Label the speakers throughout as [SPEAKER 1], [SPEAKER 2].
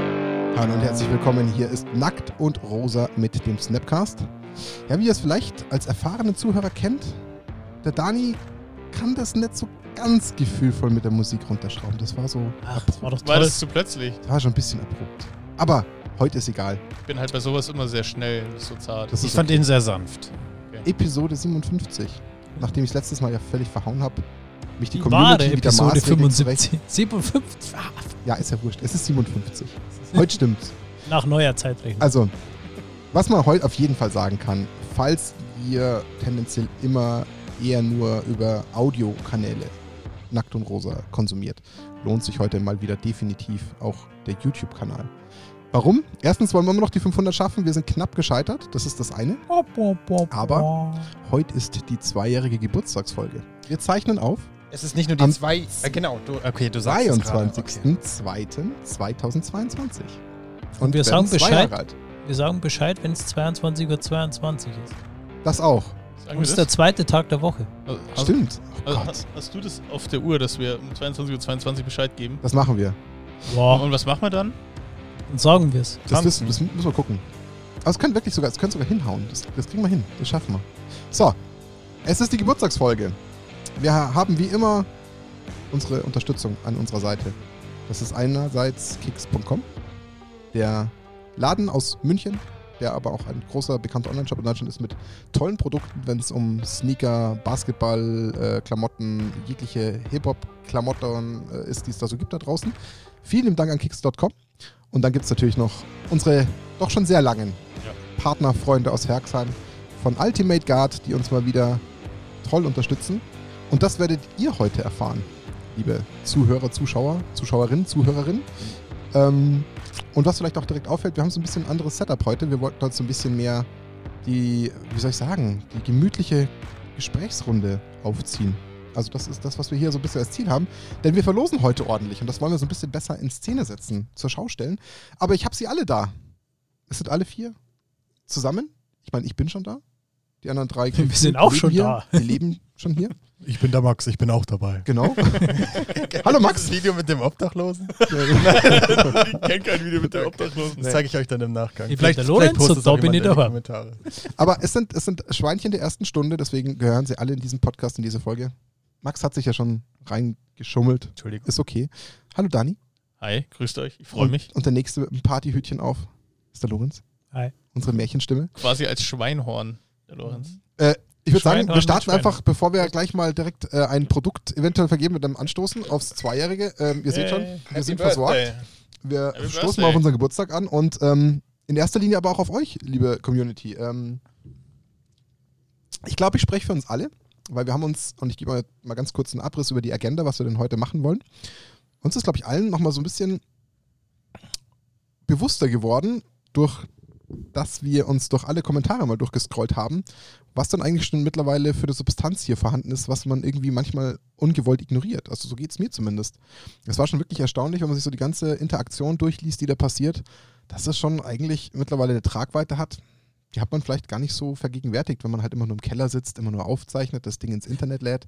[SPEAKER 1] Hallo und herzlich willkommen. Hier ist Nackt und Rosa mit dem Snapcast. Ja, wie ihr es vielleicht als erfahrene Zuhörer kennt, der Dani kann das nicht so ganz gefühlvoll mit der Musik runterschrauben. Das war so,
[SPEAKER 2] Ach, das war doch
[SPEAKER 3] War
[SPEAKER 2] toll.
[SPEAKER 3] das zu plötzlich?
[SPEAKER 1] das war schon ein bisschen abrupt. Aber heute ist egal.
[SPEAKER 3] Ich bin halt bei sowas immer sehr schnell, nicht so zart.
[SPEAKER 1] Das
[SPEAKER 2] ich
[SPEAKER 1] ist
[SPEAKER 2] fand ihn sehr sanft.
[SPEAKER 1] Episode 57. Nachdem ich letztes Mal ja völlig verhauen habe, mich die
[SPEAKER 2] Wahre
[SPEAKER 1] Community wieder
[SPEAKER 2] Episode
[SPEAKER 1] maßregelt
[SPEAKER 2] 75.
[SPEAKER 1] zurecht-
[SPEAKER 2] 57. Ah,
[SPEAKER 1] Ja, ist ja wurscht. Es ist 57. Heute stimmt's.
[SPEAKER 2] Nach neuer Zeitrechnung.
[SPEAKER 1] Also, was man heute auf jeden Fall sagen kann, falls ihr tendenziell immer eher nur über Audiokanäle Nackt und Rosa konsumiert, lohnt sich heute mal wieder definitiv auch der YouTube-Kanal. Warum? Erstens wollen wir immer noch die 500 schaffen. Wir sind knapp gescheitert. Das ist das eine.
[SPEAKER 2] Oh.
[SPEAKER 1] Aber- Heute ist die zweijährige Geburtstagsfolge. Wir zeichnen auf
[SPEAKER 4] Es ist nicht nur die
[SPEAKER 1] Am
[SPEAKER 4] zwei. Äh, genau, du, okay, du sagst es gerade, Okay.
[SPEAKER 1] 22.02.2022.
[SPEAKER 2] Und wir
[SPEAKER 1] werden
[SPEAKER 2] sagen
[SPEAKER 1] zwei
[SPEAKER 2] Bescheid.
[SPEAKER 1] Jahre alt.
[SPEAKER 2] Wir sagen Bescheid, wenn es 22.22 Uhr 22 ist.
[SPEAKER 1] Das auch.
[SPEAKER 3] Sagen
[SPEAKER 2] Und
[SPEAKER 3] wir
[SPEAKER 2] es ist der
[SPEAKER 3] das?
[SPEAKER 2] zweite Tag der Woche.
[SPEAKER 3] Also, hast-
[SPEAKER 1] Stimmt. Oh
[SPEAKER 3] Also,
[SPEAKER 1] Gott.
[SPEAKER 3] hast, hast du das auf der Uhr, dass wir um 22.22 Uhr Bescheid geben?
[SPEAKER 1] Das machen wir. Oh.
[SPEAKER 2] Wow.
[SPEAKER 3] Und was machen wir dann?
[SPEAKER 2] Dann sagen wir es.
[SPEAKER 1] Das,
[SPEAKER 3] Tanzen.
[SPEAKER 1] wissen, das müssen wir gucken. Aber es könnte wirklich sogar, es könnte sogar hinhauen. Das, das kriegen wir hin. Das schaffen wir. So, es ist die Geburtstagsfolge. Wir ha- haben wie immer unsere Unterstützung an unserer Seite. Das ist einerseits kicks.com, der Laden aus München, der aber auch ein großer bekannter Online-Shop in Deutschland ist mit tollen Produkten, wenn es um Sneaker, Basketball, äh, Klamotten, jegliche Hip-Hop-Klamotten äh, ist, die es da so gibt da draußen. Vielen Dank an kicks.com. Und dann gibt es natürlich noch unsere doch schon sehr langen
[SPEAKER 3] Ja.
[SPEAKER 1] Partnerfreunde aus Herxheim von Ultimate Guard, die uns mal wieder toll unterstützen. Und das werdet ihr heute erfahren, liebe Zuhörer, Zuschauer, Zuschauerinnen, Zuhörerinnen. Ähm, und was vielleicht auch direkt auffällt, wir haben so ein bisschen ein anderes Setup heute. Wir wollten heute so ein bisschen mehr die, wie soll ich sagen, die gemütliche Gesprächsrunde aufziehen. Also das ist das, was wir hier so ein bisschen als Ziel haben. Denn wir verlosen heute ordentlich und das wollen wir so ein bisschen besser in Szene setzen, zur Schau stellen. Aber ich habe sie alle da. Es sind alle vier zusammen. Ich meine, ich bin schon da. Die anderen drei
[SPEAKER 2] Wir sind auch
[SPEAKER 1] leben
[SPEAKER 2] schon
[SPEAKER 1] hier.
[SPEAKER 2] da.
[SPEAKER 1] Die leben schon hier.
[SPEAKER 5] Ich bin der Max, ich bin auch dabei.
[SPEAKER 1] Genau. Hallo Max.
[SPEAKER 4] Das Video mit dem Obdachlosen?
[SPEAKER 3] Ich kenne kein Video mit der Obdachlosen.
[SPEAKER 4] Das zeige ich euch dann im Nachgang.
[SPEAKER 2] Ich bin der Lorenz
[SPEAKER 4] postet
[SPEAKER 2] und
[SPEAKER 4] auch
[SPEAKER 2] da bin
[SPEAKER 4] jemand
[SPEAKER 2] ich
[SPEAKER 4] in die
[SPEAKER 2] dabei.
[SPEAKER 4] Kommentare.
[SPEAKER 1] Aber es sind, es sind Schweinchen der ersten Stunde, deswegen gehören sie alle in diesem Podcast, in diese Folge. Max hat sich ja schon reingeschummelt.
[SPEAKER 4] Entschuldigung.
[SPEAKER 1] Ist okay. Hallo Dani.
[SPEAKER 3] Hi, grüßt euch. Ich freue mich.
[SPEAKER 1] Und der nächste mit dem Partyhütchen auf ist der Lorenz.
[SPEAKER 2] Hi.
[SPEAKER 1] Unsere Märchenstimme.
[SPEAKER 3] Quasi als Schweinhorn, der Lorenz.
[SPEAKER 1] Mhm. Ich würde sagen,
[SPEAKER 2] Schweinhorn
[SPEAKER 1] wir
[SPEAKER 2] mit
[SPEAKER 1] starten
[SPEAKER 2] Schwein.
[SPEAKER 1] einfach, bevor wir gleich mal direkt äh, ein Produkt eventuell vergeben mit einem Anstoßen aufs Zweijährige. Ähm, ihr seht schon, wir sind versorgt. Wir
[SPEAKER 3] Happy
[SPEAKER 1] stoßen
[SPEAKER 3] Birthday.
[SPEAKER 1] mal auf unseren Geburtstag an und ähm, in erster Linie aber auch auf euch, liebe Community. Ähm, ich glaube, ich spreche für uns alle, weil wir haben uns, und ich gebe mal, mal ganz kurz einen Abriss über die Agenda, was wir denn heute machen wollen. Uns ist, glaube ich, allen nochmal so ein bisschen bewusster geworden, durch dass wir uns durch alle Kommentare mal durchgescrollt haben, was dann eigentlich schon mittlerweile für eine Substanz hier vorhanden ist, was man irgendwie manchmal ungewollt ignoriert. Also so geht es mir zumindest. Es war schon wirklich erstaunlich, wenn man sich so die ganze Interaktion durchliest, die da passiert, dass es schon eigentlich mittlerweile eine Tragweite hat. Die hat man vielleicht gar nicht so vergegenwärtigt, wenn man halt immer nur im Keller sitzt, immer nur aufzeichnet, das Ding ins Internet lädt.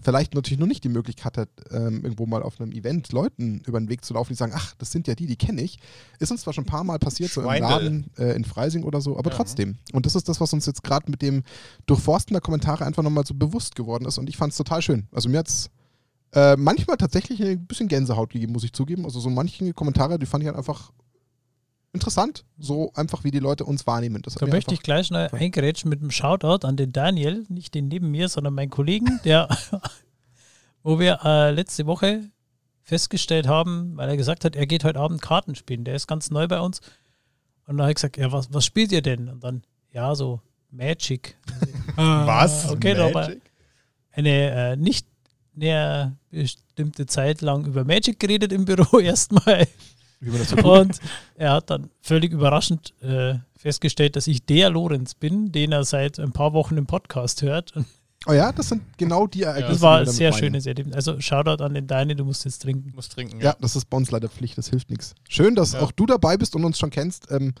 [SPEAKER 1] Vielleicht natürlich nur nicht die Möglichkeit hat, ähm, irgendwo mal auf einem Event Leuten über den Weg zu laufen, die sagen, ach, das sind ja die, die kenne ich. Ist uns zwar schon ein paar Mal passiert, so im
[SPEAKER 4] Schweindel.
[SPEAKER 1] Laden äh, in Freising oder so, aber
[SPEAKER 3] Ja.
[SPEAKER 1] trotzdem. Und das ist das, was uns jetzt gerade mit dem Durchforsten der Kommentare einfach nochmal so bewusst geworden ist. Und ich fand es total schön. Also mir hat es äh, manchmal tatsächlich ein bisschen Gänsehaut gegeben, muss ich zugeben. Also so manche Kommentare, die fand ich halt einfach interessant, so einfach wie die Leute uns wahrnehmen. Das hat
[SPEAKER 2] Da
[SPEAKER 1] mir
[SPEAKER 2] möchte ich
[SPEAKER 1] einfach,
[SPEAKER 2] gleich schnell eingrätschen mit einem Shoutout an den Daniel, nicht den neben mir, sondern meinen Kollegen, der, wo wir äh, letzte Woche festgestellt haben, weil er gesagt hat, er geht heute Abend Karten spielen. Der ist ganz neu bei uns. Und dann habe ich gesagt, ja, was, was spielt ihr denn? Und dann, ja, so Magic.
[SPEAKER 4] Was?
[SPEAKER 2] Okay, aber
[SPEAKER 4] Magic?
[SPEAKER 2] eine äh, nicht eine bestimmte Zeit lang über Magic geredet im Büro erstmal.
[SPEAKER 1] wie man das so
[SPEAKER 2] Und er hat dann völlig überraschend äh, festgestellt, dass ich der Lorenz bin, den er seit ein paar Wochen im Podcast hört. Und
[SPEAKER 1] Oh ja, das sind genau die Ereignisse.
[SPEAKER 2] das
[SPEAKER 1] die
[SPEAKER 2] war
[SPEAKER 1] wir
[SPEAKER 2] ein
[SPEAKER 1] damit
[SPEAKER 2] sehr
[SPEAKER 1] meinen.
[SPEAKER 2] schönes Erlebnis. Also Shoutout an den Deine, du musst jetzt trinken.
[SPEAKER 3] Muss trinken.
[SPEAKER 1] Ja, das ist bei uns leider Pflicht, das hilft nichts. Schön, dass
[SPEAKER 3] Ja.
[SPEAKER 1] auch du dabei bist und uns schon kennst. Ähm,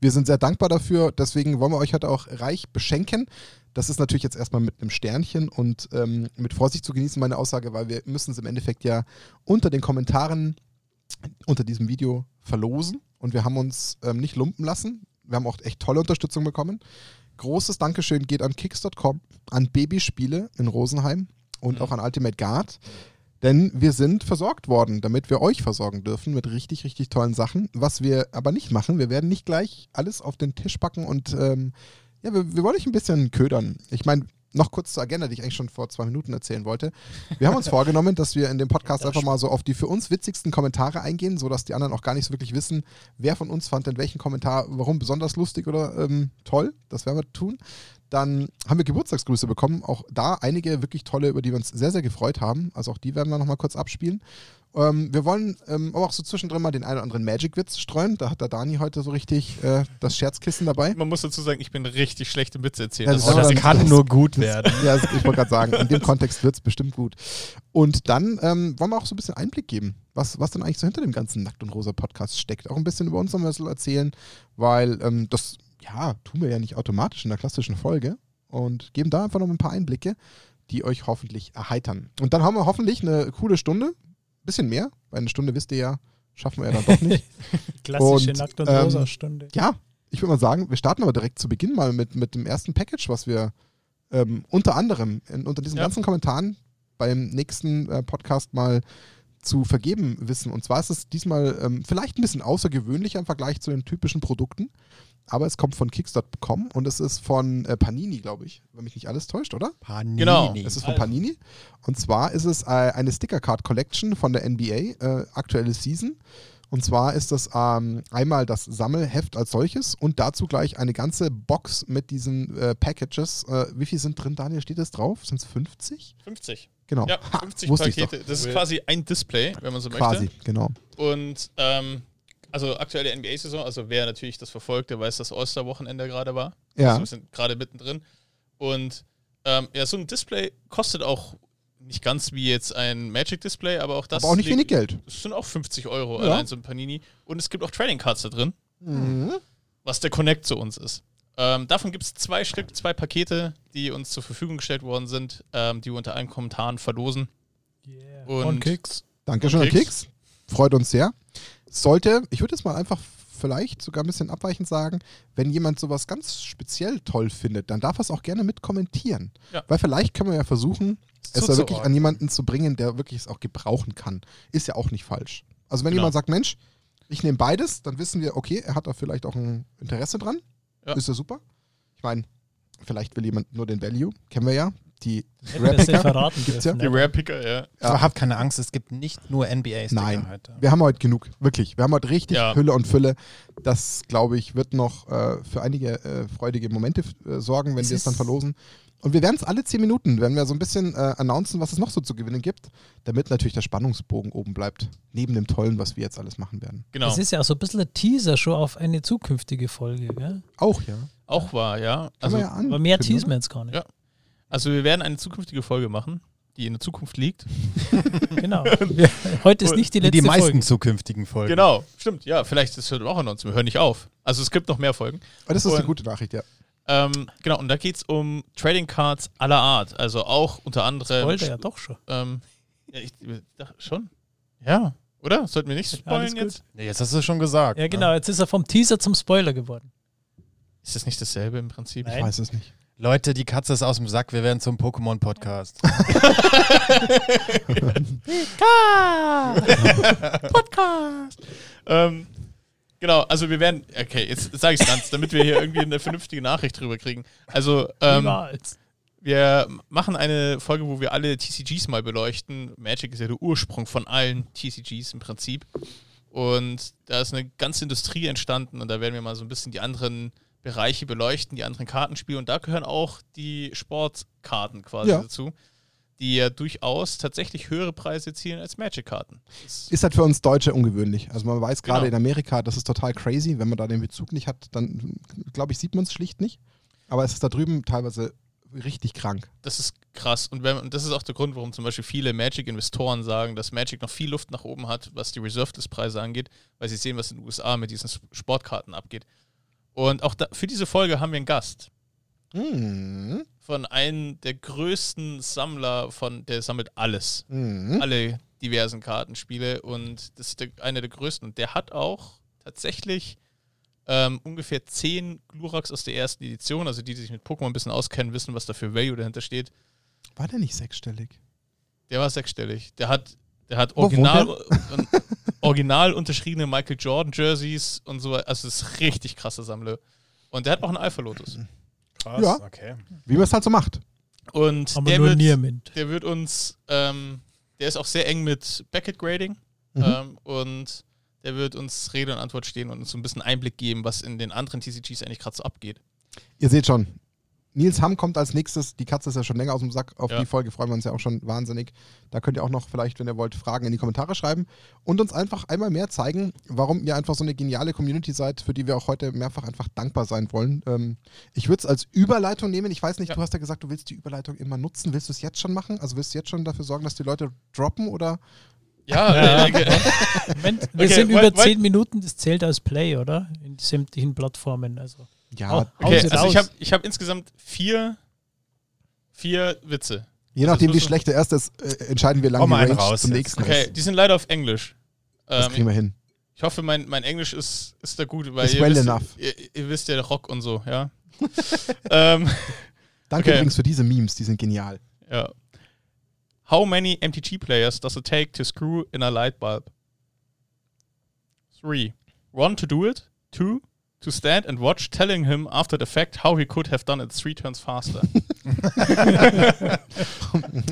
[SPEAKER 1] wir sind sehr dankbar dafür, deswegen wollen wir euch heute auch reich beschenken. Das ist natürlich jetzt erstmal mit einem Sternchen und ähm, mit Vorsicht zu genießen, meine Aussage, weil wir müssen es im Endeffekt ja unter den Kommentaren unter diesem Video verlosen. Und wir haben uns ähm, nicht lumpen lassen. Wir haben auch echt tolle Unterstützung bekommen. Großes Dankeschön geht an kicks.com, an Babyspiele in Rosenheim und auch an Ultimate Guard. Denn wir sind versorgt worden, damit wir euch versorgen dürfen mit richtig, richtig tollen Sachen. Was wir aber nicht machen, wir werden nicht gleich alles auf den Tisch packen und ähm, ja, wir, wir wollen euch ein bisschen ködern. Ich meine, noch kurz zur Agenda, die ich eigentlich schon vor zwei Minuten erzählen wollte. Wir haben uns vorgenommen, dass wir in dem Podcast einfach mal so auf die für uns witzigsten Kommentare eingehen, sodass die anderen auch gar nicht so wirklich wissen, wer von uns fand denn welchen Kommentar, warum besonders lustig oder ähm, toll. Das werden wir tun. Dann haben wir Geburtstagsgrüße bekommen. Auch da einige wirklich tolle, über die wir uns sehr, sehr gefreut haben. Also auch die werden wir nochmal kurz abspielen. Ähm, wir wollen ähm, aber auch so zwischendrin mal den einen oder anderen Magic-Witz streuen. Da hat der Dani heute so richtig äh, das Scherzkissen dabei.
[SPEAKER 3] Man muss dazu sagen, ich bin richtig schlecht im Witz erzählen.
[SPEAKER 1] Ja,
[SPEAKER 3] Das
[SPEAKER 1] das
[SPEAKER 3] ist-
[SPEAKER 1] ist-
[SPEAKER 4] Oh, das kann
[SPEAKER 1] das-
[SPEAKER 4] nur gut
[SPEAKER 1] Das-
[SPEAKER 4] werden.
[SPEAKER 1] Ja, das- ich wollte gerade sagen, in dem Kontext wird es bestimmt gut. Und dann ähm, wollen wir auch so ein bisschen Einblick geben, was, was denn eigentlich so hinter dem ganzen Nackt und Rosa Podcast steckt. Auch ein bisschen über uns noch ein bisschen erzählen, weil ähm, das, ja, tun wir ja nicht automatisch in der klassischen Folge und geben da einfach noch ein paar Einblicke, die euch hoffentlich erheitern. Und dann haben wir hoffentlich eine coole Stunde, bisschen mehr, weil eine Stunde wisst ihr ja, schaffen wir ja dann doch nicht.
[SPEAKER 2] Klassische
[SPEAKER 1] Und,
[SPEAKER 2] Nackt- und
[SPEAKER 1] ähm,
[SPEAKER 2] Rosa-Stunde.
[SPEAKER 1] Ja, ich würde mal sagen, wir starten aber direkt zu Beginn mal mit, mit dem ersten Package, was wir ähm, unter anderem in, unter diesen
[SPEAKER 3] Ja.
[SPEAKER 1] ganzen Kommentaren beim nächsten äh, Podcast mal zu vergeben wissen. Und zwar ist es diesmal ähm, vielleicht ein bisschen außergewöhnlicher im Vergleich zu den typischen Produkten, aber es kommt von Kickstart.com und es ist von äh, Panini, glaube ich, wenn mich nicht alles täuscht, oder?
[SPEAKER 4] Panini.
[SPEAKER 3] Genau.
[SPEAKER 1] Es ist von
[SPEAKER 3] Also.
[SPEAKER 1] Panini. Und zwar ist es äh, eine Sticker Card Collection von der NBA, äh, aktuelle Season. Und zwar ist das ähm, einmal das Sammelheft als solches und dazu gleich eine ganze Box mit diesen äh, Packages. Äh, wie viel sind drin, Daniel? Steht das drauf? Sind es 50?
[SPEAKER 3] 50.
[SPEAKER 1] Genau.
[SPEAKER 3] Ja,
[SPEAKER 1] Ha,
[SPEAKER 3] 50
[SPEAKER 1] wusste ich doch.
[SPEAKER 3] Pakete. Das ist quasi ein Display, wenn man so
[SPEAKER 1] Quasi,
[SPEAKER 3] möchte.
[SPEAKER 1] genau.
[SPEAKER 3] Und ähm, also aktuelle NBA-Saison, also wer natürlich das verfolgt, der weiß, dass All-Star-Wochenende gerade war. Also
[SPEAKER 1] Ja,
[SPEAKER 3] wir sind gerade mittendrin. Und ähm, ja, so ein Display kostet auch nicht ganz wie jetzt ein Magic-Display, aber auch das
[SPEAKER 1] aber auch nicht
[SPEAKER 3] liegt-
[SPEAKER 1] wenig Geld.
[SPEAKER 3] Das sind auch 50 Euro
[SPEAKER 1] Ja.
[SPEAKER 3] allein so ein Panini. Und es gibt auch Trading Cards da drin, was der Connect zu uns ist. Ähm, davon gibt es zwei Stück, zwei Pakete, die uns zur Verfügung gestellt worden sind, ähm, die wir unter allen Kommentaren verlosen.
[SPEAKER 2] Yeah.
[SPEAKER 3] Und-
[SPEAKER 2] Von Kicks.
[SPEAKER 1] Dankeschön an
[SPEAKER 3] Keks.
[SPEAKER 1] Keks. Freut uns sehr. Sollte, ich würde jetzt mal einfach vielleicht sogar ein bisschen abweichend sagen, wenn jemand sowas ganz speziell toll findet, dann darf er es auch gerne mit kommentieren.
[SPEAKER 3] Ja.
[SPEAKER 1] Weil vielleicht können wir ja versuchen, es da wirklich
[SPEAKER 4] zuzuordnen.
[SPEAKER 1] an jemanden zu bringen, der wirklich es auch gebrauchen kann. Ist ja auch nicht falsch. Also wenn
[SPEAKER 3] Genau.
[SPEAKER 1] jemand sagt, Mensch, ich nehme beides, dann wissen wir, okay, er hat da vielleicht auch ein Interesse dran.
[SPEAKER 3] Ja.
[SPEAKER 1] Ist ja super. Ich meine, vielleicht will jemand nur den Value, kennen wir ja. Die
[SPEAKER 2] Hätten wir es ja
[SPEAKER 1] Replica
[SPEAKER 2] verraten
[SPEAKER 1] gibt's
[SPEAKER 2] dürfen. ne?
[SPEAKER 3] Die Rare Picker, ja.
[SPEAKER 1] Ja.
[SPEAKER 4] Aber habt keine Angst, es gibt nicht nur NBA-Sticker
[SPEAKER 1] Nein.
[SPEAKER 4] heute.
[SPEAKER 1] Wir haben heute genug, wirklich. Wir haben heute richtig
[SPEAKER 3] Ja.
[SPEAKER 1] Hülle und Fülle. Das, glaube ich, wird noch äh, für einige äh, freudige Momente äh, sorgen, wenn
[SPEAKER 4] Es
[SPEAKER 1] wir es dann
[SPEAKER 4] ist-
[SPEAKER 1] verlosen. Und wir werden es alle zehn Minuten, werden wir so ein bisschen äh, announcen, was es noch so zu gewinnen gibt, damit natürlich der Spannungsbogen oben bleibt, neben dem Tollen, was wir jetzt alles machen werden.
[SPEAKER 3] Genau.
[SPEAKER 2] Das ist ja auch so ein bisschen ein Teaser schon auf eine zukünftige Folge. Gell?
[SPEAKER 1] Auch, ja.
[SPEAKER 3] auch wahr, ja.
[SPEAKER 1] Kann
[SPEAKER 3] Also,
[SPEAKER 1] man ja an ne?
[SPEAKER 2] Aber mehr teasen wir jetzt gar nicht.
[SPEAKER 3] Ja. also wir werden eine zukünftige Folge machen, die in der Zukunft liegt.
[SPEAKER 2] Genau. Wir, heute ist nicht die
[SPEAKER 4] Wie
[SPEAKER 2] letzte
[SPEAKER 4] die meisten
[SPEAKER 2] Folge.
[SPEAKER 4] zukünftigen Folgen.
[SPEAKER 3] Genau, stimmt. Ja, vielleicht ist es auch an uns. Wir hören nicht auf. Also es gibt noch mehr Folgen.
[SPEAKER 1] Aber das ist eine
[SPEAKER 3] Und-
[SPEAKER 1] gute Nachricht, ja.
[SPEAKER 3] Ähm, genau, und da geht es um Trading Cards aller Art. Also auch unter anderem.
[SPEAKER 2] Wollte ja doch schon.
[SPEAKER 3] Ähm, ja, ich dachte schon. Ja, oder? Sollten wir nicht
[SPEAKER 2] Alles
[SPEAKER 3] spoilen
[SPEAKER 2] gut.
[SPEAKER 3] jetzt?
[SPEAKER 4] Nee, Jetzt hast du es schon gesagt. ne?
[SPEAKER 2] Ja, genau. Jetzt ist er vom Teaser zum Spoiler geworden.
[SPEAKER 3] Ist das nicht dasselbe im Prinzip?
[SPEAKER 1] Ich
[SPEAKER 2] Nein.
[SPEAKER 1] weiß es nicht.
[SPEAKER 4] Leute, die Katze ist aus dem Sack. Wir werden zum Pokémon-Podcast.
[SPEAKER 3] Podcast! ähm, genau, also wir werden. Okay, jetzt sage ich es ganz, damit wir hier irgendwie eine vernünftige Nachricht drüber kriegen. Also, ähm,
[SPEAKER 2] Niemals.
[SPEAKER 3] wir machen eine Folge, wo wir alle TCGs mal beleuchten. Magic ist ja der Ursprung von allen TCGs im Prinzip. Und da ist eine ganze Industrie entstanden und da werden wir mal so ein bisschen die anderen Bereiche beleuchten, die anderen Kartenspiele. Und da gehören auch die Sportkarten quasi
[SPEAKER 1] Ja.
[SPEAKER 3] dazu, die ja durchaus tatsächlich höhere Preise zielen als Magic-Karten. Das-
[SPEAKER 1] Ist halt für uns Deutsche ungewöhnlich. Also man weiß gerade
[SPEAKER 3] Genau.
[SPEAKER 1] in Amerika, das ist total crazy. Wenn man da den Bezug nicht hat, dann glaube ich, sieht man es schlicht nicht. Aber es ist da drüben teilweise richtig krank.
[SPEAKER 3] Das ist krass. Und, wenn, und das ist auch der Grund, warum zum Beispiel viele Magic-Investoren sagen, dass Magic noch viel Luft nach oben hat, was die Reserved-Preise angeht, weil sie sehen, was in den USA mit diesen Sportkarten abgeht. Und auch da, für diese Folge haben wir einen Gast
[SPEAKER 1] Mhm.
[SPEAKER 3] von einem der größten Sammler von, der sammelt alles.
[SPEAKER 1] Mhm.
[SPEAKER 3] Also Alle diversen Kartenspiele und das ist der, einer der größten. Und der hat auch tatsächlich ähm, ungefähr zehn Gluraks aus der ersten Edition, also die, die sich mit Pokémon ein bisschen auskennen, wissen, was da für Value dahinter steht.
[SPEAKER 1] War der nicht sechsstellig?
[SPEAKER 3] Der war sechsstellig. Der hat, der hat
[SPEAKER 1] Wo wohnt
[SPEAKER 3] original, äh, original unterschriebene Michael Jordan Jerseys und so. Also das ist richtig krasse Sammler. Und der hat auch einen Alpha Lotus.
[SPEAKER 4] Krass,
[SPEAKER 1] Ja.
[SPEAKER 4] okay.
[SPEAKER 1] Wie man es halt so macht.
[SPEAKER 3] Und
[SPEAKER 2] Aber
[SPEAKER 3] der
[SPEAKER 2] nur
[SPEAKER 3] wird,
[SPEAKER 2] Niermint.
[SPEAKER 3] der wird uns, ähm, der ist auch sehr eng mit Beckett Grading
[SPEAKER 1] Mhm.
[SPEAKER 3] ähm, und der wird uns Rede und Antwort stehen und uns so ein bisschen Einblick geben, was in den anderen TCGs eigentlich gerade so abgeht.
[SPEAKER 1] Ihr seht schon, Nils Hamm kommt als nächstes. Die Katze ist ja schon länger aus dem Sack. Auf
[SPEAKER 3] Ja.
[SPEAKER 1] die Folge freuen wir uns ja auch schon wahnsinnig. Da könnt ihr auch noch vielleicht, wenn ihr wollt, Fragen in die Kommentare schreiben und uns einfach einmal mehr zeigen, warum ihr einfach so eine geniale Community seid, für die wir auch heute mehrfach einfach dankbar sein wollen. Ähm, ich würde es als Überleitung nehmen. Ich weiß nicht,
[SPEAKER 3] Ja.
[SPEAKER 1] du hast ja gesagt, du willst die Überleitung immer nutzen. Willst du es jetzt schon machen? Also willst du jetzt schon dafür sorgen, dass die Leute droppen oder?
[SPEAKER 3] Ja,
[SPEAKER 2] Moment, wir
[SPEAKER 3] Okay,
[SPEAKER 2] sind
[SPEAKER 3] wait,
[SPEAKER 2] über
[SPEAKER 3] wait.
[SPEAKER 2] 10 Minuten, das zählt als Play, oder? In sämtlichen Plattformen. Also.
[SPEAKER 1] Ja,
[SPEAKER 2] Oh,
[SPEAKER 3] okay.
[SPEAKER 2] Haus ist
[SPEAKER 3] Also ich
[SPEAKER 2] raus.
[SPEAKER 3] habe ich hab insgesamt vier, vier Witze.
[SPEAKER 1] je nachdem, wie
[SPEAKER 3] müssen-
[SPEAKER 1] schlecht der erste ist, äh, entscheiden wir
[SPEAKER 4] Hau
[SPEAKER 1] lange
[SPEAKER 4] mal einen
[SPEAKER 1] Range
[SPEAKER 4] raus
[SPEAKER 1] zum
[SPEAKER 4] jetzt.
[SPEAKER 1] nächsten
[SPEAKER 3] Okay,
[SPEAKER 1] ist.
[SPEAKER 3] die sind leider auf Englisch.
[SPEAKER 1] Das kriegen
[SPEAKER 3] Ähm,
[SPEAKER 1] wir hin.
[SPEAKER 3] ich hoffe, mein, mein Englisch ist, ist da gut, weil
[SPEAKER 1] Ist
[SPEAKER 3] ihr,
[SPEAKER 1] well
[SPEAKER 3] wisst,
[SPEAKER 1] enough.
[SPEAKER 3] Ihr, ihr wisst ja Rock und so, ja. ähm,
[SPEAKER 1] Danke
[SPEAKER 3] okay.
[SPEAKER 1] übrigens für diese Memes, die sind genial.
[SPEAKER 3] ja. How many MTG players does it take to screw in a light bulb? Three. One to do it. Two to stand and watch, telling him after the fact how he could have done it three turns faster.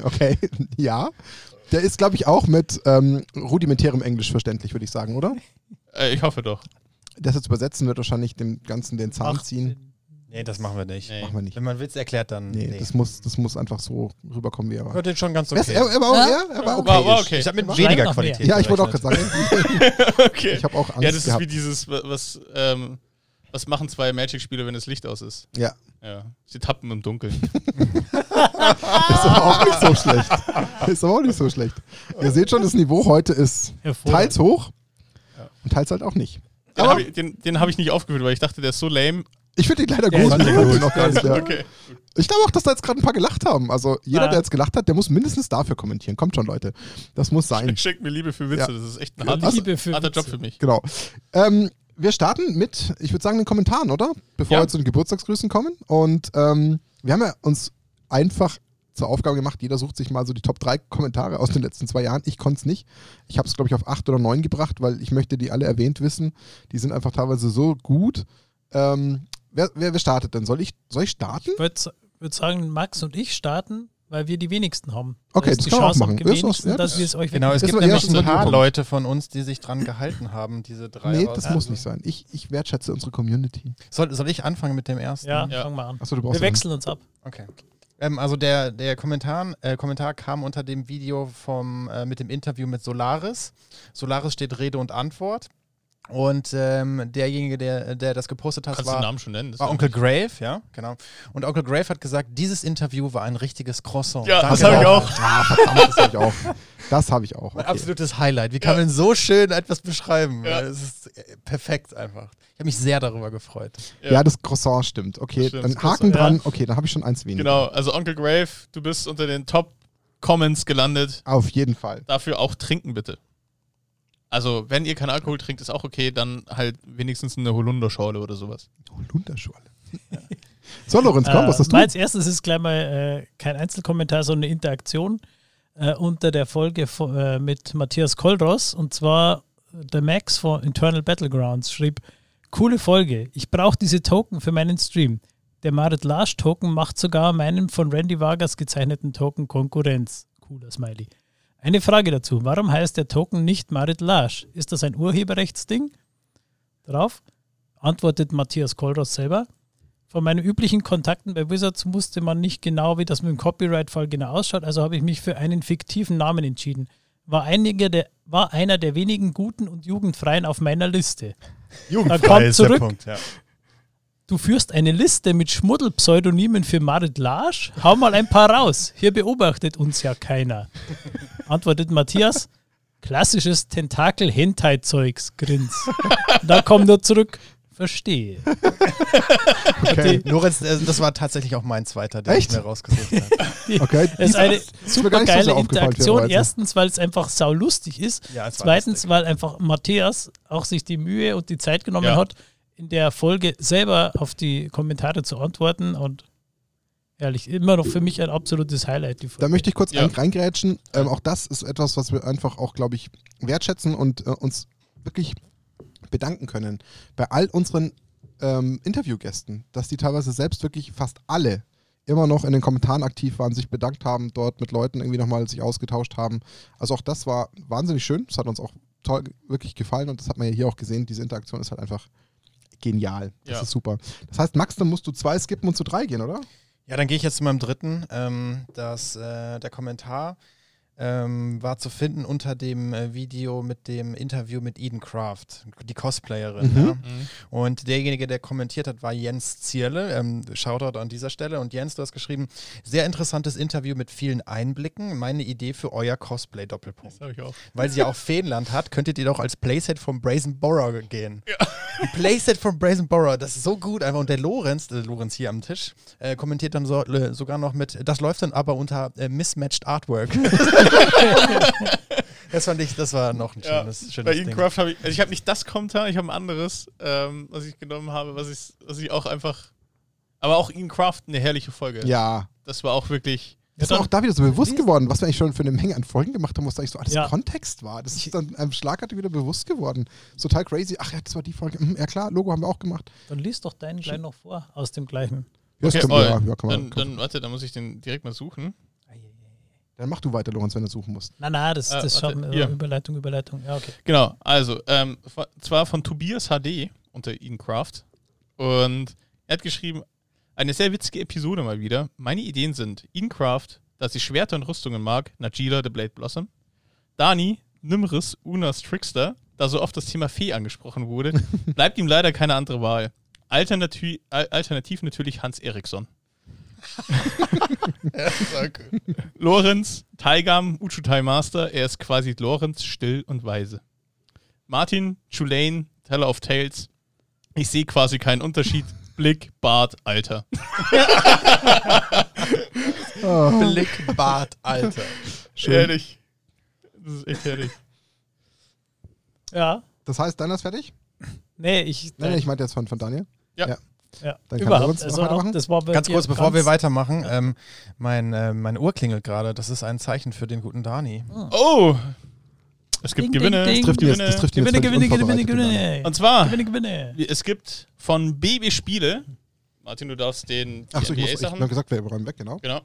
[SPEAKER 1] Okay, ja. Der ist, glaube ich, auch mit ähm, rudimentärem Englisch verständlich, würde ich sagen, oder?
[SPEAKER 3] äh, ich hoffe doch.
[SPEAKER 1] Das jetzt übersetzen wird wahrscheinlich dem Ganzen den Zahn
[SPEAKER 2] 18.
[SPEAKER 1] ziehen.
[SPEAKER 4] Nee, das machen wir nicht.
[SPEAKER 3] Nee.
[SPEAKER 1] Machen wir nicht.
[SPEAKER 4] Wenn man Witz erklärt, dann.
[SPEAKER 1] Nee, Das, muss, das muss einfach so rüberkommen, wie er war.
[SPEAKER 4] Hört den schon ganz
[SPEAKER 1] Was,
[SPEAKER 4] okay.
[SPEAKER 1] Er, er war auch
[SPEAKER 2] Ja?
[SPEAKER 1] er, er war okay.
[SPEAKER 3] War- war okay.
[SPEAKER 4] Ich habe mit
[SPEAKER 2] Schneid
[SPEAKER 4] weniger
[SPEAKER 2] noch mehr.
[SPEAKER 4] Qualität.
[SPEAKER 1] Ja, ich wollte auch
[SPEAKER 4] gerechnet.
[SPEAKER 1] gerade sagen,
[SPEAKER 3] okay.
[SPEAKER 1] ich habe auch Angst
[SPEAKER 3] ja, das ist
[SPEAKER 1] gehabt.
[SPEAKER 3] wie dieses, wa- was, ähm, was machen zwei Magic-Spieler, wenn das Licht aus ist?
[SPEAKER 1] ja,
[SPEAKER 3] Ja. Sie tappen im Dunkeln.
[SPEAKER 1] das ist aber auch nicht so schlecht. Das ist aber auch nicht so schlecht. Ihr seht schon, das Niveau heute ist
[SPEAKER 2] Hervorragend.
[SPEAKER 1] teils hoch und teils halt auch nicht.
[SPEAKER 3] Den
[SPEAKER 1] Aber-
[SPEAKER 3] habe ich, den, den hab ich nicht aufgeführt, weil ich dachte, der ist so lame.
[SPEAKER 1] Ich finde den leider
[SPEAKER 2] Der
[SPEAKER 1] gut.
[SPEAKER 2] ist
[SPEAKER 1] Ich
[SPEAKER 2] gut.
[SPEAKER 1] fand den auch gar nicht, ja.
[SPEAKER 3] Okay.
[SPEAKER 1] Ich glaube auch, dass da jetzt gerade ein paar gelacht haben. Also jeder,
[SPEAKER 2] Ja.
[SPEAKER 1] der jetzt gelacht hat, der muss mindestens dafür kommentieren. Kommt schon, Leute. Das muss sein.
[SPEAKER 3] Schenkt mir Liebe für
[SPEAKER 1] Ja.
[SPEAKER 3] Witze. Das ist echt ein harter,
[SPEAKER 2] Liebe für
[SPEAKER 3] harter Job
[SPEAKER 2] Witze.
[SPEAKER 3] für mich.
[SPEAKER 1] Genau. Ähm, wir starten mit, ich würde sagen, den Kommentaren, oder? Bevor
[SPEAKER 3] Ja.
[SPEAKER 1] wir zu den Geburtstagsgrüßen kommen. Und ähm, wir haben ja uns einfach zur Aufgabe gemacht, jeder sucht sich mal so die Top 3 Kommentare aus den letzten zwei Jahren. Ich konnte es nicht. Ich habe es, glaube ich, auf 8 oder 9 gebracht, weil ich möchte die alle erwähnt wissen. Die sind einfach teilweise so gut. Ähm, wer, wer, wer startet denn? Soll ich, soll ich starten?
[SPEAKER 2] Ich würde würd sagen, Max und ich starten, weil wir die wenigsten haben.
[SPEAKER 1] Okay,
[SPEAKER 2] ist
[SPEAKER 1] das
[SPEAKER 2] die
[SPEAKER 1] können wir auch
[SPEAKER 2] Chance am
[SPEAKER 1] machen. Das ist auch-
[SPEAKER 2] geringsten,
[SPEAKER 1] ja,
[SPEAKER 2] dass wir es euch
[SPEAKER 4] Genau, es
[SPEAKER 1] Das
[SPEAKER 4] gibt
[SPEAKER 1] war eher
[SPEAKER 4] nämlich
[SPEAKER 1] schon
[SPEAKER 4] ein paar
[SPEAKER 1] so-
[SPEAKER 4] Leute von uns, die sich dran gehalten haben, diese drei.
[SPEAKER 1] Nee,
[SPEAKER 4] raus-
[SPEAKER 1] das muss
[SPEAKER 3] also.
[SPEAKER 1] nicht sein. Ich, ich wertschätze unsere Community.
[SPEAKER 4] Soll, soll ich anfangen mit dem ersten?
[SPEAKER 2] Ja,
[SPEAKER 3] Ja.
[SPEAKER 2] fangen wir an.
[SPEAKER 1] Achso, du brauchst
[SPEAKER 2] Wir wechseln uns ab.
[SPEAKER 4] Okay. Ähm, also der, der Kommentar, äh, Kommentar kam unter dem Video vom, äh, mit dem Interview mit Solaris. Solaris steht Rede und Antwort. Und ähm, derjenige, der, der das gepostet hat,
[SPEAKER 3] Kannst du den
[SPEAKER 4] war,
[SPEAKER 3] Namen schon nennen? Das
[SPEAKER 4] war
[SPEAKER 3] ist
[SPEAKER 4] Onkel Grave, ja, genau. Und Onkel Grave hat gesagt, dieses Interview war ein richtiges Croissant.
[SPEAKER 3] Ja, das
[SPEAKER 4] Danke
[SPEAKER 3] hab ich
[SPEAKER 4] nochmal.
[SPEAKER 3] auch.
[SPEAKER 1] Ah, verdammt, das habe ich auch. Das habe ich auch.
[SPEAKER 4] Mein
[SPEAKER 1] Okay.
[SPEAKER 4] absolutes Highlight. Wie kann man so schön etwas beschreiben?
[SPEAKER 3] Ja.
[SPEAKER 4] Es ist äh, perfekt einfach. Ich habe mich sehr darüber gefreut.
[SPEAKER 3] Ja.
[SPEAKER 1] Ja, das Croissant stimmt. Okay,
[SPEAKER 3] Das stimmt,
[SPEAKER 1] dann
[SPEAKER 3] das
[SPEAKER 1] Haken
[SPEAKER 2] Croissant,
[SPEAKER 1] dran.
[SPEAKER 2] ja.
[SPEAKER 1] Okay, dann habe ich schon eins weniger.
[SPEAKER 3] Genau, also Onkel Grave, du bist unter den Top-Comments gelandet.
[SPEAKER 1] Auf jeden Fall.
[SPEAKER 3] Dafür auch trinken, bitte. Also, wenn ihr keinen Alkohol trinkt, ist auch okay, dann halt wenigstens eine Holunderschorle oder sowas.
[SPEAKER 1] Holunderschorle. Oh, So, Lorenz, komm, was
[SPEAKER 2] Äh,
[SPEAKER 1] hast du?
[SPEAKER 2] Mein als erstes ist gleich mal äh, kein Einzelkommentar, sondern eine Interaktion äh, unter der Folge vo- äh, mit Matthias Koldros. Und zwar äh, der Max von Internal Battlegrounds schrieb, coole Folge, ich brauche diese Token für meinen Stream. Der Marit Larsch Token macht sogar meinem von Randy Vargas gezeichneten Token Konkurrenz. Cooler Smiley. Eine Frage dazu, warum heißt der Token nicht Marit Larsch? Ist das ein Urheberrechtsding? Darauf antwortet Matthias Koldros selber. Von meinen üblichen Kontakten bei Wizards wusste man nicht genau, wie das mit dem Copyright-Fall genau ausschaut, also habe ich mich für einen fiktiven Namen entschieden. War, einige der, war einer der wenigen guten und jugendfreien auf meiner Liste.
[SPEAKER 5] Jugendfrei
[SPEAKER 2] kommt
[SPEAKER 5] ist der
[SPEAKER 2] zurück.
[SPEAKER 5] Punkt. Ja.
[SPEAKER 2] Du führst eine Liste mit Schmuddelpseudonymen für Marit Larsch? Hau mal ein paar raus. Hier beobachtet uns ja keiner. Antwortet Matthias. Klassisches Tentakel-Hentai-Zeugs, Grins. Da komm nur zurück. verstehe.
[SPEAKER 1] Okay.
[SPEAKER 4] Lorenz, äh, das war tatsächlich auch mein zweiter, den
[SPEAKER 1] Echt?
[SPEAKER 4] ich mir rausgesucht habe.
[SPEAKER 1] okay.
[SPEAKER 2] Es ist eine
[SPEAKER 1] ist mir
[SPEAKER 2] super
[SPEAKER 1] gar nicht
[SPEAKER 2] geile
[SPEAKER 1] so sehr aufgefallen,
[SPEAKER 2] Interaktion.
[SPEAKER 1] fairerweise.
[SPEAKER 2] Erstens, weil es einfach saulustig ist.
[SPEAKER 4] Ja, es war
[SPEAKER 2] Zweitens,
[SPEAKER 4] lustig.
[SPEAKER 2] weil einfach Matthias auch sich die Mühe und die Zeit genommen
[SPEAKER 3] Ja.
[SPEAKER 2] hat, in der Folge selber auf die Kommentare zu antworten. Und ehrlich, immer noch für mich ein absolutes Highlight. Die Folge.
[SPEAKER 1] Da möchte ich kurz
[SPEAKER 3] Ja.
[SPEAKER 1] ein- reingrätschen. Ähm, auch das ist etwas, was wir einfach auch, glaube ich, wertschätzen und äh, uns wirklich bedanken können. Bei all unseren ähm, Interviewgästen, dass die teilweise selbst wirklich fast alle immer noch in den Kommentaren aktiv waren, sich bedankt haben, dort mit Leuten irgendwie nochmal sich ausgetauscht haben. Also auch das war wahnsinnig schön. Das hat uns auch toll wirklich gefallen und das hat man ja hier auch gesehen. Diese Interaktion ist halt einfach genial. Das
[SPEAKER 3] Ja.
[SPEAKER 1] ist super. Das heißt, Max, dann musst du zwei skippen und zu drei gehen, oder?
[SPEAKER 4] Ja, dann gehe ich jetzt zu meinem dritten. Ähm, das, äh, der Kommentar ähm, war zu finden unter dem äh, Video mit dem Interview mit Eden Craft, die Cosplayerin.
[SPEAKER 1] Mhm.
[SPEAKER 4] Ja?
[SPEAKER 3] Mhm.
[SPEAKER 4] Und derjenige, der kommentiert hat, war Jens Zierle. Ähm, Shoutout an dieser Stelle. Und Jens, du hast geschrieben, sehr interessantes Interview mit vielen Einblicken. Meine Idee für euer Cosplay-Doppelpunkt.
[SPEAKER 3] Das habe ich auch.
[SPEAKER 4] Weil sie ja auch Feenland hat, könntet ihr doch als Playset vom Brazen Borrow gehen. Ein Playset vom Brazen Borrow, das ist so gut einfach. Und der Lorenz, der Lorenz hier am Tisch, äh, kommentiert dann so, äh, sogar noch mit, das läuft dann aber unter äh, Mismatched Artwork. das fand ich, das war noch ein schönes, schönes
[SPEAKER 3] Bei
[SPEAKER 4] Ding.
[SPEAKER 3] Incraft habe ich, also ich habe nicht das Kommentar, ich habe ein anderes, ähm, was ich genommen habe, was ich, was ich auch einfach. Aber auch Incraft eine herrliche Folge.
[SPEAKER 1] Ja.
[SPEAKER 3] Das war auch wirklich.
[SPEAKER 1] Das ist mir
[SPEAKER 2] dann-
[SPEAKER 1] auch da wieder so bewusst geworden, was wir eigentlich schon für eine Menge an Folgen gemacht haben, was da eigentlich so alles
[SPEAKER 2] Ja.
[SPEAKER 1] Kontext war. Das ist dann einem Schlagartig wieder bewusst geworden. Ist total crazy. Ach ja, das war die Folge. Hm, ja klar, Logo haben wir auch gemacht.
[SPEAKER 2] Dann liest doch deinen gleich noch vor aus dem gleichen.
[SPEAKER 1] Ja, das
[SPEAKER 3] Okay,
[SPEAKER 1] kann-
[SPEAKER 3] oh,
[SPEAKER 1] ja, ja, kann man,
[SPEAKER 3] dann,
[SPEAKER 1] dann, kann,
[SPEAKER 3] dann, warte, dann muss ich den direkt mal suchen.
[SPEAKER 1] dann mach du weiter, Lorenz, wenn du suchen musst.
[SPEAKER 2] Na, na, das,
[SPEAKER 3] Äh,
[SPEAKER 2] das
[SPEAKER 3] warte,
[SPEAKER 2] schaut mir.
[SPEAKER 3] hier.
[SPEAKER 2] Überleitung, Überleitung. Ja, okay.
[SPEAKER 3] Genau, also, ähm, von- zwar von Tobias HD unter Incraft. Und er hat geschrieben: Eine sehr witzige Episode mal wieder. Meine Ideen sind Incraft, dass ich Schwerter und Rüstungen mag, Najila, The Blade Blossom. Dani, Nimris, Unas Trickster, da so oft das Thema Fee angesprochen wurde, bleibt ihm leider keine andere Wahl. Alternativ, al- alternativ natürlich Hans Eriksson. Lorenz, Taigam, Uchutai Master, er ist quasi Lorenz, still und weise. Martin, Tulane, Teller of Tales, ich sehe quasi keinen Unterschied. Blick, Bart, Alter.
[SPEAKER 4] Blick, Bart, Alter.
[SPEAKER 1] Ähm,
[SPEAKER 3] Ehrlich. Das ist echt ehrlich.
[SPEAKER 2] Ja,
[SPEAKER 1] Das heißt, deiner ist fertig?
[SPEAKER 2] nee, ich.
[SPEAKER 1] Nein, nein, ich meinte jetzt von, von Daniel.
[SPEAKER 2] ja,
[SPEAKER 1] dann kann
[SPEAKER 2] überhaupt.
[SPEAKER 1] Lorenz noch
[SPEAKER 2] Also auch,
[SPEAKER 1] weitermachen.
[SPEAKER 2] das war bei
[SPEAKER 4] Ganz
[SPEAKER 2] dir
[SPEAKER 4] kurz, bevor wir
[SPEAKER 2] ganz-
[SPEAKER 4] weitermachen, ähm, mein, äh, meine Uhr klingelt gerade. Das ist ein Zeichen für den guten Dani.
[SPEAKER 3] Oh! Es gibt
[SPEAKER 2] Ding, ding,
[SPEAKER 3] Gewinne.
[SPEAKER 1] Das
[SPEAKER 2] ding.
[SPEAKER 1] trifft ihn jetzt, das trifft ihn
[SPEAKER 2] Gewinne,
[SPEAKER 1] jetzt völlig
[SPEAKER 2] Gewinne, Gewinne,
[SPEAKER 1] unvorbereitet, genau. Daniel.
[SPEAKER 2] Gewinne.
[SPEAKER 3] Und zwar,
[SPEAKER 2] Gewinne, Gewinne.
[SPEAKER 3] es gibt von BB Spiele. Martin, du darfst den die
[SPEAKER 1] Ach so, ich, muss, ich
[SPEAKER 3] NBA-Sachen.
[SPEAKER 1] habe gesagt, wir räumen weg, genau.
[SPEAKER 3] Genau.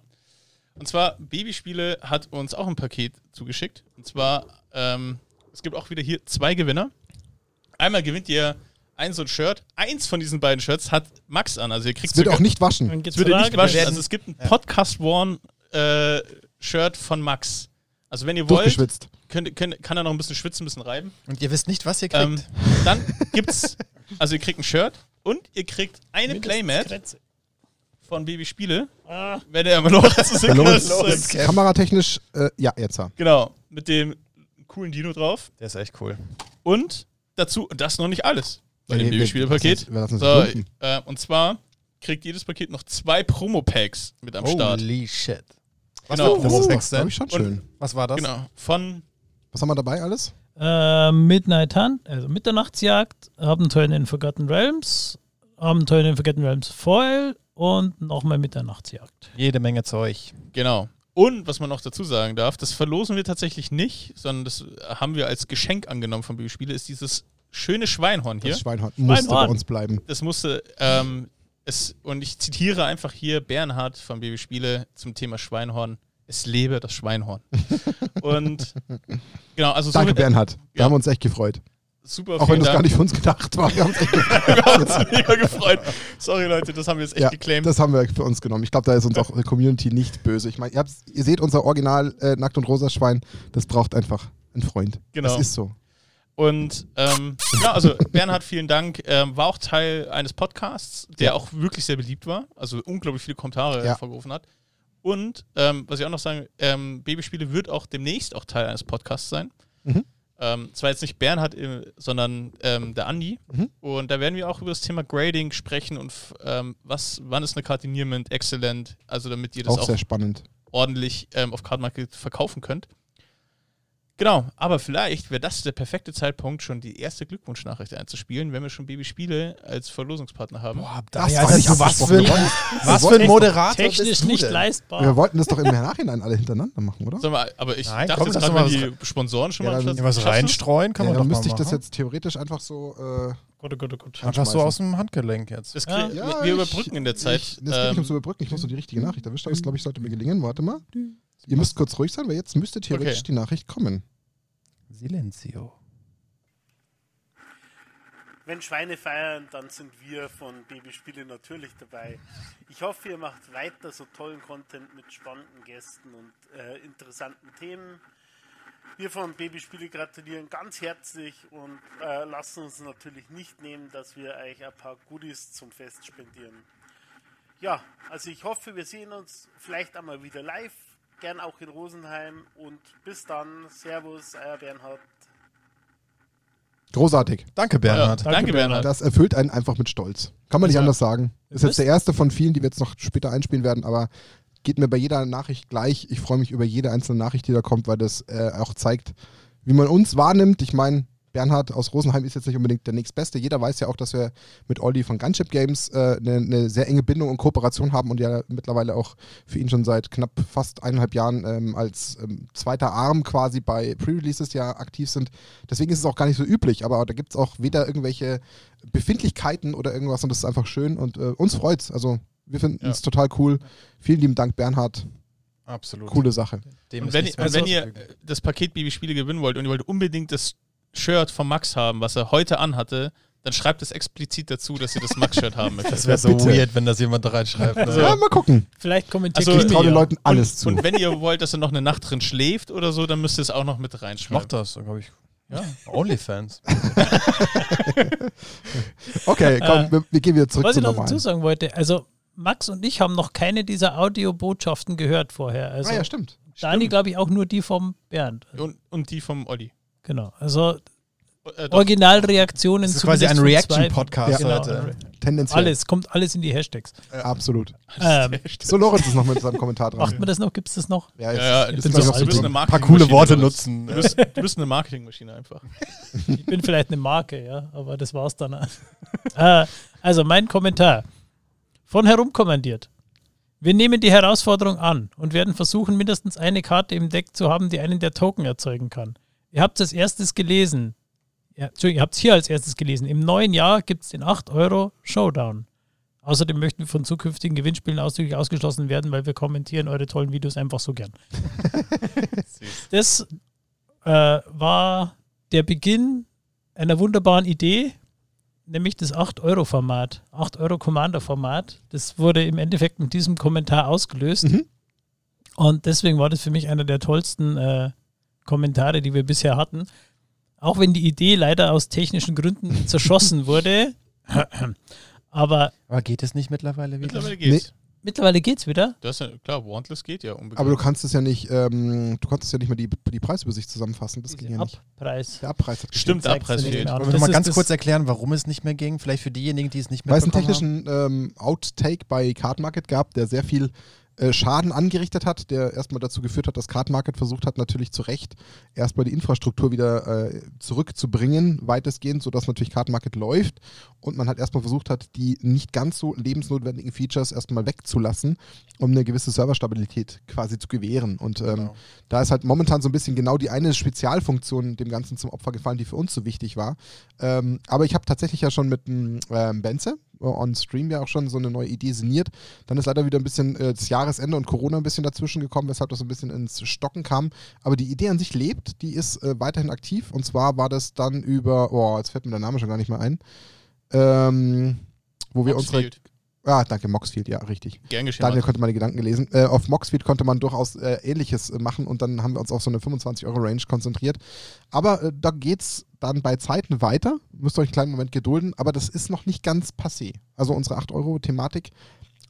[SPEAKER 3] Und zwar, Babyspiele hat uns auch ein Paket zugeschickt. Und zwar, ähm, es gibt auch wieder hier zwei Gewinner. Einmal gewinnt ihr ein so ein Shirt. Eins von diesen beiden Shirts hat Max an. Also ihr kriegt
[SPEAKER 1] Es wird
[SPEAKER 3] sogar-
[SPEAKER 1] auch nicht waschen.
[SPEAKER 2] Dann geht's
[SPEAKER 3] es wird ihr nicht
[SPEAKER 2] weiter.
[SPEAKER 3] waschen.
[SPEAKER 4] werden-
[SPEAKER 3] Also es gibt ein Podcast Worn äh, Shirt von Max. Also wenn ihr wollt,
[SPEAKER 1] Durchgeschwitzt.
[SPEAKER 3] könnt, könnt, kann er noch ein bisschen schwitzen, ein bisschen reiben.
[SPEAKER 4] Und ihr wisst nicht, was ihr kriegt.
[SPEAKER 3] Ähm, dann gibt's, also ihr kriegt ein Shirt und ihr kriegt eine Playmat
[SPEAKER 2] Kretze.
[SPEAKER 3] von Babyspiele.
[SPEAKER 2] Ah,
[SPEAKER 3] Wenn der immer noch zu sehen
[SPEAKER 1] Lorenz
[SPEAKER 3] ist.
[SPEAKER 1] ist kameratechnisch, äh, ja, jetzt. ja.
[SPEAKER 3] Genau, mit dem coolen Dino drauf.
[SPEAKER 4] Der ist echt cool.
[SPEAKER 3] Und dazu, und das ist noch nicht alles bei
[SPEAKER 1] Nee,
[SPEAKER 3] dem
[SPEAKER 1] nee,
[SPEAKER 3] Babyspiele-Paket.
[SPEAKER 1] wir lassen es- wir
[SPEAKER 3] So,
[SPEAKER 1] lassen es
[SPEAKER 3] äh, und zwar kriegt jedes Paket noch zwei Promo-Packs mit am Start.
[SPEAKER 4] Holy shit. Was,
[SPEAKER 3] Genau.
[SPEAKER 4] war,
[SPEAKER 1] Das
[SPEAKER 4] das
[SPEAKER 1] ist doch,
[SPEAKER 4] Text
[SPEAKER 1] glaube
[SPEAKER 4] denn?
[SPEAKER 1] uh. ich, schon
[SPEAKER 3] Und-
[SPEAKER 1] schön.
[SPEAKER 4] was war das?
[SPEAKER 3] Genau, von
[SPEAKER 1] Was haben wir dabei alles?
[SPEAKER 2] Äh, Midnight Hunt, also Mitternachtsjagd, Abenteuer in den Forgotten Realms, Abenteuer in den Forgotten Realms Foil und nochmal Mitternachtsjagd.
[SPEAKER 4] Jede Menge Zeug.
[SPEAKER 3] Genau. Und was man noch dazu sagen darf, das verlosen wir tatsächlich nicht, sondern das äh, haben wir als Geschenk angenommen vom Babyspiele, ist dieses schöne Schweinhorn hier.
[SPEAKER 1] Das Schweinhorn musste bei
[SPEAKER 2] Schweinhorn.
[SPEAKER 1] uns bleiben.
[SPEAKER 3] Das musste, ähm, es, und ich zitiere einfach hier Bernhard von Babyspiele zum Thema Schweinhorn. Es lebe das Schweinhorn. und genau, also
[SPEAKER 1] Danke,
[SPEAKER 3] somit-
[SPEAKER 1] Bernhard. Wir
[SPEAKER 3] Ja.
[SPEAKER 1] haben uns echt gefreut.
[SPEAKER 3] super
[SPEAKER 1] Auch wenn
[SPEAKER 3] vielen
[SPEAKER 1] das gar
[SPEAKER 3] Dank.
[SPEAKER 1] nicht für uns gedacht war. Wir haben uns echt
[SPEAKER 3] Wir haben uns mega gefreut. Sorry, Leute, das haben wir jetzt echt
[SPEAKER 1] Ja,
[SPEAKER 3] geclaimed.
[SPEAKER 1] Das haben wir für uns genommen. Ich glaube, da ist uns auch die Community nicht böse. Ich meine, ihr, habt's- ihr seht unser Original äh, Nackt und Rosa Schwein, das braucht einfach einen Freund.
[SPEAKER 3] Genau.
[SPEAKER 1] Das ist so.
[SPEAKER 3] Und ähm, ja, also Bernhard, vielen Dank. Ähm, war auch Teil eines Podcasts, der
[SPEAKER 1] Ja.
[SPEAKER 3] auch wirklich sehr beliebt war. Also unglaublich viele Kommentare
[SPEAKER 1] Ja.
[SPEAKER 3] hervorgerufen hat. Und ähm, was ich auch noch sagen, ähm, Babyspiele wird auch demnächst auch Teil eines Podcasts sein.
[SPEAKER 1] Mhm.
[SPEAKER 3] Ähm, zwar jetzt nicht Bernhard, äh, sondern ähm, der Andi.
[SPEAKER 1] Mhm.
[SPEAKER 3] Und da werden wir auch über das Thema Grading sprechen und f- ähm, was, wann ist eine Karte Nearment exzellent, also damit ihr das
[SPEAKER 1] Auch
[SPEAKER 3] auch,
[SPEAKER 1] sehr spannend.
[SPEAKER 3] ordentlich ähm, auf Card Market verkaufen könnt. Genau, aber vielleicht wäre das der perfekte Zeitpunkt, schon die erste Glückwunschnachricht einzuspielen, wenn wir schon Babyspiele als Verlosungspartner haben.
[SPEAKER 4] Boah,
[SPEAKER 1] Das
[SPEAKER 4] Daniel,
[SPEAKER 1] war
[SPEAKER 4] Alter,
[SPEAKER 1] nicht
[SPEAKER 4] du also was für
[SPEAKER 1] abgesprochen.
[SPEAKER 4] ein,
[SPEAKER 1] Wir wollen-
[SPEAKER 4] was für
[SPEAKER 1] wollten
[SPEAKER 4] ein Moderator bist
[SPEAKER 2] Technisch
[SPEAKER 4] du
[SPEAKER 2] nicht
[SPEAKER 4] denn?
[SPEAKER 1] Wir
[SPEAKER 2] leistbar.
[SPEAKER 1] wollten das doch im Nachhinein alle hintereinander machen, oder?
[SPEAKER 3] Sag mal, aber ich
[SPEAKER 4] Nein,
[SPEAKER 3] dachte
[SPEAKER 4] komm,
[SPEAKER 3] jetzt
[SPEAKER 4] lass
[SPEAKER 3] gerade,
[SPEAKER 4] doch mal
[SPEAKER 3] wenn die Sponsoren schon
[SPEAKER 1] Ja,
[SPEAKER 3] mal
[SPEAKER 1] dann-
[SPEAKER 4] Ja, was
[SPEAKER 3] schaffst du's?
[SPEAKER 4] reinstreuen kann
[SPEAKER 1] Ja,
[SPEAKER 4] man
[SPEAKER 1] dann
[SPEAKER 4] doch
[SPEAKER 1] müsste ich
[SPEAKER 4] mal
[SPEAKER 1] das
[SPEAKER 4] machen.
[SPEAKER 1] jetzt theoretisch einfach so. Äh,
[SPEAKER 2] Gut, gut, gut.
[SPEAKER 4] einfach so
[SPEAKER 1] anschmeißen.
[SPEAKER 4] aus dem Handgelenk jetzt.
[SPEAKER 3] Das
[SPEAKER 2] Ja.
[SPEAKER 3] krieg, wir
[SPEAKER 1] Ja, ich-
[SPEAKER 3] überbrücken in der Zeit.
[SPEAKER 1] Ich, das geht nicht
[SPEAKER 3] ähm,
[SPEAKER 1] ums Überbrücken, ich muss so die richtige Nachricht erwischt, aber es glaube ich, sollte mir gelingen. Warte mal. Ihr müsst kurz ruhig sein, weil jetzt müsste theoretisch
[SPEAKER 3] Okay.
[SPEAKER 1] die Nachricht kommen.
[SPEAKER 4] Silencio.
[SPEAKER 6] Wenn Schweine feiern, dann sind wir von Babyspiele natürlich dabei. Ich hoffe, ihr macht weiter so tollen Content mit spannenden Gästen und äh, interessanten Themen. Wir von Babyspiele gratulieren ganz herzlich und äh, lassen uns natürlich nicht nehmen, dass wir euch ein paar Goodies zum Fest spendieren. Ja, also ich hoffe, wir sehen uns vielleicht einmal wieder live, gern auch in Rosenheim und bis dann, Servus, euer Bernhard.
[SPEAKER 1] Großartig.
[SPEAKER 4] Danke,
[SPEAKER 3] ja,
[SPEAKER 4] Bernhard.
[SPEAKER 3] danke, Bernhard.
[SPEAKER 1] Das erfüllt einen einfach mit Stolz. Kann man nicht
[SPEAKER 2] Also,
[SPEAKER 1] anders sagen. Ist jetzt
[SPEAKER 2] wisst-
[SPEAKER 1] der erste von vielen, die wir jetzt noch später einspielen werden, aber geht mir bei jeder Nachricht gleich. Ich freue mich über jede einzelne Nachricht, die da kommt, weil das äh, auch zeigt, wie man uns wahrnimmt. Ich meine, Bernhard aus Rosenheim ist jetzt nicht unbedingt der nächstbeste. Jeder weiß ja auch, dass wir mit Olli von Gunship Games äh, eine eine sehr enge Bindung und Kooperation haben und ja mittlerweile auch für ihn schon seit knapp fast eineinhalb Jahren ähm, als ähm, zweiter Arm quasi bei Pre-Releases ja aktiv sind. Deswegen ist es auch gar nicht so üblich, aber da gibt es auch weder irgendwelche Befindlichkeiten oder irgendwas und das ist einfach schön und äh, uns freut's. Also wir finden
[SPEAKER 3] Ja.
[SPEAKER 1] es total cool. Vielen lieben Dank, Bernhard.
[SPEAKER 4] Absolut.
[SPEAKER 1] Coole Sache.
[SPEAKER 4] Dem
[SPEAKER 3] Und
[SPEAKER 4] ist
[SPEAKER 3] wenn,
[SPEAKER 4] nichts
[SPEAKER 3] ihr-
[SPEAKER 4] mehr
[SPEAKER 3] und wenn ihr
[SPEAKER 4] hinzuzufügen.
[SPEAKER 3] äh, das Paket Babyspiele gewinnen wollt und ihr wollt unbedingt das Shirt von Max haben, was er heute anhatte, dann schreibt es explizit dazu, dass ihr das Max-Shirt haben möchtet.
[SPEAKER 4] Das wäre so
[SPEAKER 1] Ja, bitte.
[SPEAKER 4] weird, wenn das jemand da reinschreibt. ne?
[SPEAKER 1] Ja, mal gucken.
[SPEAKER 2] Vielleicht kommentiert
[SPEAKER 3] Also,
[SPEAKER 1] Ich traue den
[SPEAKER 2] ja.
[SPEAKER 1] Leuten alles zu.
[SPEAKER 3] Und wenn ihr wollt, dass er noch eine Nacht drin schläft oder so, dann müsst ihr es auch noch mit
[SPEAKER 4] Ich mach
[SPEAKER 3] reinschreiben.
[SPEAKER 4] das, glaube ich. Ja, Onlyfans.
[SPEAKER 1] Okay, komm, wir, wir gehen wieder zurück
[SPEAKER 2] Was
[SPEAKER 1] zum
[SPEAKER 2] ich noch dazu
[SPEAKER 1] Normalen.
[SPEAKER 2] sagen wollte, also Max und ich haben noch keine dieser Audiobotschaften gehört vorher. Also
[SPEAKER 1] Ah ja, stimmt.
[SPEAKER 2] Dani, glaube ich, auch nur die vom Bernd.
[SPEAKER 3] Und, und die vom Olli.
[SPEAKER 2] Genau. Also
[SPEAKER 3] Äh, doch,
[SPEAKER 2] Originalreaktionen
[SPEAKER 4] Das ist quasi ein
[SPEAKER 2] zumindest von zwei-
[SPEAKER 4] Reaction-Podcast
[SPEAKER 2] Genau.
[SPEAKER 4] heute.
[SPEAKER 3] Also,
[SPEAKER 1] Tendenziell.
[SPEAKER 2] Alles, kommt alles in die Hashtags.
[SPEAKER 1] Absolut.
[SPEAKER 2] Ähm,
[SPEAKER 1] So, Lorenz ist noch mit seinem Kommentar dran.
[SPEAKER 2] macht man das noch? Gibt es das noch?
[SPEAKER 1] Ja,
[SPEAKER 3] ja, ja,
[SPEAKER 1] jetzt
[SPEAKER 3] das
[SPEAKER 1] ist
[SPEAKER 3] ist
[SPEAKER 1] gleich
[SPEAKER 3] doch- wir
[SPEAKER 1] auf zu
[SPEAKER 3] müssen
[SPEAKER 1] tun.
[SPEAKER 3] eine
[SPEAKER 4] Ein paar coole
[SPEAKER 3] Marketingmaschine
[SPEAKER 4] Worte
[SPEAKER 3] benutzen.
[SPEAKER 4] nutzen.
[SPEAKER 3] Wir müssen, wir müssen eine Marketingmaschine einfach.
[SPEAKER 2] Ich bin vielleicht eine Marke, ja, aber das war's dann. äh, also mein Kommentar. Von herumkommandiert. Wir nehmen die Herausforderung an und werden versuchen, mindestens eine Karte im Deck zu haben, die einen der Token erzeugen kann. Ihr habt es als erstes gelesen. Ja, Entschuldigung, ihr habt es hier als erstes gelesen. Im neuen Jahr gibt es den 8 Euro Showdown. Außerdem möchten wir von zukünftigen Gewinnspielen ausdrücklich ausgeschlossen werden, weil wir kommentieren eure tollen Videos einfach so gern. das äh, war der Beginn einer wunderbaren Idee, nämlich das 8-Euro-Format, 8-Euro-Commander-Format. Das wurde im Endeffekt mit diesem Kommentar ausgelöst.
[SPEAKER 1] Mhm.
[SPEAKER 2] Und deswegen war das für mich einer der tollsten äh, Kommentare, die wir bisher hatten. Auch wenn die Idee leider aus technischen Gründen zerschossen wurde. Aber
[SPEAKER 4] Aber geht es nicht mittlerweile wieder?
[SPEAKER 3] Mittlerweile geht's.
[SPEAKER 2] mittlerweile geht's wieder.
[SPEAKER 3] Du hast ja, klar, Wantless geht ja unbedingt.
[SPEAKER 1] Aber du kannst es ja nicht, ähm, du konntest ja nicht mehr die, die Preisübersicht zusammenfassen. Das ging ja nicht.
[SPEAKER 2] Abpreis.
[SPEAKER 1] Der Abpreis hat
[SPEAKER 3] Stimmt,
[SPEAKER 1] gefehlt.
[SPEAKER 3] der Abpreis
[SPEAKER 2] Zeigt's
[SPEAKER 3] fehlt.
[SPEAKER 2] nicht mehr an.
[SPEAKER 4] Wollen wir mal
[SPEAKER 2] Das ist
[SPEAKER 4] ganz
[SPEAKER 2] das-
[SPEAKER 4] kurz erklären, warum es nicht mehr ging? Vielleicht für diejenigen, die es nicht mehr
[SPEAKER 1] Weil es einen technischen ähm, Outtake bei Card Market gab, der sehr viel äh, Schaden angerichtet hat, der erstmal dazu geführt hat, dass Card Market versucht hat, natürlich zu Recht erstmal die Infrastruktur wieder äh, zurückzubringen, weitestgehend, sodass natürlich Card Market läuft und man halt erstmal versucht hat, die nicht ganz so lebensnotwendigen Features erstmal wegzulassen, um eine gewisse Serverstabilität quasi zu gewähren. Und ähm,
[SPEAKER 4] Genau.
[SPEAKER 1] da ist halt momentan so ein bisschen genau die eine Spezialfunktion dem Ganzen zum Opfer gefallen, die für uns so wichtig war. Ähm, aber ich habe tatsächlich ja schon mit dem ähm, Benze äh, on Stream ja auch schon so eine neue Idee sinniert. Dann ist leider wieder ein bisschen äh, das Jahresende und Corona ein bisschen dazwischen gekommen, weshalb das so ein bisschen ins Stocken kam. Aber die Idee an sich lebt, die ist äh, weiterhin aktiv. Und zwar war das dann über, oh, jetzt fällt mir der Name schon gar nicht mehr ein, ähm, wo wir unsere.
[SPEAKER 3] Fehlt.
[SPEAKER 1] Ah, danke, Moxfield, ja, richtig.
[SPEAKER 3] Gern geschehen.
[SPEAKER 1] Daniel
[SPEAKER 3] Martin.
[SPEAKER 1] konnte meine Gedanken lesen. Äh, auf Moxfeed konnte man durchaus äh, Ähnliches äh, machen und dann haben wir uns auf so eine 25-Euro-Range konzentriert. Aber äh, da geht's dann bei Zeiten weiter. Müsst ihr euch einen kleinen Moment gedulden, aber das ist noch nicht ganz passé. Also unsere 8-Euro-Thematik,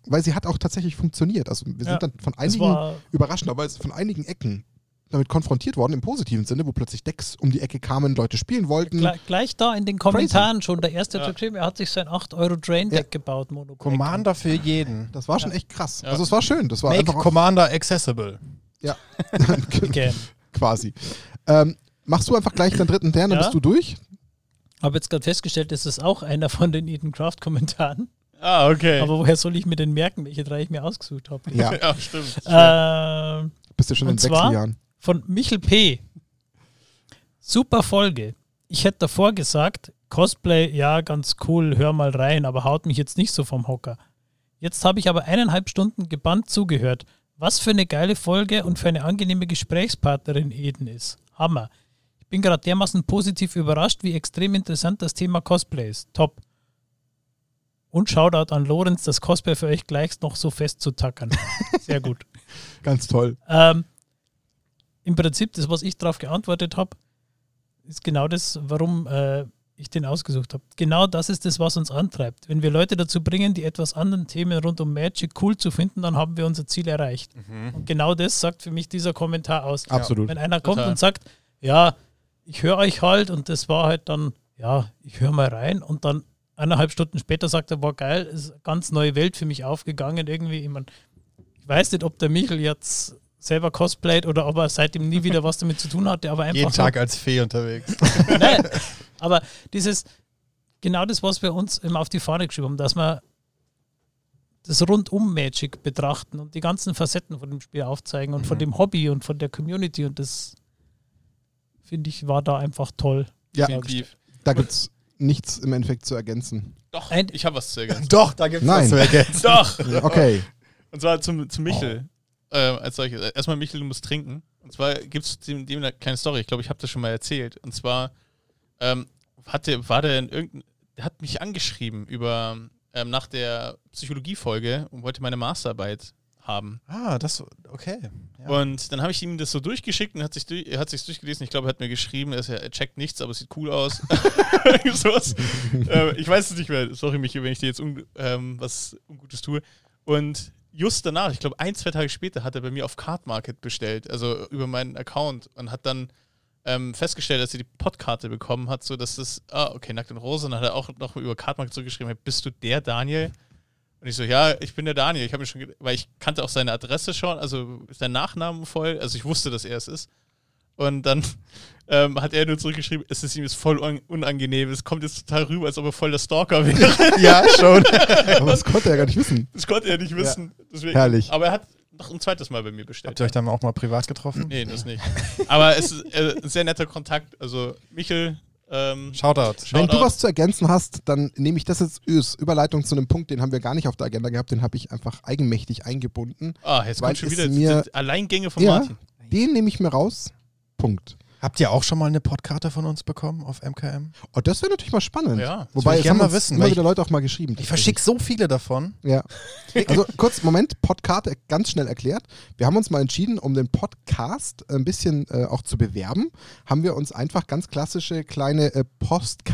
[SPEAKER 1] weil sie hat auch tatsächlich funktioniert. Also wir
[SPEAKER 2] Ja,
[SPEAKER 1] sind dann von
[SPEAKER 2] Das
[SPEAKER 1] einigen,
[SPEAKER 2] war
[SPEAKER 1] überraschenderweise von einigen Ecken damit konfrontiert worden, im positiven Sinne, wo plötzlich Decks um die Ecke kamen, Leute spielen wollten.
[SPEAKER 2] Gle gleich da in den Kommentaren schon. Der erste hat geschrieben, er hat sich sein 8-Euro-Drain-Deck
[SPEAKER 1] Ja.
[SPEAKER 2] gebaut, Monopack.
[SPEAKER 4] Commander für jeden.
[SPEAKER 1] Das war schon echt krass. Also es war schön. Das war
[SPEAKER 4] Make
[SPEAKER 1] einfach auch-
[SPEAKER 4] Commander accessible.
[SPEAKER 1] ja.
[SPEAKER 2] Again.
[SPEAKER 1] quasi. Ähm, machst du einfach gleich den dritten Turn, dann
[SPEAKER 2] Ja.
[SPEAKER 1] bist du durch.
[SPEAKER 2] Habe jetzt gerade festgestellt, das ist auch einer von den Eden Craft Kommentaren.
[SPEAKER 3] Ah, okay.
[SPEAKER 2] Aber woher soll ich mir denn merken, welche drei ich mir ausgesucht habe?
[SPEAKER 1] Ja,
[SPEAKER 3] ja, stimmt.
[SPEAKER 1] Äh,
[SPEAKER 2] Ähm,
[SPEAKER 1] bist du schon
[SPEAKER 2] Und
[SPEAKER 1] in den
[SPEAKER 2] zwar?
[SPEAKER 1] Wechseljahren.
[SPEAKER 2] von Michel P. Super Folge. Ich hätte davor gesagt, Cosplay, ja, ganz cool, hör mal rein, aber haut mich jetzt nicht so vom Hocker. Jetzt habe ich aber eineinhalb Stunden gebannt zugehört. Was für eine geile Folge und für eine angenehme Gesprächspartnerin Eden ist. Hammer. Ich bin gerade dermaßen positiv überrascht, wie extrem interessant das Thema Cosplay ist. Top. Und Shoutout an Lorenz, das Cosplay für euch gleich noch so fest zu tackern. Sehr gut.
[SPEAKER 1] Ganz toll.
[SPEAKER 2] Ähm, Im Prinzip, das, was ich darauf geantwortet habe, ist genau das, warum äh, ich den ausgesucht habe. Genau das ist das, was uns antreibt. Wenn wir Leute dazu bringen, die etwas anderen Themen rund um Magic cool zu finden, dann haben wir unser Ziel erreicht. Und genau das sagt für mich dieser Kommentar aus.
[SPEAKER 1] Absolut.
[SPEAKER 2] Wenn einer kommt
[SPEAKER 3] Total.
[SPEAKER 2] und sagt, ja, ich höre euch halt und das war halt dann, ja, ich höre mal rein und dann eineinhalb Stunden später sagt er, war geil, ist eine ganz neue Welt für mich aufgegangen irgendwie. Ich, mein, ich weiß nicht, ob der Michel jetzt selber cosplayt oder ob er seitdem nie wieder was damit zu tun hatte, aber einfach
[SPEAKER 4] Jeden
[SPEAKER 2] so-
[SPEAKER 4] Tag als Fee unterwegs.
[SPEAKER 2] Nein, aber dieses, genau das, was wir uns immer auf die Fahne geschrieben haben, dass wir das rundum Magic betrachten und die ganzen Facetten von dem Spiel aufzeigen und
[SPEAKER 4] Mhm.
[SPEAKER 2] von dem Hobby und von der Community und das finde ich war da einfach toll.
[SPEAKER 1] Ja,
[SPEAKER 3] Definitiv.
[SPEAKER 1] da gibt's nichts im Endeffekt zu ergänzen.
[SPEAKER 3] Doch,
[SPEAKER 2] Ein-
[SPEAKER 3] ich habe was zu ergänzen.
[SPEAKER 4] Doch, da gibt's
[SPEAKER 1] Nein.
[SPEAKER 4] was zu ergänzen.
[SPEAKER 3] Doch!
[SPEAKER 1] Okay.
[SPEAKER 3] Und zwar zum, zu Michel. Ähm, als solches. Erstmal, Michel, du musst trinken. Und zwar gibt es dem, dem eine kleine Story. Ich glaube, ich habe das schon mal erzählt. Und zwar ähm, hatte, war der in irgendein, der hat mich angeschrieben über ähm, nach der Psychologiefolge und wollte meine Masterarbeit haben.
[SPEAKER 4] Ah, das, okay. Ja.
[SPEAKER 3] Und dann habe ich ihm das so durchgeschickt und hat sich durch, er hat sich durchgelesen. Ich glaube, er hat mir geschrieben, dass er, er checkt nichts, aber es sieht cool aus. Irgendwie Sowas. ähm, ich weiß es nicht mehr. Sorry, Michi, wenn ich dir jetzt un, ähm, was Ungutes tue. Und just danach, ich glaube, ein, zwei Tage später, hat er bei mir auf Card Market bestellt, also über meinen Account und hat dann ähm, festgestellt, dass er die Podkarte bekommen hat, so dass das, ah, okay, Nackt und Rose. Und dann hat er auch noch über Card Market zurückgeschrieben, hey, bist du der Daniel? Und ich so, ja, ich bin der Daniel. Ich habe mir schon, ge- weil ich kannte auch seine Adresse schon, also seinen Nachnamen voll. Also ich wusste, dass er es ist. Und dann ähm, hat er nur zurückgeschrieben, es ist ihm jetzt voll un unangenehm. Es kommt jetzt total rüber, als ob er voll der Stalker wäre.
[SPEAKER 4] Ja, schon.
[SPEAKER 1] Aber das konnte er gar nicht wissen.
[SPEAKER 3] Das konnte er nicht wissen. Deswegen,
[SPEAKER 1] Herrlich.
[SPEAKER 3] Aber er hat noch ein zweites Mal bei mir bestellt.
[SPEAKER 4] Habt ihr euch dann auch mal privat getroffen?
[SPEAKER 3] nee, das nicht. Aber es ist äh, ein sehr netter Kontakt. Also Michel, ähm,
[SPEAKER 4] Shoutout.
[SPEAKER 1] Wenn du
[SPEAKER 3] Shoutout.
[SPEAKER 1] was zu ergänzen hast, dann nehme ich das jetzt als Überleitung zu einem Punkt, den haben wir gar nicht auf der Agenda gehabt, den habe ich einfach eigenmächtig eingebunden.
[SPEAKER 3] ah, jetzt
[SPEAKER 1] Weil
[SPEAKER 3] kommt schon
[SPEAKER 1] es
[SPEAKER 3] wieder
[SPEAKER 1] mir-
[SPEAKER 3] die Alleingänge von Martin.
[SPEAKER 1] den nehme ich mir raus. Punkt.
[SPEAKER 4] Habt ihr auch schon mal eine Podkarte von uns bekommen auf MKM?
[SPEAKER 1] Oh, das wäre natürlich mal spannend.
[SPEAKER 3] Ja, das
[SPEAKER 1] Wobei,
[SPEAKER 4] würd ich
[SPEAKER 1] es
[SPEAKER 4] gerne
[SPEAKER 1] haben
[SPEAKER 4] mal
[SPEAKER 1] uns
[SPEAKER 4] wissen,
[SPEAKER 1] immer
[SPEAKER 4] weil
[SPEAKER 1] wieder
[SPEAKER 4] ich-
[SPEAKER 1] Leute auch mal geschrieben.
[SPEAKER 4] Ich verschicke so viele davon.
[SPEAKER 1] Ja. Also kurz, Moment, Podkarte ganz schnell erklärt. Wir haben uns mal entschieden, um den Podcast ein bisschen äh, auch zu bewerben, haben wir uns einfach ganz klassische kleine äh,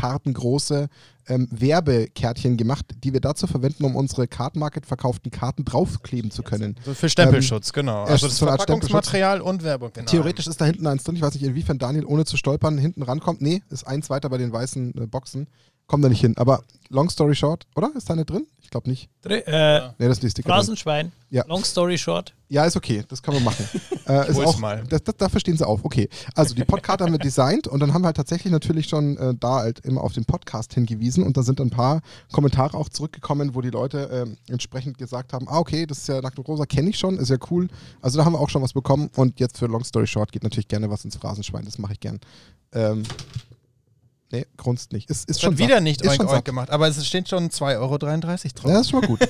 [SPEAKER 1] Postkartengroße ähm, Werbekärtchen gemacht, die wir dazu verwenden, um unsere Kartenmarket verkauften Karten draufkleben zu können.
[SPEAKER 4] So Für Stempelschutz, genau.
[SPEAKER 1] ja,
[SPEAKER 4] Also das
[SPEAKER 1] so eine Art
[SPEAKER 4] Verpackungsmaterial und Werbung. genau. in
[SPEAKER 1] Theoretisch ist da hinten eins drin. Ich weiß nicht, inwiefern Daniel ohne zu stolpern hinten rankommt. Nee, ist eins weiter bei den weißen äh, Boxen. Kommt da nicht hin. Aber long story short, oder? Ist da nicht drin? Ich glaube nicht.
[SPEAKER 2] Dre äh,
[SPEAKER 1] Nee, das ist die Sticker. drin.
[SPEAKER 2] Phrasenschwein,
[SPEAKER 1] Ja.
[SPEAKER 2] long story short,
[SPEAKER 1] Ja, ist okay, das kann man machen. äh, ist
[SPEAKER 4] hol's
[SPEAKER 1] auch,
[SPEAKER 4] mal.
[SPEAKER 1] Das, das, dafür stehen sie auf. Okay. Also die Podkarte haben wir designt und dann haben wir halt tatsächlich natürlich schon äh, da halt immer auf den Podcast hingewiesen und da sind ein paar Kommentare auch zurückgekommen, wo die Leute ähm, entsprechend gesagt haben, ah, okay, das ist ja Nackt und Rosa, kenne ich schon, ist ja cool. Also da haben wir auch schon was bekommen und jetzt für Long Story Short geht natürlich gerne was ins Phrasenschwein, das mache ich gern. Ähm, nee, grunzt nicht. Ist, ist
[SPEAKER 4] Schon
[SPEAKER 1] schon
[SPEAKER 4] hat wieder
[SPEAKER 1] satt.
[SPEAKER 4] nicht
[SPEAKER 1] ist
[SPEAKER 4] oink
[SPEAKER 1] schon satt.
[SPEAKER 4] oink gemacht, aber es steht schon 2,33 Euro drauf.
[SPEAKER 1] Ja, das ist schon mal gut.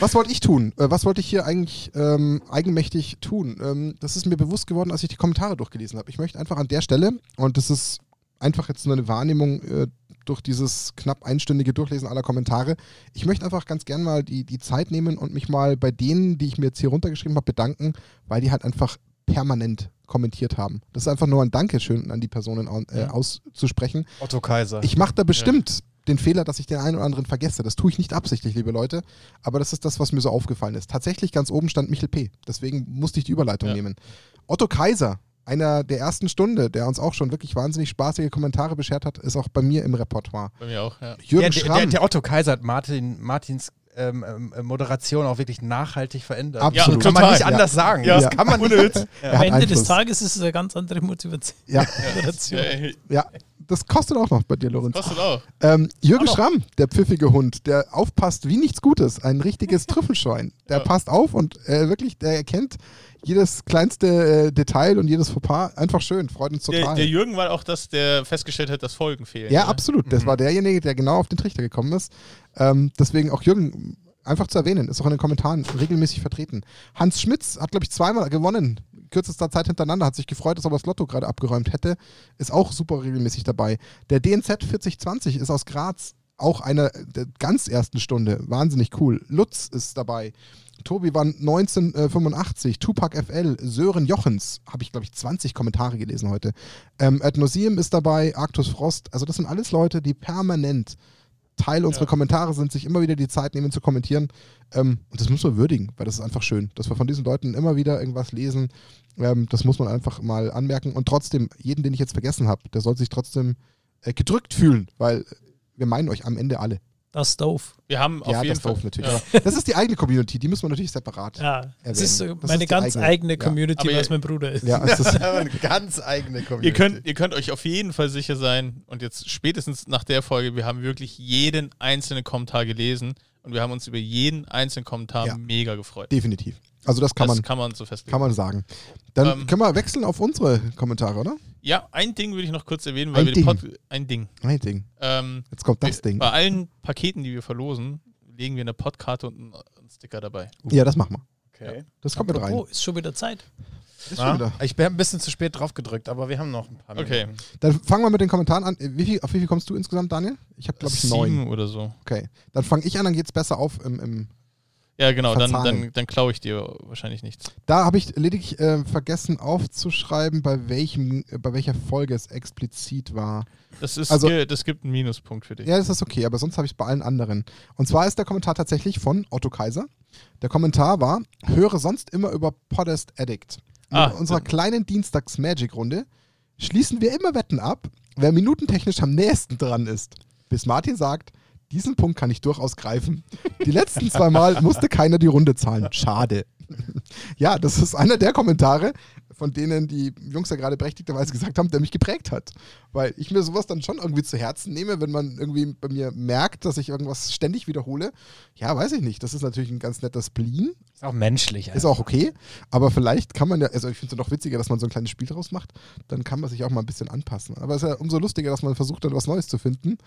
[SPEAKER 1] Was wollte ich tun? Äh, Was wollte ich hier eigentlich ähm, eigenmächtig tun? Ähm, das ist mir bewusst geworden, als ich die Kommentare durchgelesen habe. Ich möchte einfach an der Stelle, und das ist einfach jetzt nur eine Wahrnehmung äh, durch dieses knapp einstündige Durchlesen aller Kommentare, ich möchte einfach ganz gern mal die, die Zeit nehmen und mich mal bei denen, die ich mir jetzt hier runtergeschrieben habe, bedanken, weil die halt einfach permanent kommentiert haben. Das ist einfach nur ein Dankeschön an die Personen au- äh, auszusprechen,
[SPEAKER 4] Otto Kaiser.
[SPEAKER 1] ich mache da bestimmt den Fehler, dass ich den einen oder anderen vergesse. Das tue ich nicht absichtlich, liebe Leute. Aber das ist das, was mir so aufgefallen ist. Tatsächlich ganz oben stand Michel P. Deswegen musste ich die Überleitung
[SPEAKER 3] Ja.
[SPEAKER 1] nehmen. Otto Kaiser, einer der ersten Stunde, der uns auch schon wirklich wahnsinnig spaßige Kommentare beschert hat, ist auch bei mir im Repertoire.
[SPEAKER 3] Bei mir auch, ja.
[SPEAKER 1] Jürgen
[SPEAKER 4] der,
[SPEAKER 1] Schramm.
[SPEAKER 4] der, der Otto Kaiser hat Martin, Martins ähm, ähm, Moderation auch wirklich nachhaltig verändert.
[SPEAKER 1] Absolut.
[SPEAKER 4] Das kann man
[SPEAKER 3] Total.
[SPEAKER 4] nicht anders sagen.
[SPEAKER 3] Ja.
[SPEAKER 4] Das kann man nicht.
[SPEAKER 1] er
[SPEAKER 2] Am
[SPEAKER 1] hat
[SPEAKER 2] Ende des
[SPEAKER 1] Einfluss.
[SPEAKER 2] Tages ist es eine ganz andere Motivation.
[SPEAKER 1] Ja,
[SPEAKER 3] Ja, ey,
[SPEAKER 1] ja, das kostet auch noch bei dir, Lorenz.
[SPEAKER 3] Kostet auch.
[SPEAKER 1] Ähm, Jürgen
[SPEAKER 2] Aber-
[SPEAKER 1] Schramm, der pfiffige Hund, der aufpasst wie nichts Gutes, ein richtiges Trüffelschwein. Der
[SPEAKER 3] Ja.
[SPEAKER 1] passt auf und äh, wirklich, der erkennt jedes kleinste äh, Detail und jedes Fauxpas. Einfach schön, freut uns
[SPEAKER 3] Der,
[SPEAKER 1] total.
[SPEAKER 3] der Jürgen war auch das, der festgestellt hat, dass Folgen fehlen.
[SPEAKER 1] ja,
[SPEAKER 3] ne?
[SPEAKER 1] absolut. Das war derjenige, der genau auf den Trichter gekommen ist. Ähm, deswegen auch Jürgen, einfach zu erwähnen, ist auch in den Kommentaren regelmäßig vertreten. Hans Schmitz hat, glaube ich, zweimal gewonnen, kürzester Zeit hintereinander, hat sich gefreut, dass er das Lotto gerade abgeräumt hätte, ist auch super regelmäßig dabei. Der DNZ 4020 ist aus Graz, auch einer der ganz ersten Stunde, wahnsinnig cool. Lutz ist dabei. Tobi war 1985, Tupac FL, Sören Jochens, habe ich glaube ich 20 Kommentare gelesen heute. Ähm, Adnosium ist dabei, Arctus Frost, also das sind alles Leute, die permanent Teil unserer Kommentare sind, sich immer wieder die Zeit nehmen zu kommentieren. Ähm, und das muss man würdigen, weil das ist einfach schön, dass wir von diesen Leuten immer wieder irgendwas lesen. Ähm, das muss man einfach mal anmerken. Und trotzdem, jeden, den ich jetzt vergessen habe, der soll sich trotzdem äh, gedrückt fühlen, weil wir meinen euch am Ende alle.
[SPEAKER 2] Das ist doof.
[SPEAKER 3] Wir haben auf
[SPEAKER 1] ja,
[SPEAKER 3] jeden
[SPEAKER 1] das
[SPEAKER 3] Fall.
[SPEAKER 1] doof natürlich.
[SPEAKER 3] Ja.
[SPEAKER 1] Aber Das ist die eigene Community, die müssen wir natürlich separat.
[SPEAKER 2] Ja, es
[SPEAKER 1] Erwähnen.
[SPEAKER 2] ist so
[SPEAKER 1] Das ist
[SPEAKER 2] meine
[SPEAKER 1] die
[SPEAKER 2] ganz
[SPEAKER 1] eigene-
[SPEAKER 2] eigene
[SPEAKER 1] ja.
[SPEAKER 2] Community,
[SPEAKER 3] Aber
[SPEAKER 2] was
[SPEAKER 3] ihr-
[SPEAKER 2] mein Bruder ist.
[SPEAKER 1] Ja, es ist,
[SPEAKER 4] Eine ganz eigene Community.
[SPEAKER 3] Ihr könnt, ihr könnt euch auf jeden Fall sicher sein, und jetzt spätestens nach der Folge, wir haben wirklich jeden einzelnen Kommentar gelesen und wir haben uns über jeden einzelnen Kommentar
[SPEAKER 1] Ja.
[SPEAKER 3] mega gefreut.
[SPEAKER 1] definitiv. Also das kann
[SPEAKER 3] das
[SPEAKER 1] man
[SPEAKER 3] kann man so festlegen.
[SPEAKER 1] Kann man sagen. Dann
[SPEAKER 3] Ähm,
[SPEAKER 1] können wir wechseln auf unsere Kommentare, oder?
[SPEAKER 3] Ja, ein Ding würde ich noch kurz erwähnen, weil
[SPEAKER 1] Ein
[SPEAKER 3] wir den
[SPEAKER 1] Ding.
[SPEAKER 3] Pod ein Ding.
[SPEAKER 1] Ein Ding.
[SPEAKER 3] Ähm,
[SPEAKER 1] Jetzt kommt das
[SPEAKER 3] wir,
[SPEAKER 1] Ding.
[SPEAKER 3] Bei allen Paketen, die wir verlosen, legen wir eine Podkarte und einen, einen Sticker dabei.
[SPEAKER 1] Ja, das machen wir.
[SPEAKER 4] Okay.
[SPEAKER 1] Das kommt mit rein.
[SPEAKER 2] Oh, ist schon wieder Zeit.
[SPEAKER 1] Ist schon
[SPEAKER 4] Na,
[SPEAKER 1] wieder.
[SPEAKER 4] ich bin ein bisschen zu spät drauf gedrückt, aber wir haben noch ein paar
[SPEAKER 3] Okay.
[SPEAKER 4] Minuten.
[SPEAKER 1] Dann fangen wir mit den Kommentaren an. Äh, Wie viel, auf wie viel kommst du insgesamt, Daniel? Ich habe, glaube ich, neun.
[SPEAKER 3] Sieben oder so.
[SPEAKER 1] Okay. Dann fange ich an, dann geht's besser auf. Im, im
[SPEAKER 3] Ja, genau, dann,
[SPEAKER 1] Verzahnen.
[SPEAKER 3] dann, dann klaue ich dir wahrscheinlich nichts.
[SPEAKER 1] da habe ich lediglich äh, vergessen aufzuschreiben, bei, welchem, äh, bei welcher Folge es explizit war.
[SPEAKER 3] Das, ist,
[SPEAKER 1] Also-
[SPEAKER 3] ge- das gibt einen Minuspunkt für dich.
[SPEAKER 1] Ja, das ist okay, aber sonst habe ich es bei allen anderen. Und zwar ist der Kommentar tatsächlich von Otto Kaiser. Der Kommentar war: Höre sonst immer über Podest Addict. Mit
[SPEAKER 3] Ah.
[SPEAKER 1] unserer kleinen Dienstags-Magic-Runde schließen wir immer Wetten ab, wer minutentechnisch am nächsten dran ist. Bis Martin sagt, diesen Punkt kann ich durchaus greifen. Die letzten zwei Mal musste keiner die Runde zahlen. Schade. Ja, das ist einer der Kommentare, von denen die Jungs ja gerade berechtigterweise gesagt haben, der mich geprägt hat. Weil ich mir sowas dann schon irgendwie zu Herzen nehme, wenn man irgendwie bei mir merkt, dass ich irgendwas ständig wiederhole. Ja, weiß ich nicht. Das ist natürlich ein ganz netter Spleen,
[SPEAKER 4] Ist auch menschlich.
[SPEAKER 1] ist auch okay, aber vielleicht kann man ja, also ich finde es noch witziger, dass man so ein kleines Spiel draus macht, dann kann man sich auch mal ein bisschen anpassen. Aber es ist ja umso lustiger, dass man versucht, dann was Neues zu finden.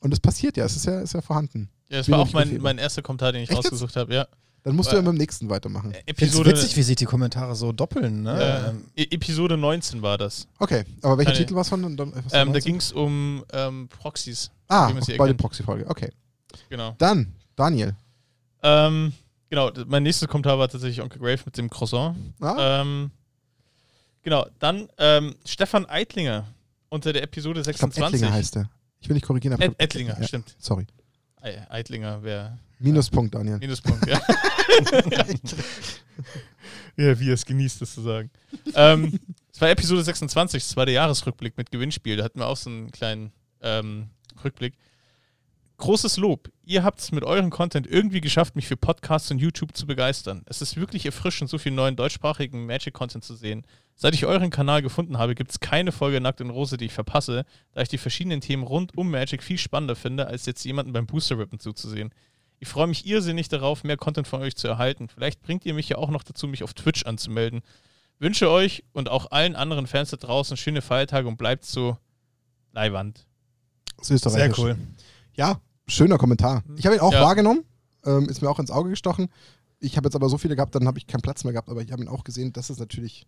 [SPEAKER 1] Und es passiert ja, es ist ja, ist ja vorhanden.
[SPEAKER 3] Ja, das
[SPEAKER 1] Bin
[SPEAKER 3] war
[SPEAKER 1] ich
[SPEAKER 3] auch mein,
[SPEAKER 1] Befehl.
[SPEAKER 3] mein erster Kommentar, den ich
[SPEAKER 1] Echt jetzt?
[SPEAKER 3] rausgesucht habe. Ja.
[SPEAKER 1] Dann musst du ja
[SPEAKER 3] Äh,
[SPEAKER 1] mit dem nächsten weitermachen.
[SPEAKER 4] Ich finde
[SPEAKER 3] Episode,
[SPEAKER 4] witzig, wie sich die Kommentare so doppeln. Ne?
[SPEAKER 3] äh,
[SPEAKER 4] Ähm,
[SPEAKER 3] E- Episode 19 war das.
[SPEAKER 1] Okay, aber welcher
[SPEAKER 3] keine-
[SPEAKER 1] Titel war es von? Und dann- was war
[SPEAKER 3] Ähm, da
[SPEAKER 1] 19?
[SPEAKER 3] ging es um ähm, Proxys.
[SPEAKER 1] ah,
[SPEAKER 3] wie man sie
[SPEAKER 1] bei der
[SPEAKER 3] erkennt.
[SPEAKER 1] Proxy-Folge. Okay.
[SPEAKER 3] Genau.
[SPEAKER 1] Dann, Daniel.
[SPEAKER 3] Ähm, genau, d- mein nächster Kommentar war tatsächlich Onkel Grave mit dem Croissant.
[SPEAKER 1] Ah,
[SPEAKER 3] Ähm, genau, dann ähm, Stefan Eitlinger unter der Episode
[SPEAKER 1] ich glaube,
[SPEAKER 3] 26.
[SPEAKER 1] Ettlinger heißt er. Ich will nicht korrigieren, aber. ich
[SPEAKER 3] Ed
[SPEAKER 1] glaub,
[SPEAKER 3] Ettlinger,
[SPEAKER 1] Ja,
[SPEAKER 3] stimmt.
[SPEAKER 1] sorry.
[SPEAKER 3] Ei- Eitlinger wäre
[SPEAKER 1] Minuspunkt, Daniel.
[SPEAKER 3] Minuspunkt, ja. ja, wie er es genießt, das zu sagen. ähm, es war Episode 26, das war der Jahresrückblick mit Gewinnspiel. Da hatten wir auch so einen kleinen ähm, Rückblick. Großes Lob. Ihr habt es mit eurem Content irgendwie geschafft, mich für Podcasts und YouTube zu begeistern. Es ist wirklich erfrischend, so viel neuen deutschsprachigen Magic-Content zu sehen. Seit ich euren Kanal gefunden habe, gibt es keine Folge Nackt und Rose, die ich verpasse, da ich die verschiedenen Themen rund um Magic viel spannender finde, als jetzt jemanden beim Booster-Rippen zuzusehen. Ich freue mich irrsinnig darauf, mehr Content von euch zu erhalten. Vielleicht bringt ihr mich ja auch noch dazu, mich auf Twitch anzumelden. Wünsche euch und auch allen anderen Fans da draußen schöne Feiertage und bleibt so Leiwand.
[SPEAKER 1] Das ist
[SPEAKER 4] Sehr
[SPEAKER 1] österreichisch.
[SPEAKER 4] cool.
[SPEAKER 1] Ja, schöner Kommentar. Ich habe ihn auch
[SPEAKER 3] Mhm. Ja.
[SPEAKER 1] wahrgenommen, ähm, ist mir auch ins Auge gestochen. Ich habe jetzt aber so viele gehabt, dann habe ich keinen Platz mehr gehabt, aber ich habe ihn auch gesehen. Das ist natürlich.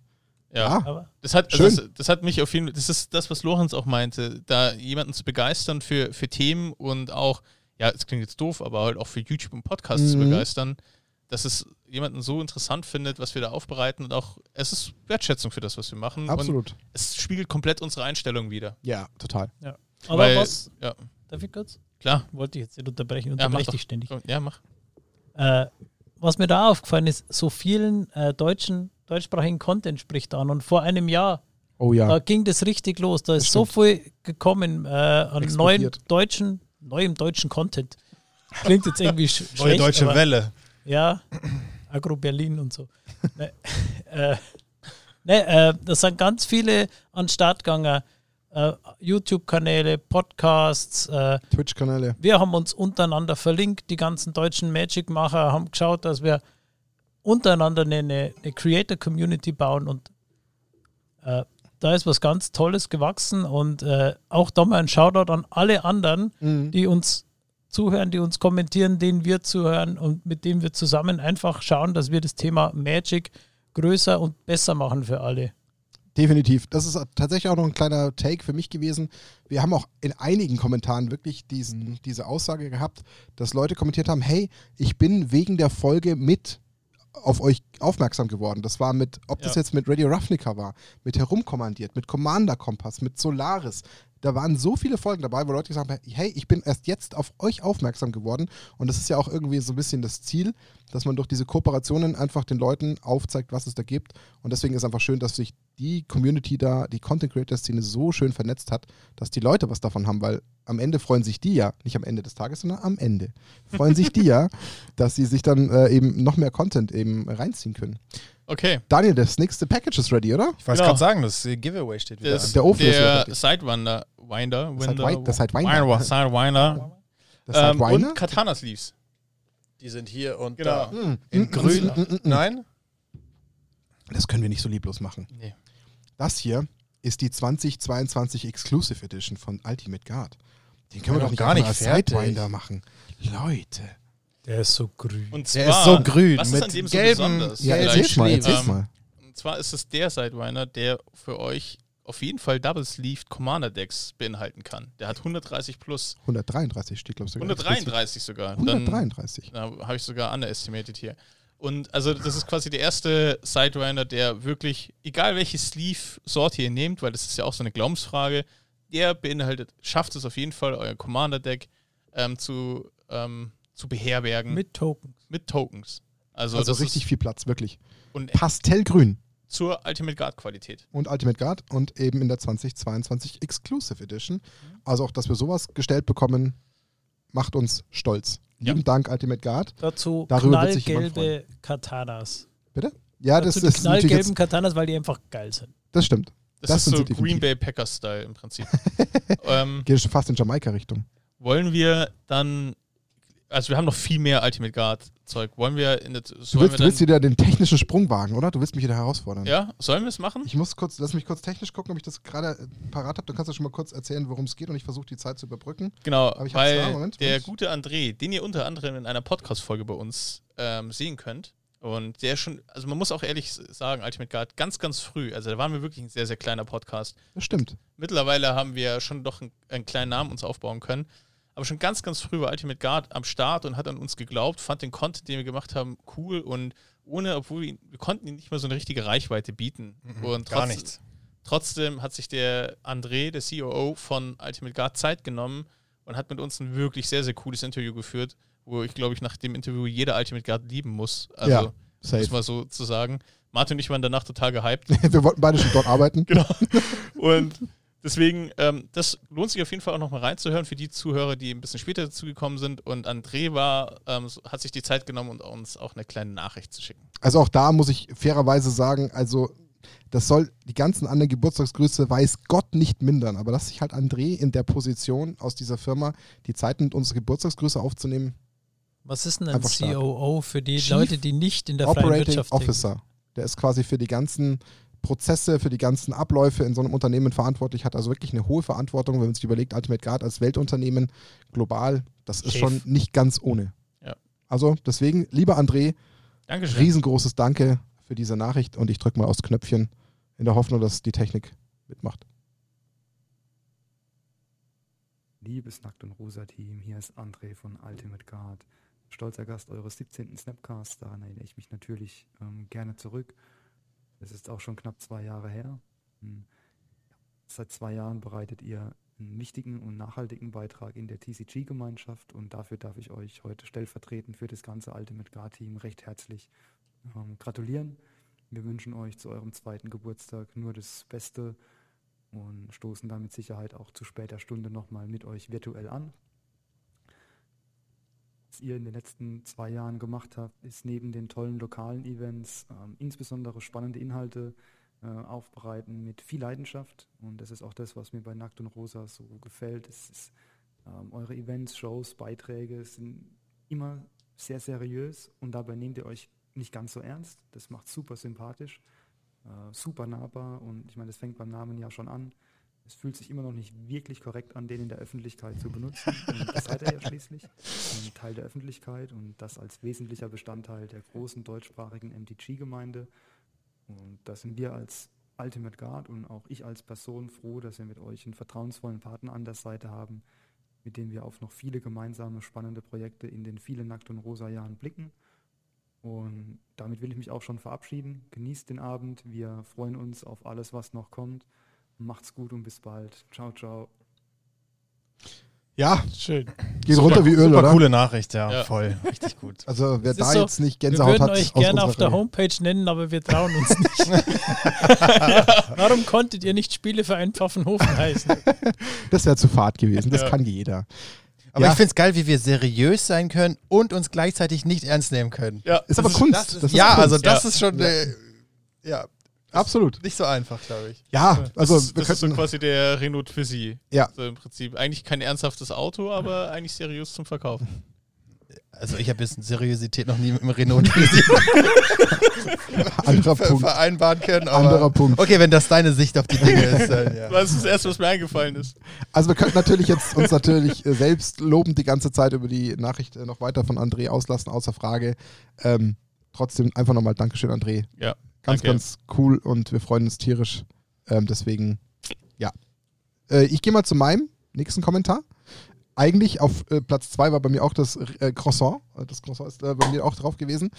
[SPEAKER 3] Ja.
[SPEAKER 1] Ah,
[SPEAKER 2] Aber
[SPEAKER 3] Das hat, also
[SPEAKER 1] Schön.
[SPEAKER 3] das, das hat mich auf jeden Fall, das ist das, was Lorenz auch meinte, da jemanden zu begeistern für, für Themen und auch, ja, es klingt jetzt doof, aber halt auch für YouTube und Podcasts zu
[SPEAKER 1] Mhm.
[SPEAKER 3] begeistern, dass es jemanden so interessant findet, was wir da aufbereiten und auch, es ist Wertschätzung für das, was wir machen. Und
[SPEAKER 1] absolut.
[SPEAKER 3] es spiegelt komplett unsere Einstellung wieder.
[SPEAKER 1] Ja, total.
[SPEAKER 2] aber
[SPEAKER 3] Weil-
[SPEAKER 2] was,
[SPEAKER 3] Ja,
[SPEAKER 2] darf ich kurz?
[SPEAKER 3] klar.
[SPEAKER 2] Wollte ich jetzt nicht unterbrechen,
[SPEAKER 3] Ja, mach
[SPEAKER 2] unterbreche
[SPEAKER 3] doch.
[SPEAKER 2] dich ständig.
[SPEAKER 3] Ja, mach.
[SPEAKER 2] Äh, was mir da aufgefallen ist, so vielen äh, deutschen deutschsprachigen Content spricht an. Und vor einem Jahr,
[SPEAKER 1] Oh ja.
[SPEAKER 2] da ging das richtig los. Da ist so viel gekommen äh, an neuem
[SPEAKER 1] Explodiert.
[SPEAKER 2] deutschen, neuem deutschen Content. Klingt jetzt irgendwie sch
[SPEAKER 4] Neue
[SPEAKER 2] schlecht.
[SPEAKER 4] deutsche
[SPEAKER 2] aber-
[SPEAKER 4] Welle.
[SPEAKER 2] Ja, Agro Berlin und so. ne, äh, ne, äh, das sind ganz viele an den Start gegangen. Äh, YouTube-Kanäle, Podcasts. Äh,
[SPEAKER 1] Twitch-Kanäle.
[SPEAKER 2] wir haben uns untereinander verlinkt. Die ganzen deutschen Magic-Macher haben geschaut, dass wir untereinander eine, eine eine Creator-Community bauen. Und äh, da ist was ganz Tolles gewachsen. Und äh, auch da mal ein Shoutout an alle anderen,
[SPEAKER 1] Mhm.
[SPEAKER 2] die uns zuhören, die uns kommentieren, denen wir zuhören und mit denen wir zusammen einfach schauen, dass wir das Thema Magic größer und besser machen für alle.
[SPEAKER 1] Definitiv. Das ist tatsächlich auch noch ein kleiner Take für mich gewesen. Wir haben auch in einigen Kommentaren wirklich diesen, diese Aussage gehabt, dass Leute kommentiert haben, hey, ich bin wegen der Folge mit auf euch aufmerksam geworden. Das war mit, ob das
[SPEAKER 3] Ja.
[SPEAKER 1] jetzt mit Radio Ravnica war, mit Herumkommandiert, mit Commander Kompass, mit Solaris. Da waren so viele Folgen dabei, wo Leute gesagt haben, hey, ich bin erst jetzt auf euch aufmerksam geworden. Und das ist ja auch irgendwie so ein bisschen das Ziel, dass man durch diese Kooperationen einfach den Leuten aufzeigt, was es da gibt. Und deswegen ist einfach schön, dass sich die Community da, die Content-Creator-Szene so schön vernetzt hat, dass die Leute was davon haben, weil am Ende freuen sich die ja, nicht am Ende des Tages, sondern am Ende, freuen sich die ja, dass sie sich dann äh, eben noch mehr Content eben reinziehen können.
[SPEAKER 3] Okay.
[SPEAKER 1] Daniel, das nächste Package ist ready, oder?
[SPEAKER 4] Ich wollte
[SPEAKER 3] Genau.
[SPEAKER 4] gerade sagen, das äh, Giveaway steht wieder
[SPEAKER 3] Das,
[SPEAKER 4] an.
[SPEAKER 1] Der Ofen ist wieder
[SPEAKER 3] der
[SPEAKER 1] fertig.
[SPEAKER 3] Sidewinder. Winder.
[SPEAKER 1] Sidewi- der Sidewinder.
[SPEAKER 3] Winder. Sidewinder.
[SPEAKER 1] Das
[SPEAKER 3] Ähm,
[SPEAKER 1] Winder.
[SPEAKER 3] und Katana Sleeves.
[SPEAKER 4] Die sind hier und
[SPEAKER 1] Mm,
[SPEAKER 3] Genau.
[SPEAKER 4] da. In grün. Nein?
[SPEAKER 1] Das können wir nicht so lieblos machen.
[SPEAKER 3] Nee.
[SPEAKER 1] Das hier ist die 2022 Exclusive Edition von Ultimate Guard. Den können wir
[SPEAKER 4] Ja,
[SPEAKER 1] doch
[SPEAKER 4] noch gar
[SPEAKER 1] einfach
[SPEAKER 4] nicht
[SPEAKER 1] als
[SPEAKER 4] fertig.
[SPEAKER 1] Sidewinder machen. Leute.
[SPEAKER 2] Der ist so grün.
[SPEAKER 3] Und zwar,
[SPEAKER 4] Der ist so grün
[SPEAKER 3] Was
[SPEAKER 4] mit
[SPEAKER 3] ist an dem
[SPEAKER 4] gelben-
[SPEAKER 3] so besonders?
[SPEAKER 1] Ja,
[SPEAKER 4] Ja,
[SPEAKER 3] Vielleicht.
[SPEAKER 1] erzähl's mal,
[SPEAKER 4] Sleeves.
[SPEAKER 1] erzähl's
[SPEAKER 3] Ähm,
[SPEAKER 1] mal.
[SPEAKER 3] Und zwar ist es der Sidewinder, der für euch auf jeden Fall Double Sleeved Commander Decks beinhalten kann. Der hat 130 plus.
[SPEAKER 1] 133 steht, glaube ich, sogar.
[SPEAKER 3] 133 sogar. Dann,
[SPEAKER 1] 133.
[SPEAKER 3] da habe ich sogar underestimated hier. Und also das ist quasi der erste Sidewinder, der wirklich, egal welche Sleeve-Sorte ihr nehmt, weil das ist ja auch so eine Glaubensfrage, der beinhaltet, schafft es auf jeden Fall, euer Commander-Deck ähm, zu, ähm, zu
[SPEAKER 1] Mhm.
[SPEAKER 3] beherbergen mit,
[SPEAKER 2] Mit Token.
[SPEAKER 3] Tokens. Also,
[SPEAKER 1] Also
[SPEAKER 3] das
[SPEAKER 1] richtig
[SPEAKER 3] ist
[SPEAKER 1] viel Platz, wirklich.
[SPEAKER 3] und
[SPEAKER 1] Pastellgrün.
[SPEAKER 3] zur Ultimate Guard-Qualität.
[SPEAKER 1] und Ultimate Guard und eben in der 2022 Exclusive Edition.
[SPEAKER 3] Mhm.
[SPEAKER 1] Also auch, dass wir sowas gestellt bekommen, macht uns stolz.
[SPEAKER 3] Ja.
[SPEAKER 1] Lieben Dank, Ultimate Guard.
[SPEAKER 2] Dazu
[SPEAKER 1] Darüber wird sich jemand
[SPEAKER 2] knallgelbe Katanas.
[SPEAKER 1] Bitte? Ja, das
[SPEAKER 2] Dazu die
[SPEAKER 1] ist natürlich
[SPEAKER 2] knallgelben
[SPEAKER 1] jetzt,
[SPEAKER 2] Katanas, weil die einfach geil sind.
[SPEAKER 1] das stimmt.
[SPEAKER 3] Das,
[SPEAKER 1] Das
[SPEAKER 3] ist
[SPEAKER 1] sind
[SPEAKER 3] so
[SPEAKER 1] sie definitiv.
[SPEAKER 3] Green Bay Packers-Style im Prinzip. ähm,
[SPEAKER 1] Geht schon fast in Jamaika-Richtung.
[SPEAKER 3] wollen wir dann, also wir haben noch viel mehr Ultimate Guard-Zeug. Wollen wir in der
[SPEAKER 1] Du
[SPEAKER 3] sollen
[SPEAKER 1] willst, du
[SPEAKER 3] wir
[SPEAKER 1] willst
[SPEAKER 3] dann,
[SPEAKER 1] wieder den technischen Sprung wagen, oder? Du willst mich wieder herausfordern.
[SPEAKER 3] Ja, sollen wir es machen?
[SPEAKER 1] Ich muss kurz, lass mich kurz technisch gucken, ob ich das gerade äh, parat habe. Dann kannst du schon mal kurz erzählen, worum es geht und ich versuche die Zeit zu überbrücken.
[SPEAKER 3] Genau,
[SPEAKER 1] Aber ich hab's
[SPEAKER 3] weil
[SPEAKER 1] da, Moment,
[SPEAKER 3] der
[SPEAKER 1] Moment.
[SPEAKER 3] gute André, den ihr unter anderem in einer Podcast-Folge bei uns ähm, sehen könnt, und der schon, also man muss auch ehrlich sagen, Ultimate Guard, ganz, ganz früh, also da waren wir wirklich ein sehr, sehr kleiner Podcast.
[SPEAKER 1] Das stimmt.
[SPEAKER 3] Mittlerweile haben wir schon doch einen, einen kleinen Namen uns aufbauen können. Aber schon ganz, ganz früh war Ultimate Guard am Start und hat an uns geglaubt, fand den Content, den wir gemacht haben, cool und ohne, obwohl wir, ihn- wir konnten ihm nicht mal so eine richtige Reichweite bieten. und
[SPEAKER 4] Mhm, Gar
[SPEAKER 3] Ähm, trotz-
[SPEAKER 4] nichts.
[SPEAKER 3] Trotzdem hat sich der André, der COO von Ultimate Guard, Zeit genommen und hat mit uns ein wirklich sehr, sehr cooles Interview geführt, wo ich, glaube ich, nach dem Interview jeder Ultimate Guard lieben muss. Also,
[SPEAKER 1] Ja,
[SPEAKER 3] muss
[SPEAKER 1] Safe.
[SPEAKER 3] mal so zu sagen. Martin und ich waren danach total gehypt.
[SPEAKER 1] Wir wollten beide schon dort arbeiten.
[SPEAKER 3] Genau. Und deswegen, ähm, das lohnt sich auf jeden Fall auch nochmal reinzuhören für die Zuhörer, die ein bisschen später dazugekommen sind. Und André war, ähm, so- hat sich die Zeit genommen, und uns auch eine kleine Nachricht zu schicken.
[SPEAKER 1] Also auch da muss ich fairerweise sagen, also das soll die ganzen anderen Geburtstagsgrüße weiß Gott nicht mindern, aber dass sich halt André in der Position aus dieser Firma die Zeit nimmt, unsere Geburtstagsgrüße aufzunehmen,
[SPEAKER 2] Was ist denn ein
[SPEAKER 1] Einfach stark.
[SPEAKER 2] COO für die
[SPEAKER 1] Chief
[SPEAKER 2] Leute, die nicht in der freien
[SPEAKER 1] Operating
[SPEAKER 2] Wirtschaft tätig
[SPEAKER 1] Officer, der ist quasi für die ganzen Prozesse, für die ganzen Abläufe in so einem Unternehmen verantwortlich, hat also wirklich eine hohe Verantwortung, wenn man sich überlegt, Ultimate Guard als Weltunternehmen global, das ist
[SPEAKER 2] Chef.
[SPEAKER 1] schon nicht ganz ohne.
[SPEAKER 3] Ja.
[SPEAKER 1] Also deswegen, lieber André,
[SPEAKER 3] Dankeschön.
[SPEAKER 1] riesengroßes Danke für diese Nachricht und ich drücke mal aufs Knöpfchen in der Hoffnung, dass die Technik mitmacht.
[SPEAKER 7] Liebes Nackt- und Rosa-Team, hier ist André von Ultimate Guard. Stolzer Gast eures 17. Snapcasts, daran erinnere ich mich natürlich ähm, gerne zurück. Es ist auch schon knapp zwei Jahre her. Hm. Seit zwei Jahren bereitet ihr einen wichtigen und nachhaltigen Beitrag in der TCG-Gemeinschaft und dafür darf ich euch heute stellvertretend für das ganze Ultimate Guard-Team recht herzlich ähm, gratulieren. Wir wünschen euch zu eurem zweiten Geburtstag nur das Beste und stoßen damit Sicherheit auch zu später Stunde nochmal mit euch virtuell an. Was ihr in den letzten zwei Jahren gemacht habt, ist neben den tollen lokalen Events ähm, insbesondere spannende Inhalte äh, aufbereiten mit viel Leidenschaft. Und das ist auch das, was mir bei Nackt und Rosa so gefällt. Es ist, ähm, eure Events, Shows, Beiträge sind immer sehr seriös und dabei nehmt ihr euch nicht ganz so ernst. Das macht super sympathisch, äh, super nahbar und ich meine, das fängt beim Namen ja schon an. Es fühlt sich immer noch nicht wirklich korrekt an, den in der Öffentlichkeit zu benutzen. Und das seid ihr ja schließlich. Ein Teil der Öffentlichkeit und das als wesentlicher Bestandteil der großen deutschsprachigen MTG-Gemeinde. Und da sind wir als Ultimate Guard und auch ich als Person froh, dass wir mit euch einen vertrauensvollen Partner an der Seite haben, mit dem wir auf noch viele gemeinsame spannende Projekte in den vielen Nackt- und Rosa-Jahren blicken. Und damit will ich mich auch schon verabschieden. Genießt den Abend. Wir freuen uns auf alles, was noch kommt. Macht's gut und bis bald. Ciao, ciao.
[SPEAKER 1] Ja,
[SPEAKER 2] Schön.
[SPEAKER 1] geht runter wie Öl,
[SPEAKER 4] Super
[SPEAKER 1] oder?
[SPEAKER 4] coole Nachricht, ja,
[SPEAKER 3] Ja.
[SPEAKER 4] voll. Richtig gut.
[SPEAKER 1] Also wer
[SPEAKER 2] Es ist
[SPEAKER 1] da
[SPEAKER 2] so,
[SPEAKER 1] jetzt nicht
[SPEAKER 2] Wir
[SPEAKER 1] Gänsehaut
[SPEAKER 2] würden
[SPEAKER 1] hat,
[SPEAKER 2] euch
[SPEAKER 1] aus
[SPEAKER 2] gerne
[SPEAKER 1] unserer
[SPEAKER 2] auf der
[SPEAKER 1] Familie.
[SPEAKER 2] Homepage nennen, aber wir trauen uns nicht. Warum konntet ihr nicht Spiele für einen Pfaffenhofen heißen?
[SPEAKER 1] Das wäre zu fad gewesen. Das
[SPEAKER 3] Ja.
[SPEAKER 1] kann jeder.
[SPEAKER 4] Aber
[SPEAKER 1] Ja.
[SPEAKER 4] ich finde es geil, wie wir seriös sein können und uns gleichzeitig nicht ernst nehmen können.
[SPEAKER 3] Ja,
[SPEAKER 1] Ist aber Kunst.
[SPEAKER 4] Das ist,
[SPEAKER 1] Das ist
[SPEAKER 4] ja,
[SPEAKER 1] Kunst.
[SPEAKER 4] also das
[SPEAKER 3] Ja.
[SPEAKER 4] ist schon äh, ja,
[SPEAKER 1] absolut.
[SPEAKER 4] nicht so einfach, glaube ich.
[SPEAKER 1] Ja, also
[SPEAKER 3] das, ist-
[SPEAKER 1] wir
[SPEAKER 3] das ist so
[SPEAKER 1] könnten
[SPEAKER 3] quasi der Renault Twizy.
[SPEAKER 1] Ja.
[SPEAKER 3] So im Prinzip. Eigentlich kein ernsthaftes Auto, aber eigentlich seriös zum Verkaufen.
[SPEAKER 4] Also ich habe jetzt Seriosität noch nie mit dem Renault ver
[SPEAKER 1] anderer Punkt.
[SPEAKER 4] vereinbaren können. Aber
[SPEAKER 1] Anderer Punkt.
[SPEAKER 4] Okay, wenn das deine Sicht auf die Dinge ist, dann ja.
[SPEAKER 3] Das ist das Erste, was mir eingefallen ist.
[SPEAKER 1] Also wir könnten natürlich jetzt uns natürlich äh, selbst lobend die ganze Zeit über die Nachricht äh, noch weiter von André auslassen, außer Frage. Ähm, trotzdem einfach nochmal Dankeschön, André.
[SPEAKER 3] Ja, danke.
[SPEAKER 1] Ganz, ganz cool und wir freuen uns tierisch. Ähm, deswegen, ja. Äh, ich gehe mal zu meinem nächsten Kommentar. Eigentlich auf äh, Platz 2 war bei mir auch das äh, Croissant. Das Croissant ist äh, bei mir auch drauf gewesen.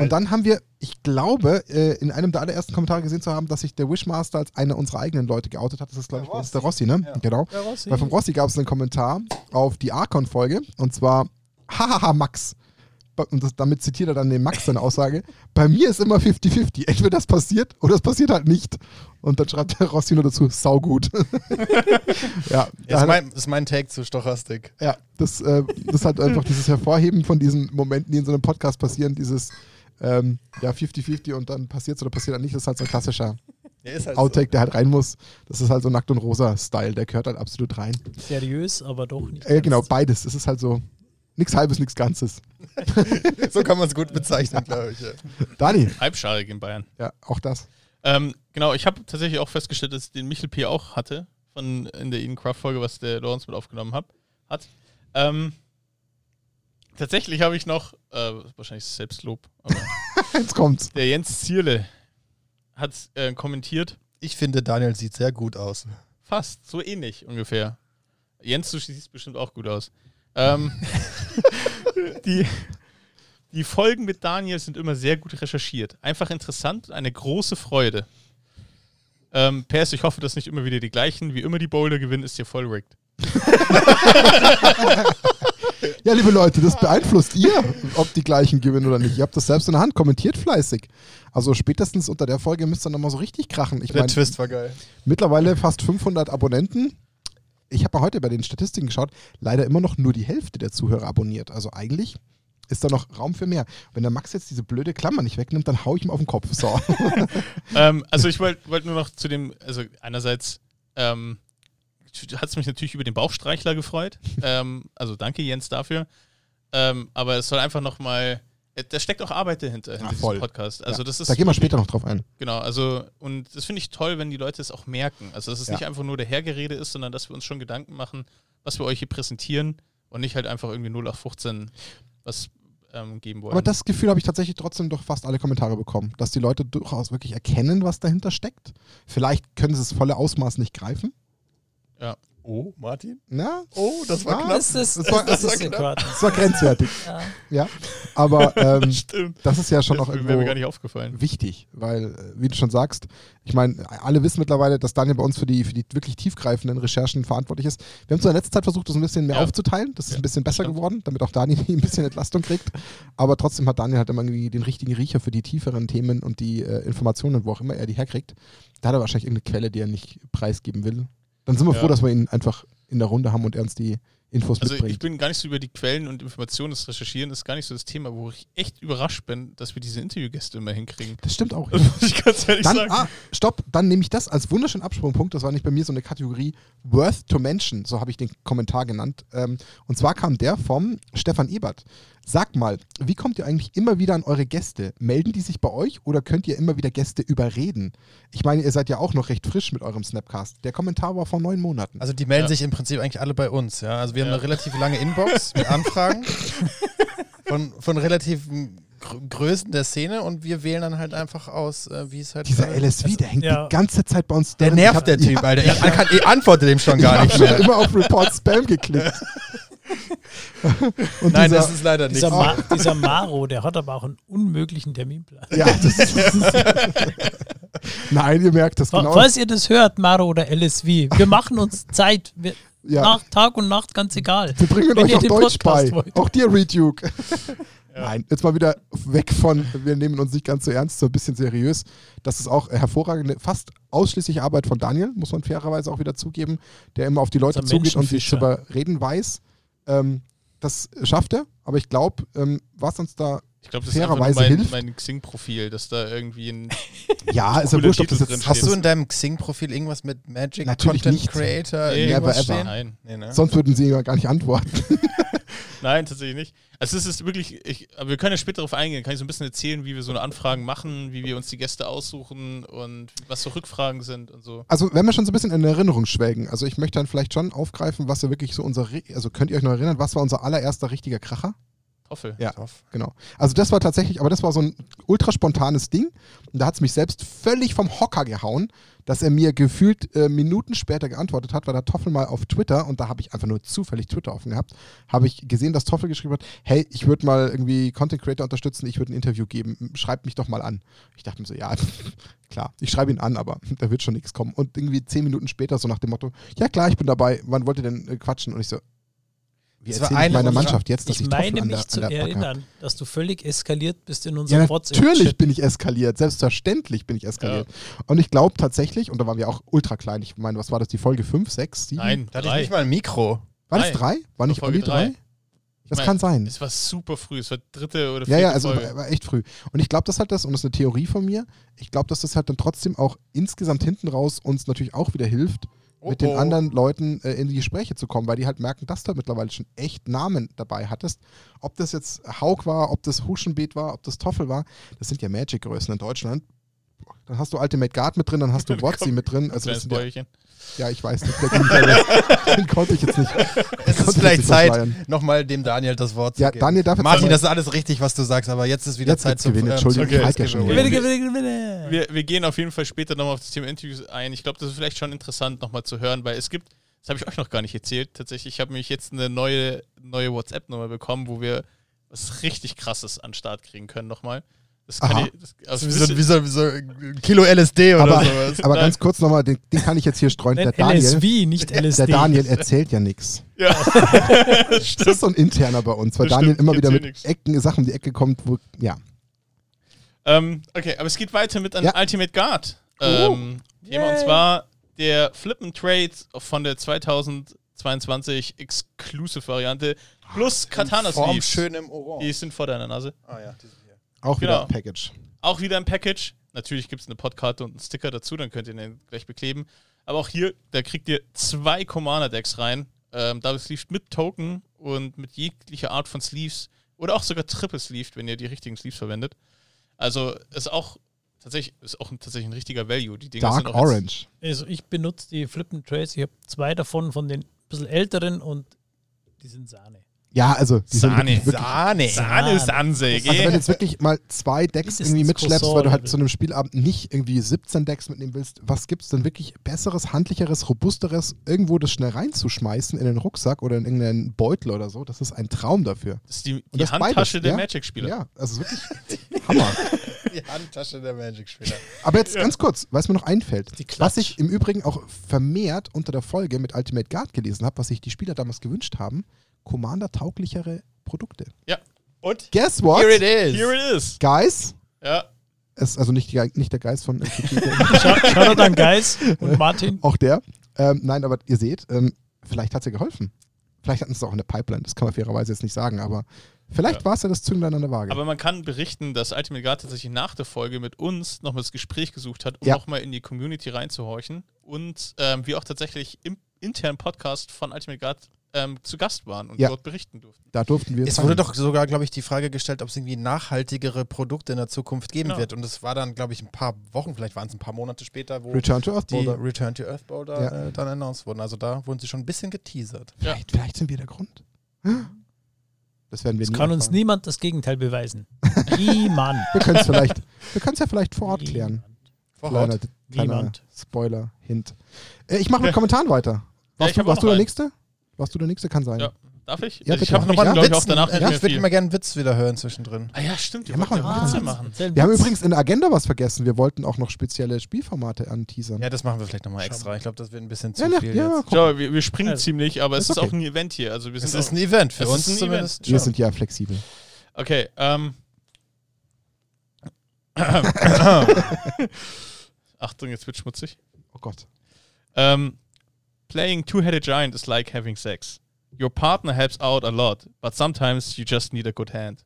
[SPEAKER 1] Und dann haben wir, ich glaube, äh, in einem der allerersten Kommentare gesehen zu haben, dass sich der Wishmaster als einer unserer eigenen Leute geoutet hat. Das ist, glaube ich, bei uns der Rossi, ne? Genau. Weil vom Rossi gab es einen Kommentar auf die Archon-Folge und zwar: Hahaha, Max. Und das, damit zitiert er dann den Max seine Aussage: Bei mir ist immer 50-50. Entweder das passiert oder es passiert halt nicht. Und dann schreibt der Rossi nur dazu: Saugut. ja, da
[SPEAKER 4] Ist
[SPEAKER 1] hat-
[SPEAKER 4] mein, ist mein Take zu Stochastik.
[SPEAKER 1] ja, das, äh, das ist halt einfach dieses Hervorheben von diesen Momenten, die in so einem Podcast passieren, dieses ähm, ja 50-50 und dann passiert's oder passiert dann nicht, das ist halt so ein klassischer
[SPEAKER 4] Ja, ist halt
[SPEAKER 1] Outtake, der halt rein muss. Das ist halt so nackt und rosa Style, der gehört halt absolut rein.
[SPEAKER 2] Seriös, aber doch nicht.
[SPEAKER 1] Äh, genau,
[SPEAKER 2] ernst.
[SPEAKER 1] beides. Es ist halt so nichts halbes, nichts Ganzes.
[SPEAKER 4] So, so kann man es gut bezeichnen, glaube ich. Ja.
[SPEAKER 1] Dani,
[SPEAKER 3] Halbscharig in Bayern.
[SPEAKER 1] ja, auch das.
[SPEAKER 3] Ähm, genau, ich habe tatsächlich auch festgestellt, dass ich den Michel P. auch hatte, von in der Eden Craft Folge, was der Lawrence mit aufgenommen hab, hat. Ähm, tatsächlich habe ich noch, äh, wahrscheinlich Selbstlob, aber
[SPEAKER 1] Jetzt kommt's.
[SPEAKER 3] der Jens Zierle hat äh, kommentiert,
[SPEAKER 4] Ich finde, Daniel sieht sehr gut aus.
[SPEAKER 3] fast, so ähnlich ungefähr. Jens, du siehst bestimmt auch gut aus. Ähm, die, die Folgen mit Daniel sind immer sehr gut recherchiert. Einfach interessant und eine große Freude. Ähm, PS, ich hoffe, dass nicht immer wieder die gleichen. Wie immer die Boulder gewinnen, ist hier voll rigged.
[SPEAKER 1] Ja, liebe Leute, das beeinflusst ihr, ob die gleichen gewinnen oder nicht. Ihr habt das selbst in der Hand, kommentiert fleißig. Also spätestens unter der Folge müsst ihr nochmal so richtig krachen. Ich
[SPEAKER 4] Der
[SPEAKER 1] mein,
[SPEAKER 4] Twist war geil.
[SPEAKER 1] Mittlerweile fast 500 Abonnenten. Ich habe mal heute bei den Statistiken geschaut, leider immer noch nur die Hälfte der Zuhörer abonniert. Also eigentlich ist da noch Raum für mehr. Wenn der Max jetzt diese blöde Klammer nicht wegnimmt, dann hau ich ihm auf den Kopf. So.
[SPEAKER 3] ähm, also ich wollte wollt nur noch zu dem, also einerseits ähm, hat es mich natürlich über den Bauchstreichler gefreut. ähm, also danke Jens dafür. Ähm, aber es soll einfach nochmal, da steckt auch Arbeit dahinter, hinter
[SPEAKER 1] Ja,
[SPEAKER 3] diesem
[SPEAKER 1] Ah, voll.
[SPEAKER 3] Podcast. Also das ist
[SPEAKER 1] da gehen wir später noch drauf ein.
[SPEAKER 3] Genau, also und das finde ich toll, wenn die Leute es auch merken. Also dass es
[SPEAKER 1] Ja.
[SPEAKER 3] nicht einfach nur der Hergerede ist, sondern dass wir uns schon Gedanken machen, was wir euch hier präsentieren und nicht halt einfach irgendwie 0815 was ähm, geben wollen.
[SPEAKER 1] Aber das Gefühl habe ich tatsächlich trotzdem doch fast alle Kommentare bekommen, dass die Leute durchaus wirklich erkennen, was dahinter steckt. Vielleicht können sie das volle Ausmaß nicht greifen.
[SPEAKER 3] Ja.
[SPEAKER 4] Oh, Martin?
[SPEAKER 1] Na,
[SPEAKER 4] Oh, das war
[SPEAKER 1] Ah,
[SPEAKER 4] knapp.
[SPEAKER 2] Das ist,
[SPEAKER 1] Das war-
[SPEAKER 2] das
[SPEAKER 1] das
[SPEAKER 2] ist in Kroatien.
[SPEAKER 1] das war grenzwertig.
[SPEAKER 2] Ja.
[SPEAKER 1] ja. Aber ähm,
[SPEAKER 3] Stimmt.
[SPEAKER 1] das ist ja schon
[SPEAKER 3] das
[SPEAKER 1] auch
[SPEAKER 3] wäre mir
[SPEAKER 1] irgendwo
[SPEAKER 3] gar nicht aufgefallen.
[SPEAKER 1] wichtig, weil, äh, wie du schon sagst, ich meine, alle wissen mittlerweile, dass Daniel bei uns für die, für die wirklich tiefgreifenden Recherchen verantwortlich ist. Wir haben es in der letzten Zeit versucht, das ein bisschen mehr
[SPEAKER 3] Ja.
[SPEAKER 1] aufzuteilen. Das ist
[SPEAKER 3] Ja,
[SPEAKER 1] ein bisschen besser
[SPEAKER 3] stimmt.
[SPEAKER 1] geworden, damit auch Daniel ein bisschen Entlastung kriegt. Aber trotzdem hat Daniel halt immer irgendwie den richtigen Riecher für die tieferen Themen und die äh, Informationen, wo auch immer er die herkriegt. Da hat er wahrscheinlich irgendeine Quelle, die er nicht preisgeben will. Dann sind wir
[SPEAKER 3] Ja.
[SPEAKER 1] froh, dass wir ihn einfach in der Runde haben und er uns die Infos
[SPEAKER 3] Also ich
[SPEAKER 1] mitbringt.
[SPEAKER 3] bin gar nicht so über die Quellen und Informationen, das Recherchieren ist gar nicht so das Thema, wo ich echt überrascht bin, dass wir diese Interviewgäste immer hinkriegen.
[SPEAKER 1] Das stimmt auch.
[SPEAKER 3] Das muss ich ganz ehrlich
[SPEAKER 1] Dann,
[SPEAKER 3] sagen.
[SPEAKER 1] ah, stopp, dann nehme ich das als wunderschönen Absprungpunkt. Das war nicht bei mir so eine Kategorie Worth to Mention, so habe ich den Kommentar genannt. Ähm, und zwar kam der vom Stefan Ebert. Sag mal, wie kommt ihr eigentlich immer wieder an eure Gäste? Melden die sich bei euch oder könnt ihr immer wieder Gäste überreden? Ich meine, ihr seid ja auch noch recht frisch mit eurem Snapcast. Der Kommentar war vor neun Monaten.
[SPEAKER 4] Also die melden
[SPEAKER 3] Ja.
[SPEAKER 4] sich im Prinzip eigentlich alle bei uns, ja. Also wir haben
[SPEAKER 3] Ja.
[SPEAKER 4] eine relativ lange Inbox mit Anfragen von, von relativen Gr Größen der Szene und wir wählen dann halt einfach aus, äh, wie es halt.
[SPEAKER 1] Dieser
[SPEAKER 4] gerade-
[SPEAKER 1] LSV, der hängt
[SPEAKER 2] ja.
[SPEAKER 1] die ganze Zeit bei uns
[SPEAKER 4] Der
[SPEAKER 1] drin. Ich
[SPEAKER 4] nervt
[SPEAKER 1] hab-
[SPEAKER 4] der Typ, Alter. Ich, kann, ich antworte dem schon
[SPEAKER 1] Ich
[SPEAKER 4] gar
[SPEAKER 1] habe
[SPEAKER 4] nicht
[SPEAKER 1] schon
[SPEAKER 4] mehr.
[SPEAKER 1] immer auf Report Spam geklickt. Und
[SPEAKER 4] Nein,
[SPEAKER 1] dieser-
[SPEAKER 4] das ist leider nicht.
[SPEAKER 2] Dieser, Ma dieser Maro, der hat aber auch einen unmöglichen Terminplan.
[SPEAKER 1] Ja, das ist, das ist Nein, ihr merkt das
[SPEAKER 2] Fa-
[SPEAKER 1] genau.
[SPEAKER 2] Falls ihr das hört, Maro oder LSW, wir machen uns Zeit. Wir,
[SPEAKER 1] Ja.
[SPEAKER 2] nach, Tag und Nacht, ganz egal.
[SPEAKER 1] Wir bringen
[SPEAKER 2] Wenn
[SPEAKER 1] euch
[SPEAKER 2] ihr
[SPEAKER 1] auch
[SPEAKER 2] den
[SPEAKER 1] Deutsch
[SPEAKER 2] Podcast
[SPEAKER 1] bei.
[SPEAKER 2] wollt.
[SPEAKER 1] Auch dir, Reed Duke. Nein, jetzt mal wieder weg von, wir nehmen uns nicht ganz so ernst, so ein bisschen seriös. Das ist auch hervorragende, fast ausschließlich Arbeit von Daniel, muss man fairerweise auch wieder zugeben, der immer auf die Leute
[SPEAKER 2] Unser
[SPEAKER 1] zugeht und sich zu
[SPEAKER 2] Menschenfischer.
[SPEAKER 1] überreden weiß. Ähm, das schafft er, aber ich glaube, ähm, was uns da.
[SPEAKER 3] Ich glaube, das ist einfach nur
[SPEAKER 1] Fairerweise
[SPEAKER 3] mein,
[SPEAKER 1] hilft.
[SPEAKER 3] mein Xing-Profil, dass da irgendwie ein.
[SPEAKER 1] Ja, ist ja
[SPEAKER 3] Cooler
[SPEAKER 1] wurscht, ob das
[SPEAKER 3] Titel
[SPEAKER 1] jetzt.
[SPEAKER 3] drin
[SPEAKER 4] Hast
[SPEAKER 1] Hast
[SPEAKER 4] du
[SPEAKER 1] du,
[SPEAKER 4] in deinem Xing-Profil irgendwas mit Magic
[SPEAKER 1] Natürlich
[SPEAKER 4] Content
[SPEAKER 1] nicht.
[SPEAKER 4] Creator
[SPEAKER 3] Nee,
[SPEAKER 1] never
[SPEAKER 4] irgendwas
[SPEAKER 1] ever.
[SPEAKER 4] stehen?
[SPEAKER 3] Nein.
[SPEAKER 4] Nee, ne?
[SPEAKER 1] sonst würden sie ja gar nicht antworten.
[SPEAKER 3] Nein, tatsächlich nicht. Also es ist wirklich, ich, aber wir können ja später darauf eingehen, kann ich so ein bisschen erzählen, wie wir so eine Anfragen machen, wie wir uns die Gäste aussuchen und was so Rückfragen sind und so.
[SPEAKER 1] Also, wenn wir schon so ein bisschen in Erinnerung schwelgen, also ich möchte dann vielleicht schon aufgreifen, was ja wirklich so unser, ri- also könnt ihr euch noch erinnern, was war unser allererster richtiger Kracher?
[SPEAKER 3] Hoffe.
[SPEAKER 1] Ja, genau. Also das war tatsächlich, aber das war so ein ultra spontanes Ding. Und da hat es mich selbst völlig vom Hocker gehauen, dass er mir gefühlt äh, Minuten später geantwortet hat, weil der Toffel mal auf Twitter, und da habe ich einfach nur zufällig Twitter offen gehabt, habe ich gesehen, dass Toffel geschrieben hat, hey, ich würde mal irgendwie Content Creator unterstützen, ich würde ein Interview geben, schreibt mich doch mal an. Ich dachte mir so, ja, klar, ich schreibe ihn an, aber da wird schon nichts kommen. Und irgendwie zehn Minuten später so nach dem Motto, ja klar, ich bin dabei, wann wollt ihr denn äh, quatschen? Und ich so, wie
[SPEAKER 4] Das war
[SPEAKER 1] erzähle ich
[SPEAKER 4] eine
[SPEAKER 1] meiner
[SPEAKER 4] unserer-
[SPEAKER 1] Mannschaft jetzt, dass
[SPEAKER 2] Ich
[SPEAKER 1] ich, Toffel
[SPEAKER 2] meine
[SPEAKER 1] an der,
[SPEAKER 2] mich zu
[SPEAKER 1] an der Backe hab?
[SPEAKER 2] erinnern, dass du völlig eskaliert bist in
[SPEAKER 1] Ja,
[SPEAKER 2] unserem WhatsApp.
[SPEAKER 1] natürlich bin ich eskaliert. Selbstverständlich bin ich eskaliert. Und ich glaube tatsächlich, und da waren wir auch ultra klein. Ich meine, was war das? Die Folge 5, 6, 7?
[SPEAKER 3] Nein,
[SPEAKER 4] Da Hm. hatte ich
[SPEAKER 3] drei.
[SPEAKER 4] nicht mal ein Mikro.
[SPEAKER 1] War das
[SPEAKER 3] Nein.
[SPEAKER 1] 3? War nicht
[SPEAKER 3] Folge
[SPEAKER 1] Olli 3?
[SPEAKER 3] drei.
[SPEAKER 1] Das
[SPEAKER 3] mein,
[SPEAKER 1] kann sein.
[SPEAKER 3] Es war super früh, es war dritte oder
[SPEAKER 1] Ja,
[SPEAKER 3] vierte
[SPEAKER 1] ja, also war,
[SPEAKER 3] Folge.
[SPEAKER 1] war echt früh. Und ich glaube, das hat das, und das ist eine Theorie von mir, ich glaube, dass das halt dann trotzdem auch insgesamt hinten raus uns natürlich auch wieder hilft, mit den
[SPEAKER 4] Oh, oh.
[SPEAKER 1] anderen Leuten äh, in die Gespräche zu kommen, weil die halt merken, dass du halt mittlerweile schon echt Namen dabei hattest. Ob das jetzt Haug war, ob das Huschenbeet war, ob das Toffel war, das sind ja Magic-Größen in Deutschland. Dann hast du Ultimate Guard mit drin, dann hast du Wotzi mit drin. Also das
[SPEAKER 3] Kleines
[SPEAKER 1] sind ja,
[SPEAKER 3] Bäuerchen.
[SPEAKER 1] ja, ich weiß nicht, der ging nicht, den konnte ich jetzt nicht.
[SPEAKER 4] Es
[SPEAKER 1] Konnte
[SPEAKER 4] ist
[SPEAKER 1] ich
[SPEAKER 4] vielleicht
[SPEAKER 1] jetzt
[SPEAKER 4] Zeit,
[SPEAKER 1] verschleiern.
[SPEAKER 4] nochmal dem Daniel das Wort
[SPEAKER 1] Ja,
[SPEAKER 4] zu geben.
[SPEAKER 1] Daniel darf jetzt
[SPEAKER 4] Martin,
[SPEAKER 1] aber-
[SPEAKER 4] das ist alles richtig, was du sagst, aber jetzt ist wieder
[SPEAKER 1] Jetzt
[SPEAKER 4] Zeit
[SPEAKER 1] gibt's Gewinne, Entschuldigung,
[SPEAKER 4] zum
[SPEAKER 1] ich halte ja schon
[SPEAKER 4] Giveaway.
[SPEAKER 1] wieder.
[SPEAKER 2] Bitte, bitte, bitte.
[SPEAKER 3] Wir, wir gehen auf jeden Fall später nochmal auf das Thema Interviews ein. Ich glaube, das ist vielleicht schon interessant nochmal zu hören, weil es gibt, das habe ich euch noch gar nicht erzählt, tatsächlich, ich habe mich jetzt eine neue, neue WhatsApp-Nummer bekommen, wo wir was richtig krasses an den Start kriegen können nochmal. Das
[SPEAKER 1] Aha.
[SPEAKER 3] kann ich, das, also
[SPEAKER 4] Wie so, wie so, wie so ein Kilo LSD oder
[SPEAKER 1] Aber,
[SPEAKER 4] sowas.
[SPEAKER 1] aber ganz kurz nochmal, den, den kann ich jetzt hier streuen. Der
[SPEAKER 2] Nein,
[SPEAKER 1] Daniel,
[SPEAKER 2] LSW, nicht LSD.
[SPEAKER 1] der Daniel erzählt ja nichts.
[SPEAKER 3] ja.
[SPEAKER 1] Das ist so ein interner bei uns, weil
[SPEAKER 3] Das
[SPEAKER 1] Daniel
[SPEAKER 3] stimmt,
[SPEAKER 1] immer
[SPEAKER 3] ich
[SPEAKER 1] wieder mit
[SPEAKER 3] erzähl nix.
[SPEAKER 1] Ecken, Sachen um die Ecke kommt, wo, ja.
[SPEAKER 3] Ähm, okay, aber es geht weiter mit einem
[SPEAKER 1] Ja.
[SPEAKER 3] Ultimate Guard.
[SPEAKER 4] Oh.
[SPEAKER 3] Ähm, Thema, und zwar der Flippen Trade von der 2022 Exclusive Variante plus Katana
[SPEAKER 4] Ah, Form
[SPEAKER 3] Sleeves.
[SPEAKER 4] schön im
[SPEAKER 3] Die
[SPEAKER 4] Orange.
[SPEAKER 3] sind vor deiner Nase.
[SPEAKER 4] Ah, ja, diese hier.
[SPEAKER 1] Auch wieder
[SPEAKER 3] Genau.
[SPEAKER 1] ein Package.
[SPEAKER 3] Auch wieder ein Package. Natürlich gibt es eine Podkarte und einen Sticker dazu, dann könnt ihr den gleich bekleben. Aber auch hier, da kriegt ihr zwei Commander-Decks rein. Ähm, Double Sleeved mit Token und mit jeglicher Art von Sleeves. Oder auch sogar Triple Sleeved, wenn ihr die richtigen Sleeves verwendet. Also ist auch tatsächlich, ist auch ein, tatsächlich ein richtiger Value. Die Dinger
[SPEAKER 1] Dark
[SPEAKER 3] sind auch jetzt-
[SPEAKER 1] Orange.
[SPEAKER 2] Also ich benutze die Flippen Trays. Ich habe zwei davon von den bisschen älteren und die sind Sahne.
[SPEAKER 1] Ja, also die sind
[SPEAKER 3] Sahne.
[SPEAKER 1] wirklich, wirklich
[SPEAKER 4] Sahne.
[SPEAKER 3] Sahne ist Ansehen.
[SPEAKER 1] also wenn du jetzt wirklich mal zwei Decks
[SPEAKER 2] Das ist
[SPEAKER 1] irgendwie
[SPEAKER 2] das
[SPEAKER 1] mitschleppst,
[SPEAKER 2] Croissant,
[SPEAKER 1] weil du halt
[SPEAKER 2] Level.
[SPEAKER 1] zu einem Spielabend nicht irgendwie 17 Decks mitnehmen willst, was gibt's denn wirklich besseres, handlicheres, robusteres, irgendwo das schnell reinzuschmeißen in den Rucksack oder in irgendeinen Beutel oder so? Das ist ein Traum dafür.
[SPEAKER 3] Das ist die,
[SPEAKER 1] Und
[SPEAKER 3] die
[SPEAKER 1] das
[SPEAKER 3] Handtasche
[SPEAKER 1] beides,
[SPEAKER 3] der
[SPEAKER 1] ja?
[SPEAKER 3] Magic-Spieler.
[SPEAKER 1] Ja, also wirklich Hammer.
[SPEAKER 4] Die Handtasche der Magic-Spieler.
[SPEAKER 1] Aber jetzt ganz kurz, weil es mir noch einfällt,
[SPEAKER 2] Die Klatsch.
[SPEAKER 1] was ich im Übrigen auch vermehrt unter der Folge mit Ultimate Guard gelesen habe, was sich die Spieler damals gewünscht haben, Commander-tauglichere Produkte.
[SPEAKER 3] Ja. Und?
[SPEAKER 1] Guess what?
[SPEAKER 4] Here it is.
[SPEAKER 3] Here it is.
[SPEAKER 1] Guys,
[SPEAKER 3] Ja.
[SPEAKER 1] es, also nicht, die- nicht der Geist von MTG,
[SPEAKER 2] Shoutout an Geis und Martin.
[SPEAKER 1] auch der. Ähm, nein, aber ihr seht, ähm, vielleicht hat es ja geholfen. Vielleicht hatten sie es auch in der Pipeline, das kann man fairerweise jetzt nicht sagen, aber vielleicht war es ja das Zünglein an der Waage.
[SPEAKER 3] Aber man kann berichten, dass Ultimate Guard tatsächlich nach der Folge mit uns nochmal das Gespräch gesucht hat, um
[SPEAKER 1] Ja.
[SPEAKER 3] nochmal in die Community reinzuhorchen. Und ähm, wir auch tatsächlich im internen Podcast von Ultimate Guard ähm, zu Gast waren und
[SPEAKER 1] Ja.
[SPEAKER 3] dort berichten durften.
[SPEAKER 1] da durften wir
[SPEAKER 4] Es
[SPEAKER 1] rein.
[SPEAKER 4] wurde doch sogar, glaube ich, die Frage gestellt, ob es irgendwie nachhaltigere Produkte in der Zukunft geben
[SPEAKER 3] Genau.
[SPEAKER 4] wird. Und das war dann, glaube ich, ein paar Wochen, vielleicht waren es ein paar Monate später, wo
[SPEAKER 1] Return to Earth
[SPEAKER 4] die
[SPEAKER 1] Boulder.
[SPEAKER 4] Return to Earth Boulder
[SPEAKER 1] Ja.
[SPEAKER 4] äh, dann announced wurden. Also da wurden sie schon ein bisschen geteasert.
[SPEAKER 1] Vielleicht, vielleicht sind wir der Grund. Das werden wir
[SPEAKER 2] Es
[SPEAKER 1] nie
[SPEAKER 2] kann uns
[SPEAKER 1] erfahren.
[SPEAKER 2] niemand das Gegenteil beweisen. Niemand.
[SPEAKER 1] Wir können es vielleicht, wir können es ja vielleicht vor Ort klären.
[SPEAKER 4] Vor
[SPEAKER 1] Kleiner,
[SPEAKER 4] Ort.
[SPEAKER 1] kleiner
[SPEAKER 2] Niemand.
[SPEAKER 1] Spoiler, Hint. Äh, ich mache mit Kommentaren weiter.
[SPEAKER 3] ich
[SPEAKER 1] Warst,
[SPEAKER 3] hab
[SPEAKER 1] du, warst
[SPEAKER 3] auch
[SPEAKER 1] du
[SPEAKER 3] noch
[SPEAKER 1] der
[SPEAKER 3] einen.
[SPEAKER 1] Nächste? Warst du der Nächste? Kann sein.
[SPEAKER 3] Ja. Darf ich?
[SPEAKER 1] Ja,
[SPEAKER 3] ich
[SPEAKER 1] bitte.
[SPEAKER 3] habe
[SPEAKER 1] Mach
[SPEAKER 3] mich,
[SPEAKER 1] mal einen
[SPEAKER 3] glaube ich,
[SPEAKER 4] Witz,
[SPEAKER 3] auch danach
[SPEAKER 4] äh,
[SPEAKER 3] nicht mehr
[SPEAKER 4] ich würde
[SPEAKER 3] viel.
[SPEAKER 4] immer gerne einen Witz wieder hören zwischendrin.
[SPEAKER 3] Ah ja, stimmt. Wir
[SPEAKER 1] Ja, mach
[SPEAKER 3] wollten
[SPEAKER 1] mal
[SPEAKER 3] auch
[SPEAKER 1] einen
[SPEAKER 3] Witze
[SPEAKER 1] Witz.
[SPEAKER 3] machen.
[SPEAKER 1] Wir haben übrigens in der Agenda was vergessen. Wir wollten auch noch spezielle Spielformate anteasern.
[SPEAKER 4] Ja, das machen wir vielleicht nochmal
[SPEAKER 2] Schau
[SPEAKER 4] extra. Ich glaube, das wird ein bisschen zu
[SPEAKER 1] ja, ne,
[SPEAKER 4] viel
[SPEAKER 1] ja,
[SPEAKER 4] jetzt.
[SPEAKER 1] komm.
[SPEAKER 3] Schau, wir, wir springen
[SPEAKER 2] Also,
[SPEAKER 3] ziemlich, aber es
[SPEAKER 1] ist
[SPEAKER 3] ist auch
[SPEAKER 1] okay.
[SPEAKER 3] ein Event hier. Also wir
[SPEAKER 4] Es
[SPEAKER 3] sind
[SPEAKER 4] ist
[SPEAKER 3] auch,
[SPEAKER 4] ein Event für
[SPEAKER 3] Es ist
[SPEAKER 4] uns
[SPEAKER 3] ein
[SPEAKER 4] zumindest.
[SPEAKER 1] Wir sind ja flexibel.
[SPEAKER 3] Okay, ähm. Achtung, jetzt wird schmutzig.
[SPEAKER 1] Oh Gott.
[SPEAKER 3] Ähm, playing two-headed giant is like having sex. Your partner helps out a lot, but sometimes you just need a good hand.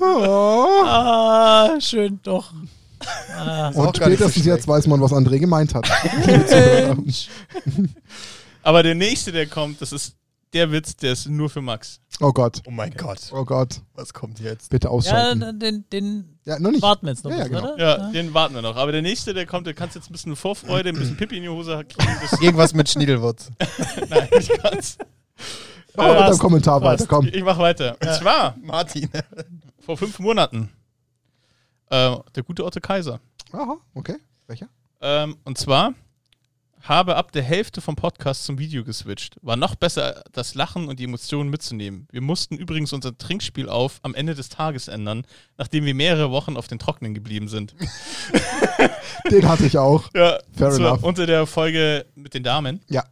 [SPEAKER 1] Oh!
[SPEAKER 2] Ah, schön, doch.
[SPEAKER 1] Und
[SPEAKER 4] Ah,
[SPEAKER 2] Ah.
[SPEAKER 4] auch gar nicht so
[SPEAKER 1] spätestens jetzt
[SPEAKER 4] schlecht.
[SPEAKER 1] weiß man, was André gemeint hat.
[SPEAKER 3] Aber der nächste, der kommt, das ist der Witz, der ist nur für Max.
[SPEAKER 1] oh Gott.
[SPEAKER 4] Oh mein Gott,
[SPEAKER 1] Oh Gott.
[SPEAKER 4] was kommt jetzt?
[SPEAKER 1] Bitte
[SPEAKER 2] Ja,
[SPEAKER 1] ausschalten. Ja,
[SPEAKER 2] den, den
[SPEAKER 1] noch nicht.
[SPEAKER 2] warten wir jetzt noch,
[SPEAKER 1] Ja, ja,
[SPEAKER 2] kurz,
[SPEAKER 1] genau.
[SPEAKER 2] oder?
[SPEAKER 3] Ja, den warten wir noch. Aber der nächste, der kommt, der kannst jetzt ein bisschen Vorfreude, ein bisschen Pippi in die Hose kriegen. Das,
[SPEAKER 4] Irgendwas mit Schniedelwurz.
[SPEAKER 3] nein, nicht ganz.
[SPEAKER 1] Mach mal mit deinem
[SPEAKER 2] Fast,
[SPEAKER 1] Kommentar weiter.
[SPEAKER 3] Passt.
[SPEAKER 1] Komm.
[SPEAKER 3] Ich mach weiter. Und zwar,
[SPEAKER 4] Martin.
[SPEAKER 3] vor fünf Monaten, äh, der gute Otto Kaiser.
[SPEAKER 1] Aha, okay. Welcher?
[SPEAKER 3] Ähm, und zwar habe ab der Hälfte vom Podcast zum Video geswitcht. War noch besser, das Lachen und die Emotionen mitzunehmen. Wir mussten übrigens unser Trinkspiel auf am Ende des Tages ändern, nachdem wir mehrere Wochen auf den Trocknen geblieben sind.
[SPEAKER 1] Den hatte ich auch.
[SPEAKER 3] Ja,
[SPEAKER 1] Fair
[SPEAKER 3] das war
[SPEAKER 1] enough.
[SPEAKER 3] unter der Folge mit den Damen.
[SPEAKER 1] Ja,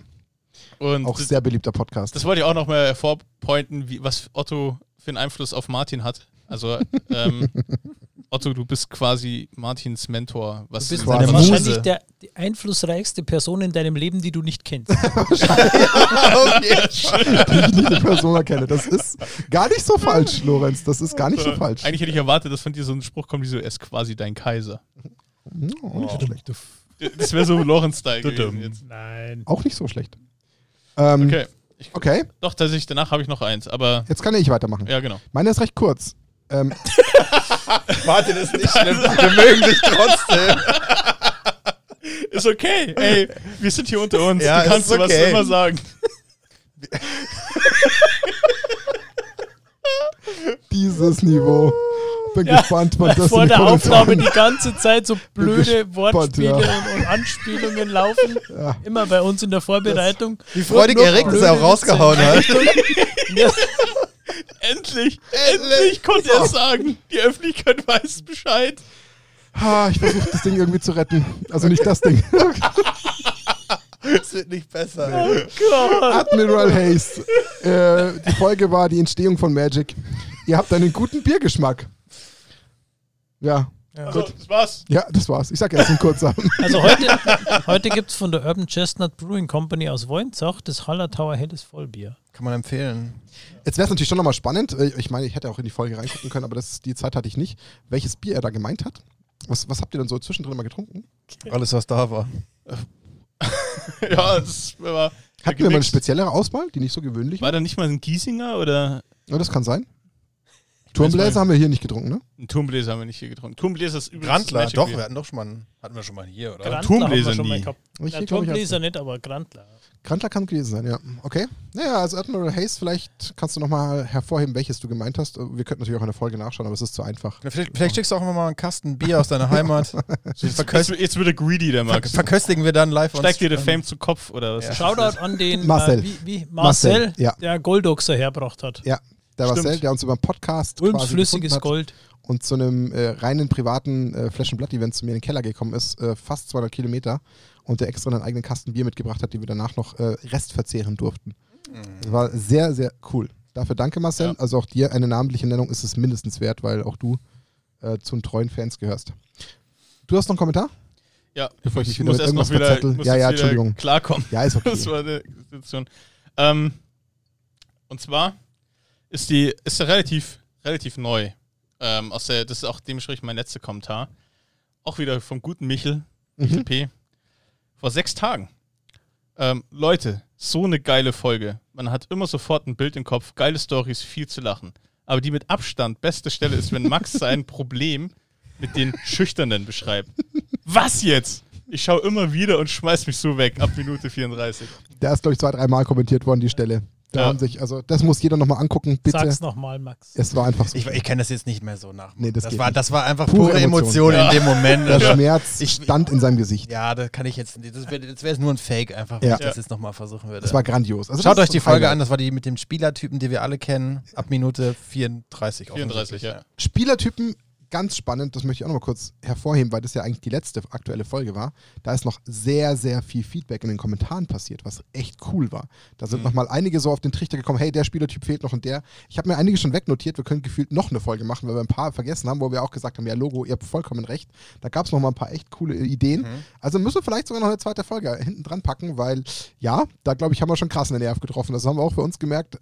[SPEAKER 3] Und
[SPEAKER 1] auch
[SPEAKER 3] das,
[SPEAKER 1] sehr beliebter Podcast.
[SPEAKER 3] das wollte ich auch nochmal hervorpointen, wie, was Otto für einen Einfluss auf Martin hat. Also, ähm, Otto, du bist quasi Martins Mentor. Was
[SPEAKER 2] Du bist
[SPEAKER 1] Quasi.
[SPEAKER 2] dann
[SPEAKER 1] Eine Muse.
[SPEAKER 2] wahrscheinlich der, die einflussreichste Person in deinem Leben, die du nicht kennst.
[SPEAKER 1] die ich nicht in Persona kenne. Das ist gar nicht so falsch, Lorenz. Das ist gar nicht
[SPEAKER 2] Äh,
[SPEAKER 1] so falsch.
[SPEAKER 3] Eigentlich hätte ich erwartet, dass von dir so ein Spruch kommt, wie so, er ist quasi dein Kaiser.
[SPEAKER 1] Hm, auch nicht so schlecht.
[SPEAKER 3] Das wäre so Lorenz-Style gewesen jetzt.
[SPEAKER 2] Nein.
[SPEAKER 1] Auch nicht so schlecht. Ähm, okay.
[SPEAKER 3] Okay. Ich, Doch, tatsächlich, danach habe ich noch eins, aber
[SPEAKER 1] jetzt kann ich weitermachen.
[SPEAKER 3] ja, genau.
[SPEAKER 1] Meine ist recht kurz. Ähm,
[SPEAKER 4] Martin ist nicht schlimm. Wir mögen dich trotzdem.
[SPEAKER 3] Ist okay, ey, wir sind hier unter uns.
[SPEAKER 4] Ja,
[SPEAKER 3] du kannst
[SPEAKER 4] ist
[SPEAKER 3] sowas
[SPEAKER 4] okay.
[SPEAKER 3] immer sagen.
[SPEAKER 1] dieses Niveau. Bin
[SPEAKER 2] Ja,
[SPEAKER 1] gespannt, wann das
[SPEAKER 2] Vor
[SPEAKER 1] in die
[SPEAKER 2] der
[SPEAKER 1] Comments
[SPEAKER 2] Aufnahme
[SPEAKER 1] kommt.
[SPEAKER 2] die ganze Zeit so blöde
[SPEAKER 1] gespannt,
[SPEAKER 2] Wortspiele
[SPEAKER 1] ja.
[SPEAKER 2] und, und Anspielungen laufen. Immer bei uns in der Vorbereitung.
[SPEAKER 4] Wie freudig
[SPEAKER 2] Und nur
[SPEAKER 4] Erik das
[SPEAKER 2] blöde
[SPEAKER 4] auch rausgehauen hat.
[SPEAKER 2] Ja,
[SPEAKER 3] Endlich, endlich konnte er es sagen. Die Öffentlichkeit weiß Bescheid.
[SPEAKER 1] Ah, ich versuche das Ding irgendwie zu retten. Also nicht das Ding.
[SPEAKER 4] Es wird nicht besser.
[SPEAKER 1] Ah,
[SPEAKER 2] Gott.
[SPEAKER 1] Admiral Hayes. Äh, die Folge war die Entstehung von Magic. Ihr habt einen guten Biergeschmack. Ja,
[SPEAKER 3] So, das war's.
[SPEAKER 1] ja, das war's. Ich sag erst in kurzer.
[SPEAKER 2] Also heute, heute gibt es von der Urban Chestnut Brewing Company aus Woinzach das Hallertauer Helles Vollbier.
[SPEAKER 4] Kann man empfehlen.
[SPEAKER 1] Jetzt wäre es natürlich schon nochmal spannend. äh, Ich meine, ich hätte auch in die Folge reingucken können, aber das, die Zeit hatte ich nicht. Welches Bier er da gemeint hat? Was, was habt ihr denn so zwischendrin mal getrunken?
[SPEAKER 4] Alles, was da war.
[SPEAKER 3] Ja, das war.
[SPEAKER 1] Hatten wir mal eine
[SPEAKER 3] gemixt.
[SPEAKER 1] speziellere Auswahl, die nicht so gewöhnlich war?
[SPEAKER 3] War da nicht mal ein Giesinger oder?
[SPEAKER 1] Ja, das kann sein. Turmbläser haben wir hier nicht getrunken, ne?
[SPEAKER 3] Einen Turmbläser haben wir nicht hier getrunken. Turmbläser ist übrigens
[SPEAKER 4] Grandler,
[SPEAKER 3] Magic
[SPEAKER 4] doch,
[SPEAKER 3] Wheel.
[SPEAKER 4] wir hatten doch schon mal, einen- hatten wir schon mal hier, oder?
[SPEAKER 2] Grandler
[SPEAKER 3] Turmbläser
[SPEAKER 2] haben wir schon mal
[SPEAKER 3] nie.
[SPEAKER 2] gehabt.
[SPEAKER 1] Ich
[SPEAKER 2] Na,
[SPEAKER 1] hier, glaub ich,
[SPEAKER 2] Turmbläser nicht, aber Grandler.
[SPEAKER 1] Grandler kann gewesen sein, ja. Okay. Naja, also Admiral Hayes, vielleicht kannst du nochmal hervorheben, welches du gemeint hast. Wir könnten natürlich auch in der Folge nachschauen, aber es ist zu einfach.
[SPEAKER 4] Vielleicht, vielleicht schickst du auch immer mal einen Kasten Bier aus deiner Heimat. Den
[SPEAKER 3] Jetzt,
[SPEAKER 4] verköst,
[SPEAKER 3] jetzt wird er greedy, der
[SPEAKER 4] verk-
[SPEAKER 3] Max.
[SPEAKER 4] verköstigen wir dann live
[SPEAKER 3] Steigt dir der
[SPEAKER 4] stream.
[SPEAKER 3] Fame zu Kopf oder was?
[SPEAKER 4] Ja.
[SPEAKER 2] Shoutout an den
[SPEAKER 1] Marcel.
[SPEAKER 2] Äh, wie, wie Marcel,
[SPEAKER 1] Marcel, ja.
[SPEAKER 2] der Goldoxer hergebracht hat.
[SPEAKER 1] Der
[SPEAKER 3] Stimmt.
[SPEAKER 1] Marcel, der uns über einen Podcast
[SPEAKER 2] Ulm
[SPEAKER 1] quasi
[SPEAKER 2] flüssiges
[SPEAKER 1] gefunden
[SPEAKER 2] Gold.
[SPEAKER 1] hat und zu einem äh, reinen privaten äh, Flaschenblatt-Event zu mir in den Keller gekommen ist, äh, fast 200 Kilometer, und der extra einen eigenen Kasten Bier mitgebracht hat, die wir danach noch äh, Rest verzehren durften.
[SPEAKER 4] Mhm.
[SPEAKER 1] Das war sehr, sehr cool. Dafür danke, Marcel.
[SPEAKER 3] Ja.
[SPEAKER 1] Also auch dir eine namentliche Nennung ist es mindestens wert, weil auch du äh, zu den treuen Fans gehörst. Du hast noch einen Kommentar?
[SPEAKER 3] Ja,
[SPEAKER 1] Bevor ich dich wieder
[SPEAKER 3] muss
[SPEAKER 1] mit
[SPEAKER 3] erst noch
[SPEAKER 1] irgendwas
[SPEAKER 3] wieder,
[SPEAKER 1] verzettel.
[SPEAKER 3] muss
[SPEAKER 1] Ja,
[SPEAKER 3] jetzt
[SPEAKER 1] ja,
[SPEAKER 3] wieder
[SPEAKER 1] Entschuldigung.
[SPEAKER 3] klarkommen.
[SPEAKER 1] Ja, ist okay.
[SPEAKER 3] Das war eine Situation. Ähm, und zwar ist die ist ja relativ, relativ neu. Ähm, aus der, das ist auch dementsprechend mein letzter Kommentar. Auch wieder vom guten Michel, Michel P. Vor sechs Tagen. Ähm, Leute, so eine geile Folge. Man hat immer sofort ein Bild im Kopf, geile Stories, viel zu lachen. Aber die mit Abstand beste Stelle ist, wenn Max sein Problem mit den Schüchternen beschreibt. Was jetzt? Ich schaue immer wieder und schmeiß mich so weg ab Minute 34.
[SPEAKER 1] Da ist, glaube ich, zwei, dreimal kommentiert worden, die Stelle. Da
[SPEAKER 3] Ja.
[SPEAKER 1] haben sich, also das muss jeder nochmal angucken, bitte.
[SPEAKER 2] Sag's nochmal, Max.
[SPEAKER 1] Es war einfach so.
[SPEAKER 4] Ich, ich kann das jetzt nicht mehr so nach.
[SPEAKER 1] Nee, das
[SPEAKER 4] das,
[SPEAKER 1] geht
[SPEAKER 4] war,
[SPEAKER 1] nicht.
[SPEAKER 4] das war einfach
[SPEAKER 1] Pure
[SPEAKER 4] pure, Emotion,
[SPEAKER 1] Emotion.
[SPEAKER 4] in dem Moment.
[SPEAKER 1] der
[SPEAKER 4] Also,
[SPEAKER 1] Schmerz
[SPEAKER 4] Ich-
[SPEAKER 1] stand in seinem Gesicht.
[SPEAKER 4] ja, da kann ich jetzt. Das wäre jetzt wär's nur ein Fake, einfach, wenn
[SPEAKER 1] Ja.
[SPEAKER 4] ich das jetzt nochmal versuchen würde.
[SPEAKER 1] Das war grandios. Also
[SPEAKER 4] Schaut
[SPEAKER 1] das
[SPEAKER 4] euch
[SPEAKER 1] ist
[SPEAKER 4] die
[SPEAKER 1] ein
[SPEAKER 4] Folge
[SPEAKER 1] Highlight.
[SPEAKER 4] an, das war die mit dem Spielertypen, den wir alle kennen, ab Minute 34.
[SPEAKER 3] 34, ja.
[SPEAKER 1] Spielertypen, ganz spannend, das möchte ich auch nochmal kurz hervorheben, weil das ja eigentlich die letzte aktuelle Folge war. Da ist noch sehr, sehr viel Feedback in den Kommentaren passiert, was echt cool war. Da sind nochmal einige so auf den Trichter gekommen, hey, der Spielertyp fehlt noch und der. Ich habe mir einige schon wegnotiert, wir können gefühlt noch eine Folge machen, weil wir ein paar vergessen haben, wo wir auch gesagt haben, ja, Logo, ihr habt vollkommen recht. Da gab es nochmal ein paar echt coole Ideen.
[SPEAKER 4] Mhm.
[SPEAKER 1] Also müssen wir vielleicht sogar noch eine zweite Folge hinten dran packen, weil ja, da glaube ich, haben wir schon krass in den Nerv getroffen. Das haben wir auch für uns gemerkt.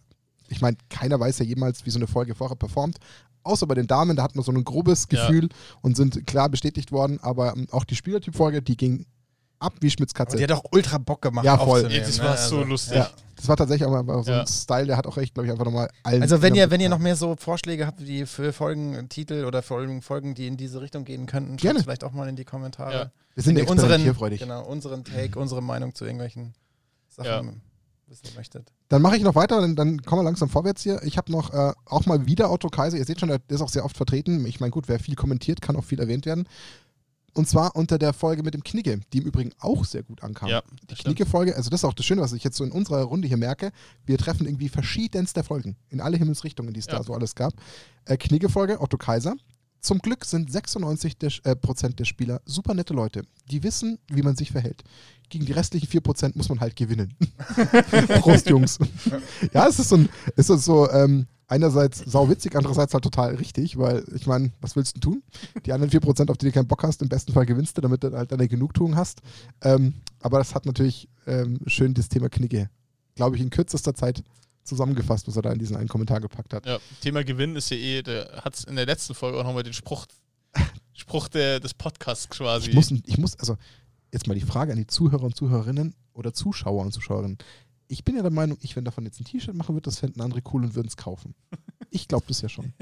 [SPEAKER 1] Ich meine, keiner weiß ja jemals, wie so eine Folge vorher performt. Außer bei den Damen, da hatten wir so ein grobes
[SPEAKER 3] Ja.
[SPEAKER 1] Gefühl und sind klar bestätigt worden. Aber ähm, auch die Spielertyp-Folge, die ging ab wie
[SPEAKER 4] Aber
[SPEAKER 1] Schmitzkatze.
[SPEAKER 4] die hat auch ultra Bock gemacht.
[SPEAKER 1] Ja, voll.
[SPEAKER 3] Ey,
[SPEAKER 4] aufzunehmen,
[SPEAKER 3] das
[SPEAKER 4] ne?
[SPEAKER 3] war
[SPEAKER 4] Also-
[SPEAKER 3] so lustig.
[SPEAKER 1] ja, das war tatsächlich auch mal so
[SPEAKER 3] Ja.
[SPEAKER 1] ein Style, der hat auch echt, glaube ich, einfach nochmal allen.
[SPEAKER 4] Also wenn ihr, wenn ihr noch mehr so Vorschläge habt, die für Folgentitel oder Folgen, Folgen, die in diese Richtung gehen könnten, schreibt
[SPEAKER 1] Gerne.
[SPEAKER 4] vielleicht auch mal in die Kommentare.
[SPEAKER 3] Ja.
[SPEAKER 1] Wir sind
[SPEAKER 4] Wenn ihr unseren,
[SPEAKER 1] experimentierfreudig.
[SPEAKER 4] genau, unseren Take, unsere Meinung zu irgendwelchen Sachen
[SPEAKER 3] Ja.
[SPEAKER 4] wissen möchtet.
[SPEAKER 1] Dann mache ich noch weiter, dann, dann kommen wir langsam vorwärts hier. Ich habe noch äh, auch mal wieder Otto Kaiser. Ihr seht schon, der ist auch sehr oft vertreten. Ich meine, gut, wer viel kommentiert, kann auch viel erwähnt werden. Und zwar unter der Folge mit dem Knigge, die im Übrigen auch sehr gut ankam.
[SPEAKER 3] Ja,
[SPEAKER 1] die
[SPEAKER 3] das stimmt.
[SPEAKER 1] Knigge-Folge, also das ist auch das Schöne, was ich jetzt so in unserer Runde hier merke. Wir treffen irgendwie verschiedenste Folgen in alle Himmelsrichtungen, die es da
[SPEAKER 3] Ja.
[SPEAKER 1] so alles gab. Äh, Knigge-Folge, Otto Kaiser. Zum Glück sind 96 der, Sch- äh, Prozent der Spieler super nette Leute. Die wissen, wie man sich verhält. Gegen die restlichen 4 Prozent muss man halt gewinnen. Prost, Jungs. ja, es ist so, ein, es ist so ähm, einerseits sauwitzig, andererseits halt total richtig, weil ich meine, was willst du tun? Die anderen 4%, auf die du keinen Bock hast, im besten Fall gewinnst du, damit du halt deine Genugtuung hast. Ähm, aber das hat natürlich ähm, schön das Thema Knicke, glaube ich, in kürzester Zeit zusammengefasst, was er da in diesen einen Kommentar gepackt hat.
[SPEAKER 3] Ja, Thema Gewinn ist ja eh, da hat es in der letzten Folge auch nochmal den Spruch, Spruch der, des Podcasts quasi.
[SPEAKER 1] Ich muss, ich muss, also jetzt mal die Frage an die Zuhörer und Zuhörerinnen oder Zuschauer und Zuschauerinnen. Ich bin ja der Meinung, ich, wenn davon jetzt ein T-Shirt machen würde, das fänden andere cool und würden es kaufen. Ich glaube das ja schon.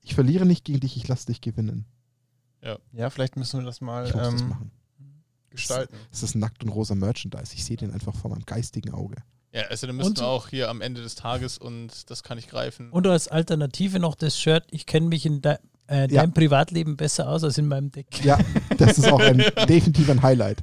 [SPEAKER 1] Ich verliere nicht gegen dich, ich lasse dich gewinnen.
[SPEAKER 4] Ja, vielleicht müssen wir das mal
[SPEAKER 1] Ich muss das
[SPEAKER 4] ähm,
[SPEAKER 1] machen.
[SPEAKER 4] gestalten.
[SPEAKER 1] Es ist nackt und rosa Merchandise. Ich sehe den einfach vor meinem geistigen Auge.
[SPEAKER 3] ja, also dann müssen
[SPEAKER 2] Und-
[SPEAKER 3] wir auch hier am Ende des Tages und das kann ich greifen.
[SPEAKER 2] Und als Alternative noch das Shirt, ich kenne mich in de äh,
[SPEAKER 1] Ja.
[SPEAKER 2] deinem Privatleben besser aus als in meinem Deck.
[SPEAKER 1] Ja, das ist auch ein, definitiv ein Highlight.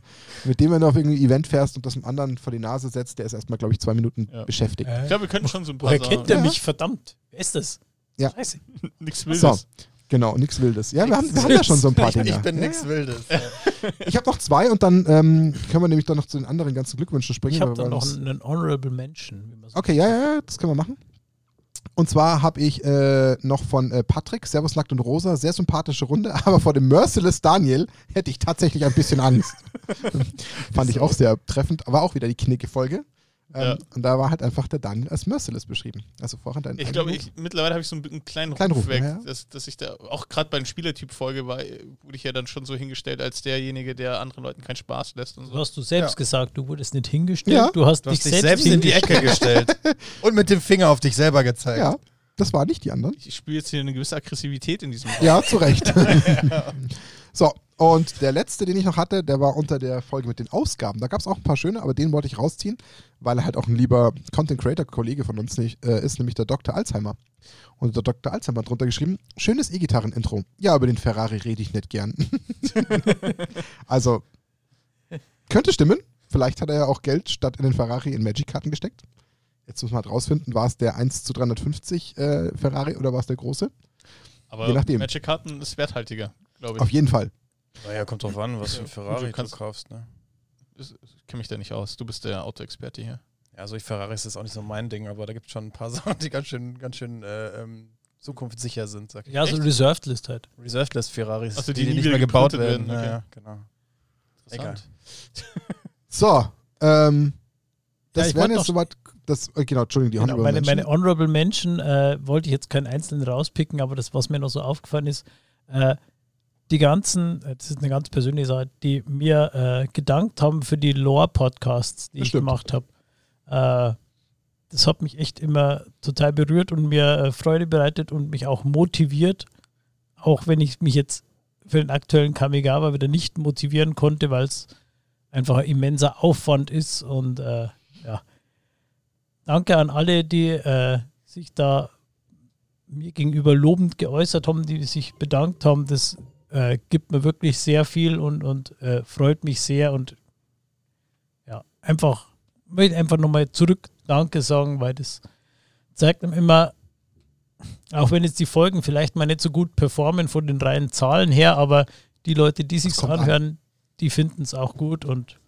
[SPEAKER 1] Mit dem, wenn du auf irgendein Event fährst und das einem anderen vor die Nase setzt, der ist erstmal, glaube ich, zwei Minuten
[SPEAKER 3] Ja. Äh,
[SPEAKER 1] beschäftigt.
[SPEAKER 3] ich also, glaube, wir könnten schon so ein paar
[SPEAKER 2] Äh, Woher kennt er
[SPEAKER 1] Ja.
[SPEAKER 2] mich? Verdammt. Wer ist das?
[SPEAKER 1] Ja.
[SPEAKER 2] Scheiße.
[SPEAKER 3] Nichts Wildes.
[SPEAKER 1] So, genau, nichts Wildes. Ja, wir haben, wir haben ja schon so ein paar Dinge.
[SPEAKER 4] nichts Wildes.
[SPEAKER 1] Ich habe noch zwei und dann ähm, können wir nämlich dann noch zu den anderen ganzen Glückwünschen springen.
[SPEAKER 2] Ich habe
[SPEAKER 1] weil
[SPEAKER 2] da
[SPEAKER 1] wir
[SPEAKER 2] noch
[SPEAKER 1] uns-
[SPEAKER 2] einen Honorable Mention. Wie man so
[SPEAKER 1] Okay, ja, ja, ja, das können wir machen. Und zwar habe ich äh, noch von äh, Patrick, Servus Nackt und Rosa, sehr sympathische Runde, aber vor dem Merciless Daniel hätte ich tatsächlich ein bisschen Angst. Fand ich auch sehr treffend, aber auch wieder die Knicke-Folge. Ähm,
[SPEAKER 3] Ja.
[SPEAKER 1] Und da war halt einfach der Daniel als Merciless beschrieben. Also vorher dein
[SPEAKER 3] Ich glaube, ich, mittlerweile habe ich so einen, einen kleinen
[SPEAKER 1] Kleinen
[SPEAKER 3] Ruf
[SPEAKER 1] Ruf,
[SPEAKER 3] weg,
[SPEAKER 1] ja, ja.
[SPEAKER 3] dass, dass ich da, auch gerade bei den Spielertyp-Folge war, äh, wurde ich ja dann schon so hingestellt als derjenige, der anderen Leuten keinen Spaß lässt und
[SPEAKER 2] Du
[SPEAKER 3] so.
[SPEAKER 2] hast du selbst
[SPEAKER 4] Ja.
[SPEAKER 2] gesagt, du wurdest nicht hingestellt,
[SPEAKER 1] Ja.
[SPEAKER 2] du hast
[SPEAKER 4] Du
[SPEAKER 2] dich
[SPEAKER 4] hast dich selbst in die Ecke gestellt und mit dem Finger auf dich selber gezeigt.
[SPEAKER 1] Ja, Das waren nicht die anderen.
[SPEAKER 3] Ich spüre jetzt hier eine gewisse Aggressivität in diesem Raum.
[SPEAKER 1] Ja, zu Recht. so, und der letzte, den ich noch hatte, der war unter der Folge mit den Ausgaben. Da gab es auch ein paar schöne, aber den wollte ich rausziehen, weil er halt auch ein lieber Content Creator-Kollege von uns nicht, äh, ist, nämlich der Dr. Alzheimer. Und der Dr. Alzheimer hat drunter geschrieben: Schönes E-Gitarren-Intro. Ja, über den Ferrari rede ich nicht gern. also, könnte stimmen. Vielleicht hat er ja auch Geld statt in den Ferrari in Magic-Karten gesteckt. Jetzt muss man halt rausfinden, war es der 1 zu 350 äh, Ferrari oder war es der große?
[SPEAKER 3] Aber
[SPEAKER 1] je nachdem.
[SPEAKER 3] Magic-Karten ist werthaltiger, glaube
[SPEAKER 1] Auf
[SPEAKER 3] ich.
[SPEAKER 1] jeden Fall.
[SPEAKER 8] Naja, kommt drauf an, was für ein
[SPEAKER 3] Ja,
[SPEAKER 8] Ferrari
[SPEAKER 3] du
[SPEAKER 8] du,
[SPEAKER 3] kannst-
[SPEAKER 8] kaufst. Ne?
[SPEAKER 3] Ich kenne mich da nicht aus. Du bist der Autoexperte hier.
[SPEAKER 8] Ja, so ich Ferraris ist auch nicht so mein Ding, aber da gibt es schon ein paar Sachen, die ganz schön, ganz schön äh, ähm, zukunftssicher sind, sag ich.
[SPEAKER 2] Ja, so Reserved List halt.
[SPEAKER 8] Reserved List Ferraris,
[SPEAKER 4] Also
[SPEAKER 3] Ach so, die nie wieder geprintet werden, okay.
[SPEAKER 8] Ja, genau.
[SPEAKER 3] Interessant.
[SPEAKER 1] So, ähm, das
[SPEAKER 2] ich
[SPEAKER 1] wären
[SPEAKER 2] wollte
[SPEAKER 1] jetzt
[SPEAKER 2] noch-
[SPEAKER 1] soweit. Das, äh, genau, Entschuldigung, die
[SPEAKER 2] Genau,
[SPEAKER 1] Honorable
[SPEAKER 2] meine, meine
[SPEAKER 1] Mention.
[SPEAKER 2] Honorable Mention äh, wollte ich jetzt keinen einzelnen rauspicken, aber das, was mir noch so aufgefallen ist, äh, die ganzen, äh, das ist eine ganz persönliche Sache, die mir äh, gedankt haben für die Lore-Podcasts, die
[SPEAKER 1] Das
[SPEAKER 2] ich
[SPEAKER 1] stimmt.
[SPEAKER 2] gemacht habe. Äh, das hat mich echt immer total berührt und mir äh, Freude bereitet und mich auch motiviert, auch wenn ich mich jetzt für den aktuellen Kamigawa wieder nicht motivieren konnte, weil es einfach ein immenser Aufwand ist und äh, ja. Danke an alle, die äh, sich da mir gegenüber lobend geäußert haben, die sich bedankt haben. Das äh, gibt mir wirklich sehr viel und, und äh, freut mich sehr und ja, einfach, möchte einfach nochmal zurück Danke sagen, weil das zeigt einem immer, auch wenn jetzt die Folgen vielleicht mal nicht so gut performen von den reinen Zahlen her, aber die Leute, die sich
[SPEAKER 1] kommt an.
[SPEAKER 2] anhören, die finden es auch gut und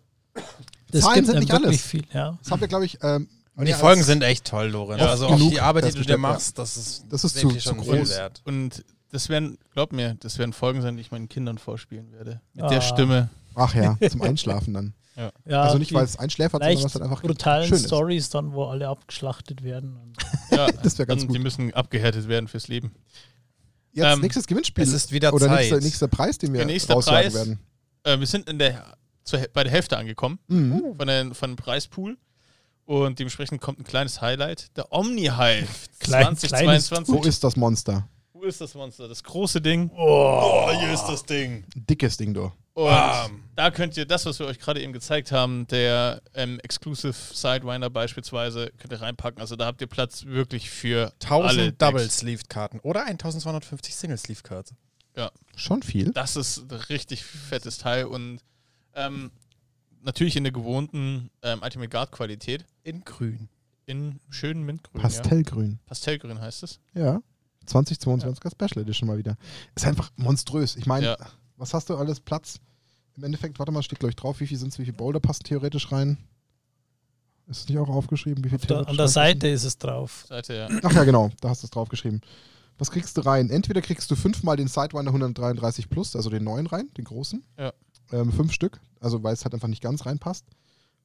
[SPEAKER 2] das
[SPEAKER 1] Zahlen
[SPEAKER 2] gibt
[SPEAKER 1] sind
[SPEAKER 2] einem
[SPEAKER 1] nicht
[SPEAKER 2] wirklich
[SPEAKER 1] alles.
[SPEAKER 2] viel. Ja.
[SPEAKER 1] Das haben wir, glaube ich. Ähm,
[SPEAKER 4] Und die
[SPEAKER 1] mehr
[SPEAKER 4] Folgen
[SPEAKER 1] als-
[SPEAKER 4] sind echt toll, Lorenz.
[SPEAKER 1] Oft
[SPEAKER 4] Also auch
[SPEAKER 1] genug
[SPEAKER 4] die Arbeit, die du
[SPEAKER 1] festgestellt,
[SPEAKER 4] dir
[SPEAKER 1] ja.
[SPEAKER 4] machst, das ist,
[SPEAKER 1] Das ist zu-
[SPEAKER 4] wirklich
[SPEAKER 1] zu
[SPEAKER 4] schon
[SPEAKER 1] groß.
[SPEAKER 4] viel wert.
[SPEAKER 3] Und das werden, glaub mir, das werden Folgen sein, die ich meinen Kindern vorspielen werde. Mit
[SPEAKER 2] Ah.
[SPEAKER 3] der Stimme.
[SPEAKER 1] Ach ja, zum Einschlafen dann.
[SPEAKER 2] Ja,
[SPEAKER 1] Also nicht,
[SPEAKER 2] die
[SPEAKER 1] weil es einschläfert, sondern
[SPEAKER 2] leicht
[SPEAKER 1] weil es halt einfach
[SPEAKER 2] brutalen
[SPEAKER 1] schön ist.
[SPEAKER 2] Stories dann, wo alle abgeschlachtet werden. Und
[SPEAKER 3] Ja,
[SPEAKER 1] Das wär ganz
[SPEAKER 3] und
[SPEAKER 1] gut.
[SPEAKER 3] Die müssen abgehärtet werden fürs Leben.
[SPEAKER 1] Jetzt
[SPEAKER 3] Ähm,
[SPEAKER 1] nächstes Gewinnspiel.
[SPEAKER 4] es ist wieder
[SPEAKER 1] Oder
[SPEAKER 4] Zeit.
[SPEAKER 1] Nächster, nächster Preis, den wir
[SPEAKER 3] Der nächste
[SPEAKER 1] raussagen
[SPEAKER 3] Preis.
[SPEAKER 1] werden.
[SPEAKER 3] Äh, wir sind in der, zur, Häl- bei der Hälfte angekommen
[SPEAKER 1] Mhm.
[SPEAKER 3] von, den, von dem Preispool. Und dementsprechend kommt ein kleines Highlight. Der Omni-Hive
[SPEAKER 2] Klein-
[SPEAKER 3] 2022.
[SPEAKER 1] Wo ist das Monster?
[SPEAKER 3] Wo ist das Monster? Das große Ding.
[SPEAKER 8] Oh, hier ist das Ding.
[SPEAKER 1] Dickes Ding, du.
[SPEAKER 3] Und da könnt ihr das, was wir euch gerade eben gezeigt haben, der ähm, Exclusive Sidewinder beispielsweise, könnt ihr reinpacken. Also da habt ihr Platz wirklich für alle
[SPEAKER 4] 1000 Double
[SPEAKER 3] Decks.
[SPEAKER 4] Sleeved Karten oder 1250 Single Sleeved Karten.
[SPEAKER 1] Schon viel.
[SPEAKER 3] Das ist ein richtig fettes Teil und ähm, natürlich in der gewohnten ähm, Ultimate Guard Qualität
[SPEAKER 4] In grün.
[SPEAKER 3] in schönen Mintgrün. Ja.
[SPEAKER 1] Pastellgrün.
[SPEAKER 3] Pastellgrün heißt es.
[SPEAKER 1] Ja. 2022er Special Edition mal wieder. Ist einfach monströs. Ich meine,
[SPEAKER 3] Ja.
[SPEAKER 1] was hast du alles Platz? Im Endeffekt, warte mal, steht gleich drauf, wie viel sind es, wie viele Boulder passen theoretisch rein? Ist es nicht auch aufgeschrieben, wie viel
[SPEAKER 2] da, an der
[SPEAKER 1] theoretisch reinpassen?
[SPEAKER 2] Seite ist es drauf.
[SPEAKER 3] Seite ja.
[SPEAKER 1] Ach ja, genau, da hast du es draufgeschrieben. Was kriegst du rein? Entweder kriegst du fünfmal den Sidewinder 133 Plus, also den neuen rein, den großen.
[SPEAKER 3] Ja.
[SPEAKER 1] Ähm, fünf Stück, also weil es halt einfach nicht ganz reinpasst.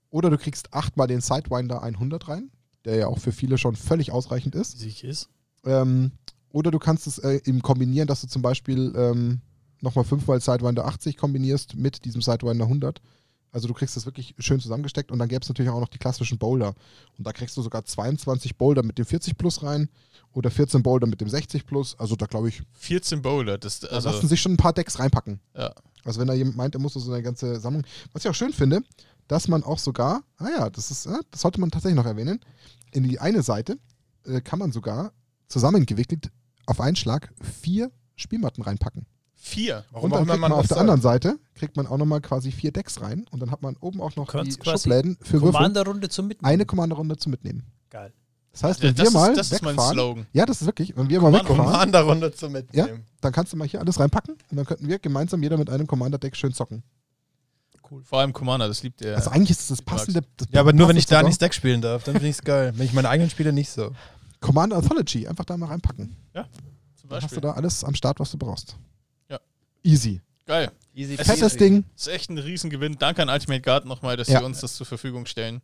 [SPEAKER 1] Oder du kriegst achtmal den Sidewinder 100 rein, der ja auch für viele schon völlig ausreichend ist.
[SPEAKER 2] Sich ist.
[SPEAKER 1] Ähm, oder du kannst es äh, eben kombinieren, dass du zum Beispiel ähm, nochmal fünfmal Sidewinder 80 kombinierst mit diesem Sidewinder 100. Also du kriegst das wirklich schön zusammengesteckt und dann gäbe es natürlich auch noch die klassischen Boulder. Und da kriegst du sogar 22 Boulder mit dem 40 Plus rein oder 14 Boulder mit dem 60 Plus. Also da glaube ich,
[SPEAKER 3] 14 Bowler. Das,
[SPEAKER 1] da
[SPEAKER 3] also,
[SPEAKER 1] lassen sich schon ein paar Decks reinpacken.
[SPEAKER 3] Ja.
[SPEAKER 1] Also wenn da jemand meint, er muss so eine ganze Sammlung. Was ich auch schön finde, dass man auch sogar, ah ja, das ist, äh, das sollte man tatsächlich noch erwähnen, in die eine Seite äh, kann man sogar zusammengewickelt auf einen Schlag vier Spielmatten reinpacken.
[SPEAKER 3] vier.
[SPEAKER 1] und
[SPEAKER 4] Warum auch
[SPEAKER 1] dann
[SPEAKER 4] immer
[SPEAKER 1] kriegt
[SPEAKER 4] man
[SPEAKER 1] man auf
[SPEAKER 4] das
[SPEAKER 1] der
[SPEAKER 4] soll.
[SPEAKER 1] anderen Seite, kriegt man auch nochmal quasi vier Decks rein und dann hat man oben auch noch die
[SPEAKER 2] Kannst quasi
[SPEAKER 1] Schubläden für Würfel.
[SPEAKER 2] Commander-Runde zum Mitnehmen.
[SPEAKER 1] Eine Kommanderunde zu mitnehmen.
[SPEAKER 2] Geil.
[SPEAKER 1] Das heißt, wenn
[SPEAKER 3] das
[SPEAKER 1] wir mal
[SPEAKER 3] ist, das ist mein
[SPEAKER 1] wegfahren,
[SPEAKER 3] Slogan.
[SPEAKER 1] ja, das ist wirklich, wenn wir mal
[SPEAKER 4] Um
[SPEAKER 1] wegfahren,
[SPEAKER 4] Commander-Runde zum Mitnehmen.
[SPEAKER 1] dann kannst du mal hier alles reinpacken und dann könnten wir gemeinsam jeder mit einem Commander-Deck schön zocken.
[SPEAKER 3] Vor allem Commander, das liebt er.
[SPEAKER 1] Also eigentlich ist das das passende. Das
[SPEAKER 4] Ja, aber nur wenn ich da
[SPEAKER 1] passende
[SPEAKER 4] nicht Deck spielen darf, dann finde ich es geil. Wenn ich meine eigenen spiele, nicht so.
[SPEAKER 1] sogar- Commander Anthology, einfach da mal reinpacken.
[SPEAKER 3] Zum
[SPEAKER 1] Dann hast
[SPEAKER 3] Beispiel.
[SPEAKER 1] du da alles am Start, was du brauchst.
[SPEAKER 3] Ja.
[SPEAKER 1] Easy.
[SPEAKER 3] Geil.
[SPEAKER 4] Easy
[SPEAKER 3] Es
[SPEAKER 1] Fettes Ding.
[SPEAKER 3] Das ist echt ein Riesengewinn. Danke an Ultimate Guard nochmal, dass
[SPEAKER 1] Ja.
[SPEAKER 3] sie uns das zur Verfügung stellen.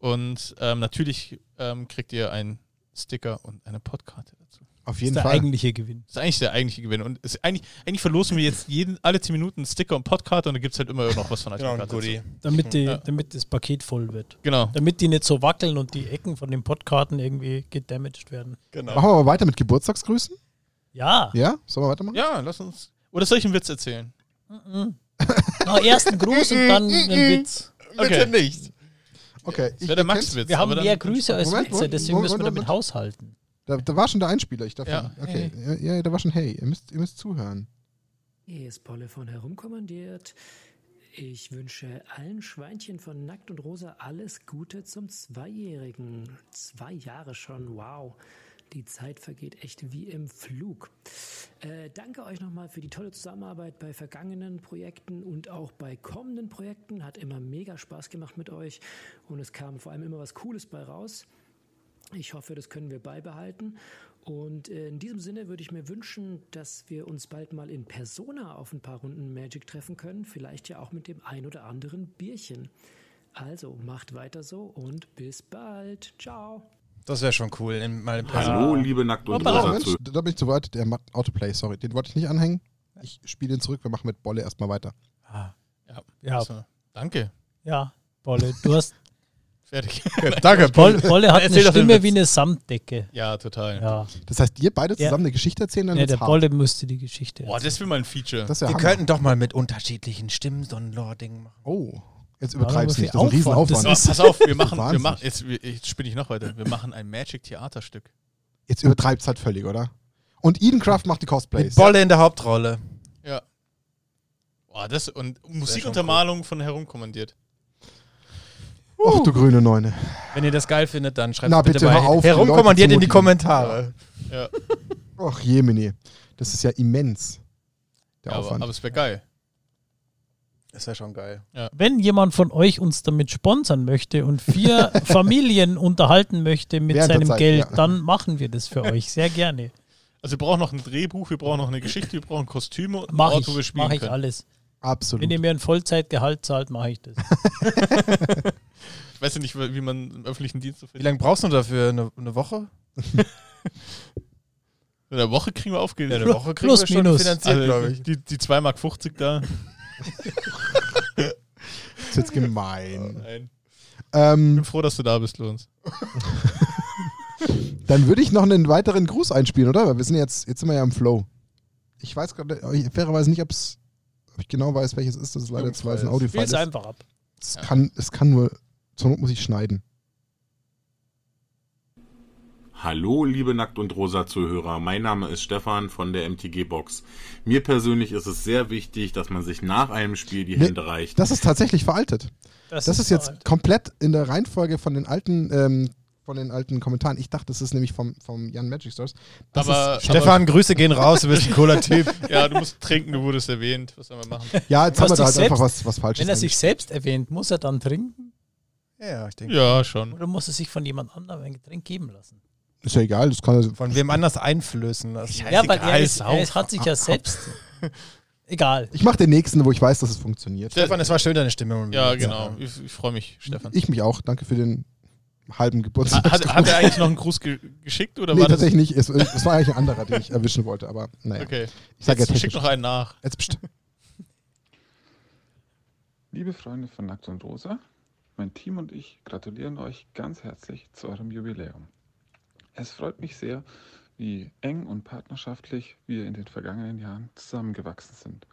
[SPEAKER 3] Und ähm, natürlich ähm, kriegt ihr einen Sticker und eine Podkarte dazu.
[SPEAKER 1] Auf
[SPEAKER 2] ist
[SPEAKER 1] jeden
[SPEAKER 2] der
[SPEAKER 1] Fall.
[SPEAKER 2] eigentliche Gewinn.
[SPEAKER 3] Das ist eigentlich der eigentliche Gewinn. Und es, eigentlich, eigentlich verlosen wir jetzt jeden, alle 10 Minuten einen Sticker und Podcast und dann gibt es halt immer noch was von euch.
[SPEAKER 8] Genau, ein Goodie.
[SPEAKER 2] Damit, die,
[SPEAKER 3] Ja.
[SPEAKER 2] damit das Paket voll wird.
[SPEAKER 3] Genau.
[SPEAKER 2] Damit die nicht so wackeln und die Ecken von den Podkarten irgendwie gedamaged werden.
[SPEAKER 8] Genau.
[SPEAKER 1] Machen wir mal weiter mit Geburtstagsgrüßen?
[SPEAKER 2] Ja.
[SPEAKER 1] Ja? Sollen wir weitermachen?
[SPEAKER 3] Ja, lass uns. Oder soll ich einen Witz erzählen?
[SPEAKER 2] Na, erst einen Gruß und dann einen Witz.
[SPEAKER 3] Okay.
[SPEAKER 8] nicht.
[SPEAKER 1] Okay. Ich,
[SPEAKER 3] Das wäre der
[SPEAKER 1] ihr kennt-
[SPEAKER 3] Max-Witz.
[SPEAKER 2] Wir haben
[SPEAKER 3] aber dann-
[SPEAKER 2] mehr Grüße als
[SPEAKER 1] Moment,
[SPEAKER 2] Witze,
[SPEAKER 1] Moment,
[SPEAKER 2] deswegen
[SPEAKER 1] Moment,
[SPEAKER 2] müssen wir damit
[SPEAKER 1] Moment.
[SPEAKER 2] haushalten.
[SPEAKER 1] da, da war schon der Einspieler. Ich dachte,
[SPEAKER 3] Ja.
[SPEAKER 1] okay. Ja, ja, da war schon, hey, ihr müsst, ihr müsst zuhören.
[SPEAKER 9] Hier ist Polle von herumkommandiert. Ich wünsche allen Schweinchen von Nackt und Rosa alles Gute zum Zweijährigen. Zwei Jahre schon, wow. Die Zeit vergeht echt wie im Flug. Äh, danke euch nochmal für die tolle Zusammenarbeit bei vergangenen Projekten und auch bei kommenden Projekten. Hat immer mega Spaß gemacht mit euch und es kam vor allem immer was Cooles bei raus. Ich hoffe, das können wir beibehalten. Und äh, in diesem Sinne würde ich mir wünschen, dass wir uns bald mal in Persona auf ein paar Runden Magic treffen können. Vielleicht ja auch mit dem ein oder anderen Bierchen. Also macht weiter so und bis bald. Ciao.
[SPEAKER 8] Das wäre schon cool. In, mal in Person.
[SPEAKER 10] Hallo, liebe Nackt-
[SPEAKER 3] Oh.
[SPEAKER 10] und
[SPEAKER 2] Hoppala.
[SPEAKER 1] Also, Mensch,
[SPEAKER 10] Rosa-Zuhörer.
[SPEAKER 1] da bin ich zu weit. Der macht Autoplay, sorry. Den wollte ich nicht anhängen. Ich spiele den zurück. Wir machen mit Bolle erstmal weiter.
[SPEAKER 3] Ja.
[SPEAKER 2] Ja,
[SPEAKER 3] Also, danke.
[SPEAKER 2] ja. Bolle, du hast.
[SPEAKER 3] Fertig.
[SPEAKER 8] Danke,
[SPEAKER 2] Bolle, Bolle hat eine
[SPEAKER 3] Erzähl doch den
[SPEAKER 2] Stimme
[SPEAKER 3] Witz.
[SPEAKER 2] wie eine Samtdecke.
[SPEAKER 3] Ja, total.
[SPEAKER 2] Ja.
[SPEAKER 1] Das heißt, ihr beide
[SPEAKER 2] Ja.
[SPEAKER 1] zusammen eine Geschichte erzählen, dann
[SPEAKER 2] ja
[SPEAKER 1] wird's
[SPEAKER 2] der
[SPEAKER 1] hart.
[SPEAKER 2] Bolle müsste die Geschichte.
[SPEAKER 3] Boah, das will mal ein Feature.
[SPEAKER 1] Das ist ja
[SPEAKER 8] Wir
[SPEAKER 1] Hammer.
[SPEAKER 8] könnten doch mal mit unterschiedlichen Stimmen so ein Lore-Ding machen.
[SPEAKER 1] Oh, jetzt
[SPEAKER 2] aber
[SPEAKER 1] übertreib's
[SPEAKER 2] viel
[SPEAKER 1] nicht. Das ist ein
[SPEAKER 2] Aufwand. Das
[SPEAKER 1] Riesenaufwand.
[SPEAKER 3] Aber pass auf, wir machen, wir
[SPEAKER 1] Wahnsinn.
[SPEAKER 3] machen jetzt, wir- jetzt spinne ich noch weiter. Wir machen ein Magic-Theaterstück.
[SPEAKER 1] Jetzt übertreibt's halt völlig, oder? Und Edencraft macht die Cosplays.
[SPEAKER 8] Mit Bolle in der Hauptrolle.
[SPEAKER 3] Boah, das und Musikuntermalung von herumkommandiert.
[SPEAKER 1] Och, du grüne Neune.
[SPEAKER 8] Wenn ihr das geil findet, dann schreibt
[SPEAKER 1] Na,
[SPEAKER 8] es bitte,
[SPEAKER 1] bitte
[SPEAKER 8] mal
[SPEAKER 1] hör auf, die
[SPEAKER 8] herumkommandiert
[SPEAKER 1] Leute zu
[SPEAKER 8] in die
[SPEAKER 1] motivieren.
[SPEAKER 8] Kommentare.
[SPEAKER 1] Och, Jemini. Das ist ja immens. Der
[SPEAKER 3] Ja, aber,
[SPEAKER 1] Aufwand.
[SPEAKER 3] aber es wäre geil.
[SPEAKER 8] Das wäre schon geil.
[SPEAKER 2] Wenn jemand von euch uns damit sponsern möchte und vier Familien unterhalten möchte mit
[SPEAKER 1] Während der
[SPEAKER 2] seinem
[SPEAKER 1] Zeit,
[SPEAKER 2] Geld,
[SPEAKER 1] ja.
[SPEAKER 2] dann machen wir das für euch sehr gerne.
[SPEAKER 3] Also wir brauchen noch ein Drehbuch, wir brauchen noch eine Geschichte, wir brauchen Kostüme und einen
[SPEAKER 2] Mache
[SPEAKER 3] Ort, wo wir
[SPEAKER 2] ich,
[SPEAKER 3] spielen
[SPEAKER 2] mach ich
[SPEAKER 3] können.
[SPEAKER 2] alles. Wenn
[SPEAKER 1] Absolut.
[SPEAKER 2] ihr mir ein Vollzeitgehalt zahlt, mache ich das.
[SPEAKER 3] Ich weiß ja nicht, wie man im öffentlichen Dienst so
[SPEAKER 8] Wie
[SPEAKER 3] viel.
[SPEAKER 8] lange brauchst du dafür? Eine, eine Woche?
[SPEAKER 3] In der Woche kriegen wir aufgehen.
[SPEAKER 8] eine Woche kriegen
[SPEAKER 2] plus,
[SPEAKER 8] wir schon
[SPEAKER 2] minus.
[SPEAKER 8] finanziert,
[SPEAKER 3] also,
[SPEAKER 8] glaube ich.
[SPEAKER 3] Die, die 2,50 Mark da.
[SPEAKER 1] Das ist jetzt gemein.
[SPEAKER 3] Nein. Ich
[SPEAKER 1] Ähm,
[SPEAKER 3] bin froh, dass du da bist, Lorenz.
[SPEAKER 1] dann würde ich noch einen weiteren Gruß einspielen, oder? Weil wir sind jetzt, jetzt sind wir ja im Flow. Ich weiß gerade, ich- fairerweise nicht, ob's, ob ich genau weiß, welches ist. Das ist leider
[SPEAKER 8] Irgendein
[SPEAKER 1] zwei, ist ein
[SPEAKER 8] Fall.
[SPEAKER 1] Audi-File.
[SPEAKER 2] Spiel's
[SPEAKER 1] ist.
[SPEAKER 2] einfach ab.
[SPEAKER 1] Es, kann, es kann nur, zur Not muss ich schneiden.
[SPEAKER 10] Hallo, liebe Nackt- und Rosa-Zuhörer. Mein Name ist Stefan von der MTG Box. Mir persönlich ist es sehr wichtig, dass man sich nach einem Spiel die
[SPEAKER 1] Nee,
[SPEAKER 10] Hände reicht.
[SPEAKER 1] Das ist tatsächlich veraltet. Das ist jetzt
[SPEAKER 2] veraltet.
[SPEAKER 1] komplett in der Reihenfolge von den alten, ähm, von den alten Kommentaren. Ich dachte, das ist nämlich vom, vom Jan Magic Stores. Das
[SPEAKER 3] aber,
[SPEAKER 8] Stefan, Grüße gehen raus, du bist ein cooler Typ.
[SPEAKER 3] aber ja, du musst trinken, du wurdest erwähnt. Was sollen wir machen?
[SPEAKER 1] ist, ja, jetzt
[SPEAKER 2] Du
[SPEAKER 1] haben wir
[SPEAKER 2] hast
[SPEAKER 1] da halt
[SPEAKER 2] dich
[SPEAKER 1] einfach
[SPEAKER 2] selbst-
[SPEAKER 1] was, was Falsches.
[SPEAKER 2] Wenn er sich selbst erwähnt, muss er dann trinken
[SPEAKER 8] Ja, ich denke.
[SPEAKER 3] Ja, schon.
[SPEAKER 2] oder muss er sich von jemand anderem ein Getränk geben lassen?
[SPEAKER 1] eingeschrieben. ist ja egal, das kann er.
[SPEAKER 8] Von wem anders einflößen lassen.
[SPEAKER 2] Ja, weil er,
[SPEAKER 3] egal,
[SPEAKER 2] ist, er ist- hat sich ja selbst. Egal.
[SPEAKER 1] Ich mache den nächsten, wo ich weiß, dass es funktioniert.
[SPEAKER 8] Stefan, es war schön, deine Stimme. um
[SPEAKER 3] Ja, genau. Ich, ich freue mich, Stefan.
[SPEAKER 1] Ich mich auch. Danke für den halben Geburtstag.
[SPEAKER 3] Ha- Hat, hat er eigentlich noch einen Gruß ge geschickt oder
[SPEAKER 1] nee,
[SPEAKER 3] war das?
[SPEAKER 1] tatsächlich nicht. Es, es war eigentlich ein anderer, den ich erwischen wollte, aber naja.
[SPEAKER 3] Okay.
[SPEAKER 1] Ich sage jetzt
[SPEAKER 3] Jetzt schick
[SPEAKER 1] technisch.
[SPEAKER 3] noch einen nach.
[SPEAKER 1] Jetzt pst.
[SPEAKER 11] Liebe Freunde von Nackt und Rosa, mein Team und ich gratulieren euch ganz herzlich zu eurem Jubiläum. Es freut mich sehr, wie eng und partnerschaftlich wir in den vergangenen Jahren zusammengewachsen sind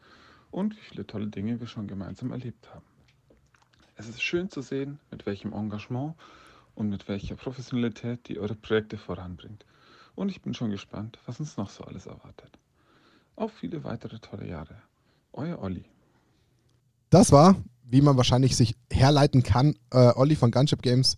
[SPEAKER 11] und wie viele tolle Dinge wir schon gemeinsam erlebt haben. Es ist schön zu sehen, mit welchem Engagement und mit welcher Professionalität ihr eure Projekte voranbringt. Und ich bin schon gespannt, was uns noch so alles erwartet. Auf viele weitere tolle Jahre. Euer Olli.
[SPEAKER 1] Das war, wie man wahrscheinlich sich herleiten kann, äh, Olli von Gunship Games,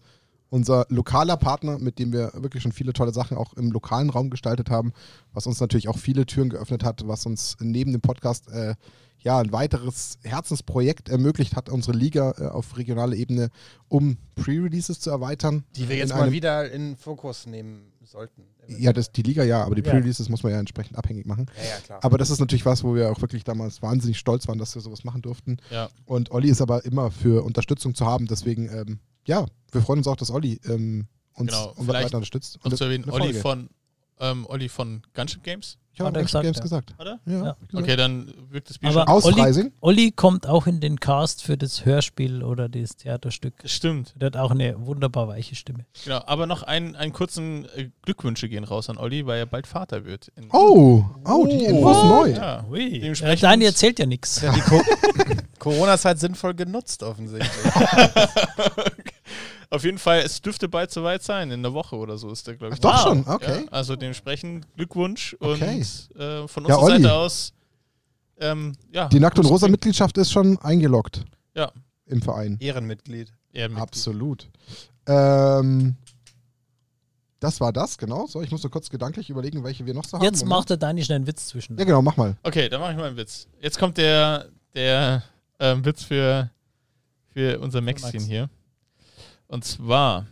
[SPEAKER 1] unser lokaler Partner, mit dem wir wirklich schon viele tolle Sachen auch im lokalen Raum gestaltet haben, was uns natürlich auch viele Türen geöffnet hat, was uns neben dem Podcast äh, ja ein weiteres Herzensprojekt ermöglicht hat, unsere Liga äh, auf regionaler Ebene um Pre-Releases zu erweitern.
[SPEAKER 8] Die wir jetzt
[SPEAKER 1] In
[SPEAKER 8] mal
[SPEAKER 1] einem-
[SPEAKER 8] wieder in den Fokus nehmen sollten.
[SPEAKER 1] Ja, das, die Liga ja, aber die
[SPEAKER 2] Ja.
[SPEAKER 1] Pre-Releases muss man ja entsprechend abhängig machen.
[SPEAKER 8] ja, ja, klar.
[SPEAKER 1] Aber das ist natürlich was, wo wir auch wirklich damals wahnsinnig stolz waren, dass wir sowas machen durften.
[SPEAKER 3] Ja.
[SPEAKER 1] Und Olli ist aber immer für Unterstützung zu haben. Deswegen, ähm, ja, wir freuen uns auch, dass Olli ähm, uns
[SPEAKER 3] Genau,
[SPEAKER 1] und
[SPEAKER 3] vielleicht
[SPEAKER 1] weiter unterstützt.
[SPEAKER 3] Noch
[SPEAKER 1] Und
[SPEAKER 3] zu erwähnen,
[SPEAKER 1] eine
[SPEAKER 3] Olli
[SPEAKER 1] Folge.
[SPEAKER 3] von ähm, Olli von Gunship Games?
[SPEAKER 1] Ich habe
[SPEAKER 2] Hat er
[SPEAKER 1] Action
[SPEAKER 2] gesagt,
[SPEAKER 1] Games
[SPEAKER 2] ja.
[SPEAKER 1] gesagt.
[SPEAKER 3] Hat er?
[SPEAKER 1] Ja. hab ich gesagt.
[SPEAKER 3] Okay, dann wirkt das Bier
[SPEAKER 2] Aber
[SPEAKER 3] schon.
[SPEAKER 2] Olli,
[SPEAKER 1] Ausreising?
[SPEAKER 2] Olli kommt auch in den Cast für das Hörspiel oder das Theaterstück.
[SPEAKER 3] Das stimmt,
[SPEAKER 2] Der hat auch eine wunderbar weiche Stimme.
[SPEAKER 3] genau. Aber noch einen, einen kurzen äh, Glückwünsche gehen raus an Olli, weil er bald Vater wird. In-
[SPEAKER 1] Oh, oh, die Infos neu.
[SPEAKER 3] Ja,
[SPEAKER 2] Hui. Ja,
[SPEAKER 3] Dementsprechend-
[SPEAKER 2] Daniel erzählt ja nichts.
[SPEAKER 4] Die Co Corona-Zeit sinnvoll genutzt, offensichtlich.
[SPEAKER 3] Auf jeden Fall, es dürfte bald soweit sein. In der Woche oder so ist der, glaube
[SPEAKER 1] Ach,
[SPEAKER 3] ich.
[SPEAKER 1] doch
[SPEAKER 2] Wow.
[SPEAKER 1] schon, okay.
[SPEAKER 3] Ja, also dementsprechend Glückwunsch und
[SPEAKER 1] Okay.
[SPEAKER 3] äh, von
[SPEAKER 1] Ja,
[SPEAKER 3] unserer
[SPEAKER 1] Olli.
[SPEAKER 3] Seite aus. Ähm, ja,
[SPEAKER 1] Die Nackt- und Rosa-Mitgliedschaft ist schon eingeloggt.
[SPEAKER 3] Ja.
[SPEAKER 1] Im Verein.
[SPEAKER 4] Ehrenmitglied.
[SPEAKER 3] Ja, mit-
[SPEAKER 1] Absolut. Ähm, das war das, genau. So, ich musste kurz gedanklich überlegen, welche wir noch so haben.
[SPEAKER 2] Jetzt
[SPEAKER 1] Moment.
[SPEAKER 2] macht der Dani schnell einen Witz zwischen.
[SPEAKER 1] Ja, genau, mach mal.
[SPEAKER 3] Okay, dann mache ich mal einen Witz. Jetzt kommt der, der ähm, Witz für, für unser Maxchen
[SPEAKER 2] Max.
[SPEAKER 3] hier. Und zwar,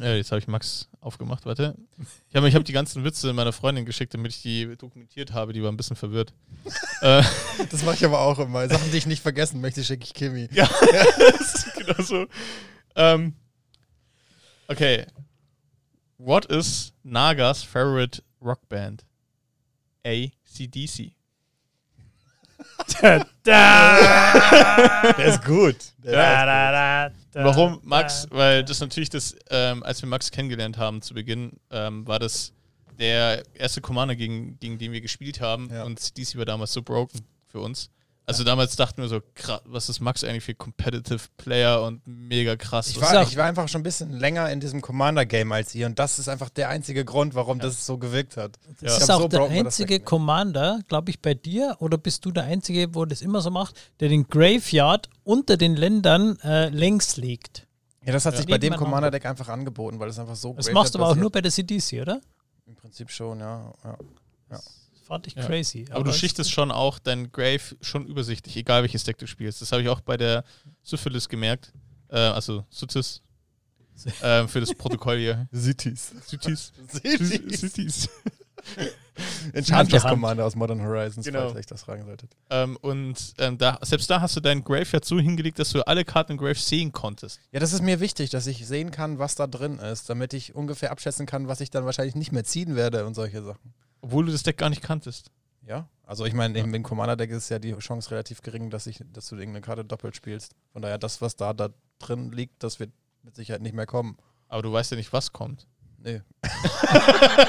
[SPEAKER 3] ja, jetzt habe ich Max aufgemacht, warte. Ich habe ich hab die ganzen Witze meiner Freundin geschickt, damit ich die dokumentiert habe. Die war ein bisschen verwirrt. äh,
[SPEAKER 4] Das mache ich aber auch immer. Sachen, die ich nicht vergessen möchte, schicke ich Kimi.
[SPEAKER 3] ja, ist genau so. Ähm, okay. What is Nagas favorite rock band? A. CDC.
[SPEAKER 4] Der ist gut. Der
[SPEAKER 3] Warum
[SPEAKER 4] äh,
[SPEAKER 3] Max? Weil das natürlich das, ähm, als wir Max kennengelernt haben zu Beginn, ähm, war das der erste Commander, gegen, gegen den wir gespielt haben.
[SPEAKER 4] Ja.
[SPEAKER 3] Und DC war damals so broken für uns. Also damals dachten wir so, krass, was ist Max eigentlich für Competitive Player und mega krass.
[SPEAKER 4] Ich
[SPEAKER 3] was
[SPEAKER 4] war, ich war einfach schon ein bisschen länger in diesem Commander-Game als ihr und das ist einfach der einzige Grund, warum das so gewirkt hat.
[SPEAKER 2] Das
[SPEAKER 4] Ich
[SPEAKER 2] ist
[SPEAKER 4] glaub,
[SPEAKER 2] auch
[SPEAKER 4] so
[SPEAKER 2] der
[SPEAKER 4] braucht man das
[SPEAKER 2] einzige
[SPEAKER 4] eigentlich nicht.
[SPEAKER 2] Commander, glaube ich, bei dir, oder bist du der Einzige, wo das immer so macht, der den Graveyard unter den Ländern äh, längs legt?
[SPEAKER 4] Ja, das hat sich bei dem
[SPEAKER 2] Nebeneinander.
[SPEAKER 4] Commander-Deck einfach angeboten, weil das einfach so
[SPEAKER 2] Das
[SPEAKER 4] great
[SPEAKER 2] machst du
[SPEAKER 4] hat
[SPEAKER 2] aber auch nur
[SPEAKER 4] basiert.
[SPEAKER 2] bei der CDC, oder?
[SPEAKER 4] Im Prinzip schon, ja. ja.
[SPEAKER 2] Das fand ich
[SPEAKER 3] Ja.
[SPEAKER 2] crazy.
[SPEAKER 3] Aber du schichtest schon auch dein Grave schon übersichtlich, egal welches Deck du spielst. Das habe ich auch bei der Syphilis gemerkt. Äh, also Sutis. Ähm, für das Protokoll hier.
[SPEAKER 4] Cities.
[SPEAKER 3] Sutis. Sutis.
[SPEAKER 4] Enchantress
[SPEAKER 2] Hand.
[SPEAKER 4] Commander aus Modern Horizons,
[SPEAKER 3] Genau.
[SPEAKER 4] falls ihr euch das fragen solltet.
[SPEAKER 3] Ähm, und ähm, da, selbst da hast du deinen Graveyard so hingelegt, dass du alle Karten im Grave sehen konntest.
[SPEAKER 4] Ja, das ist mir wichtig, dass ich sehen kann, was da drin ist, damit ich ungefähr abschätzen kann, was ich dann wahrscheinlich nicht mehr ziehen werde und solche Sachen.
[SPEAKER 3] Obwohl du das Deck gar nicht kanntest.
[SPEAKER 4] Ja, also ich meine, im Commander-Deck ist ja die Chance relativ gering, dass, ich, dass du irgendeine Karte doppelt spielst. Von daher, das, was da, da drin liegt, das wird mit Sicherheit nicht mehr kommen.
[SPEAKER 3] Aber du weißt ja nicht, was kommt.
[SPEAKER 4] Nee.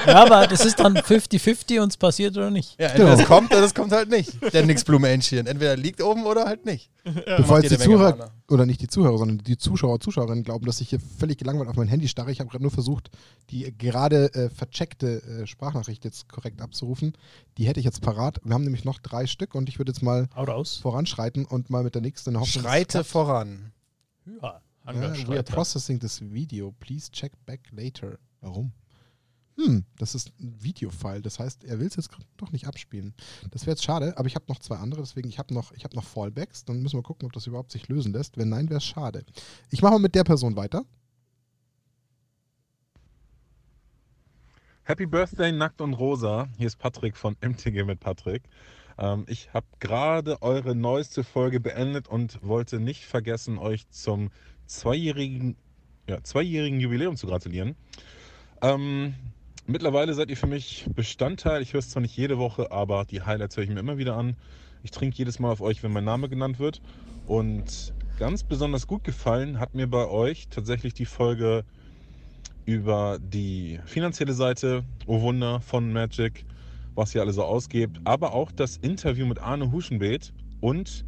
[SPEAKER 2] ja, aber das ist dann 50-50 und es passiert oder nicht.
[SPEAKER 4] Ja, entweder
[SPEAKER 1] Genau.
[SPEAKER 4] es kommt oder es kommt halt nicht. Der nix Blumenentchen. Entweder liegt oben oder halt nicht.
[SPEAKER 1] Bevor
[SPEAKER 4] macht
[SPEAKER 1] jetzt die
[SPEAKER 4] jede Menge
[SPEAKER 1] Zuhörer,
[SPEAKER 4] Mana.
[SPEAKER 1] oder nicht die Zuhörer, sondern die Zuschauer, Zuschauerinnen glauben, dass ich hier völlig gelangweilt auf mein Handy starre. Ich habe gerade nur versucht, die gerade äh, vercheckte äh, Sprachnachricht jetzt korrekt abzurufen. Die hätte ich jetzt parat. Wir haben nämlich noch drei Stück und ich würde jetzt mal
[SPEAKER 2] Hau raus.
[SPEAKER 1] voranschreiten und mal mit der nächsten in der Hoffnung, dass es
[SPEAKER 4] Schreite voran.
[SPEAKER 2] Ja.
[SPEAKER 1] Ja,
[SPEAKER 3] Hunger
[SPEAKER 1] we are
[SPEAKER 3] schreit da.
[SPEAKER 1] processing this video. Please check back later. Warum? Hm, das ist ein Videofile. Das heißt, er will es jetzt doch nicht abspielen. Das wäre jetzt schade, aber ich habe noch zwei andere, deswegen ich habe noch, ich hab noch Fallbacks. Dann müssen wir gucken, ob das überhaupt sich lösen lässt. Wenn nein, wäre es schade. Ich mache mal mit der Person weiter.
[SPEAKER 10] Happy Birthday, Nackt und Rosa. Hier ist Patrick von MTG mit Patrick. Ähm, ich habe gerade eure neueste Folge beendet und wollte nicht vergessen, euch zum zweijährigen, ja, zweijährigen Jubiläum zu gratulieren. Ähm, mittlerweile seid ihr für mich Bestandteil. Ich höre es zwar nicht jede Woche, aber die Highlights höre ich mir immer wieder an. Ich trinke jedes Mal auf euch, wenn mein Name genannt wird. Und ganz besonders gut gefallen hat mir bei euch tatsächlich die Folge über die finanzielle Seite, oh Wunder, von Magic, was ihr alle so ausgebt, aber auch das Interview mit Arne Huschenbeet und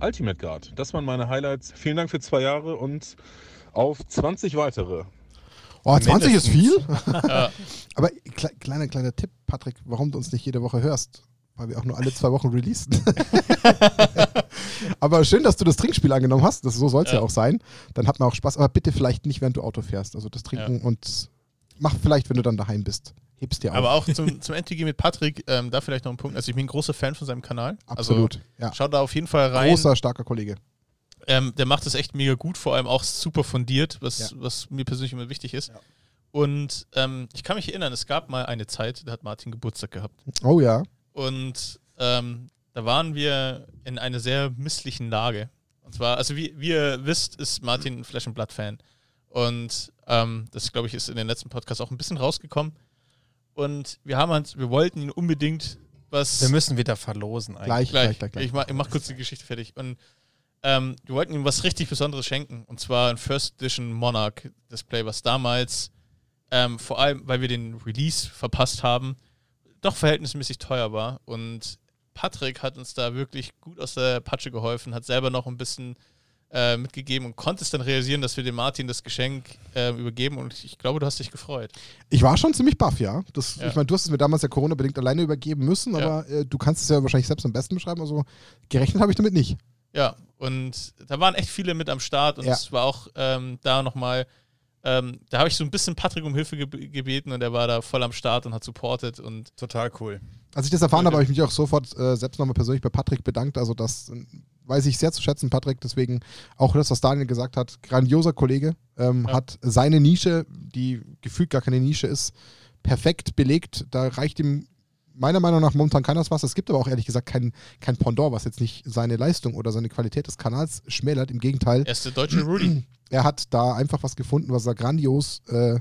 [SPEAKER 10] Ultimate Guard. Das waren meine Highlights. Vielen Dank für zwei Jahre und auf 20 weitere.
[SPEAKER 1] Oh, 20 ist viel.
[SPEAKER 3] Ja.
[SPEAKER 1] aber kle kleiner, kleiner Tipp, Patrick, warum du uns nicht jede Woche hörst. Weil wir auch nur alle zwei Wochen releasen. aber schön, dass du das Trinkspiel angenommen hast. Das, so soll es ja.
[SPEAKER 3] Ja.
[SPEAKER 1] auch sein. Dann hat man auch Spaß. Aber bitte vielleicht nicht, während du Auto fährst. Also das Trinken und mach vielleicht, wenn du dann daheim bist. Hebst dir auf.
[SPEAKER 3] Aber auch zum, zum MTG mit Patrick, ähm, da vielleicht noch ein Punkt. Also ich bin ein großer Fan von seinem Kanal.
[SPEAKER 1] Absolut. ja.
[SPEAKER 3] Also, schaut da auf jeden Fall rein.
[SPEAKER 1] Großer, starker Kollege.
[SPEAKER 3] Ähm, der macht das echt mega gut, vor allem auch super fundiert, was,
[SPEAKER 1] Ja.
[SPEAKER 3] was mir persönlich immer wichtig ist.
[SPEAKER 4] Ja.
[SPEAKER 3] Und ähm, ich kann mich erinnern, es gab mal eine Zeit, da hat Martin Geburtstag gehabt.
[SPEAKER 1] Oh ja.
[SPEAKER 3] Und ähm, da waren wir in einer sehr misslichen Lage. Und zwar, also wie, wie ihr wisst, ist Martin ein Flash and Blood Fan. Und ähm, das, glaube ich, ist in den letzten Podcasts auch ein bisschen rausgekommen. Und wir haben uns, wir wollten ihn unbedingt was.
[SPEAKER 8] Wir müssen wieder verlosen eigentlich.
[SPEAKER 1] Gleich, gleich, gleich, gleich.
[SPEAKER 3] Ich, mach, ich mach kurz die Geschichte fertig. Und ähm, wir wollten ihm was richtig Besonderes schenken. Und zwar ein First Edition Monarch Display, was damals, ähm, vor allem, weil wir den Release verpasst haben, doch verhältnismäßig teuer war. Und Patrick hat uns da wirklich gut aus der Patsche geholfen, hat selber noch ein bisschen äh, mitgegeben und konnte es dann realisieren, dass wir dem Martin das Geschenk äh, übergeben. Und ich glaube, du hast dich gefreut.
[SPEAKER 1] Ich war schon ziemlich baff, ja. Das,
[SPEAKER 3] Ja.
[SPEAKER 1] Ich meine, du hast es mir damals ja Corona-bedingt alleine übergeben müssen, aber äh, du kannst es ja wahrscheinlich selbst am besten beschreiben. Also gerechnet habe ich damit nicht.
[SPEAKER 3] Ja, und da waren echt viele mit am Start und
[SPEAKER 1] Ja.
[SPEAKER 3] es war auch ähm, da nochmal, ähm, da habe ich so ein bisschen Patrick um Hilfe ge gebeten und er war da voll am Start und hat supportet und
[SPEAKER 8] Total cool.
[SPEAKER 1] Als ich das erfahren habe, habe ich mich auch sofort äh, selbst nochmal persönlich bei Patrick bedankt. Also das äh, weiß ich sehr zu schätzen, Patrick. Deswegen auch das, was Daniel gesagt hat, grandioser Kollege, ähm, hat seine Nische, die gefühlt gar keine Nische ist, perfekt belegt. Da reicht ihm meiner Meinung nach momentan keines was. Es gibt aber auch ehrlich gesagt kein, kein Pendant, was jetzt nicht seine Leistung oder seine Qualität des Kanals schmälert. Im Gegenteil,
[SPEAKER 3] er ist der deutsche Rudy.
[SPEAKER 1] er hat da einfach was gefunden, was er grandios äh,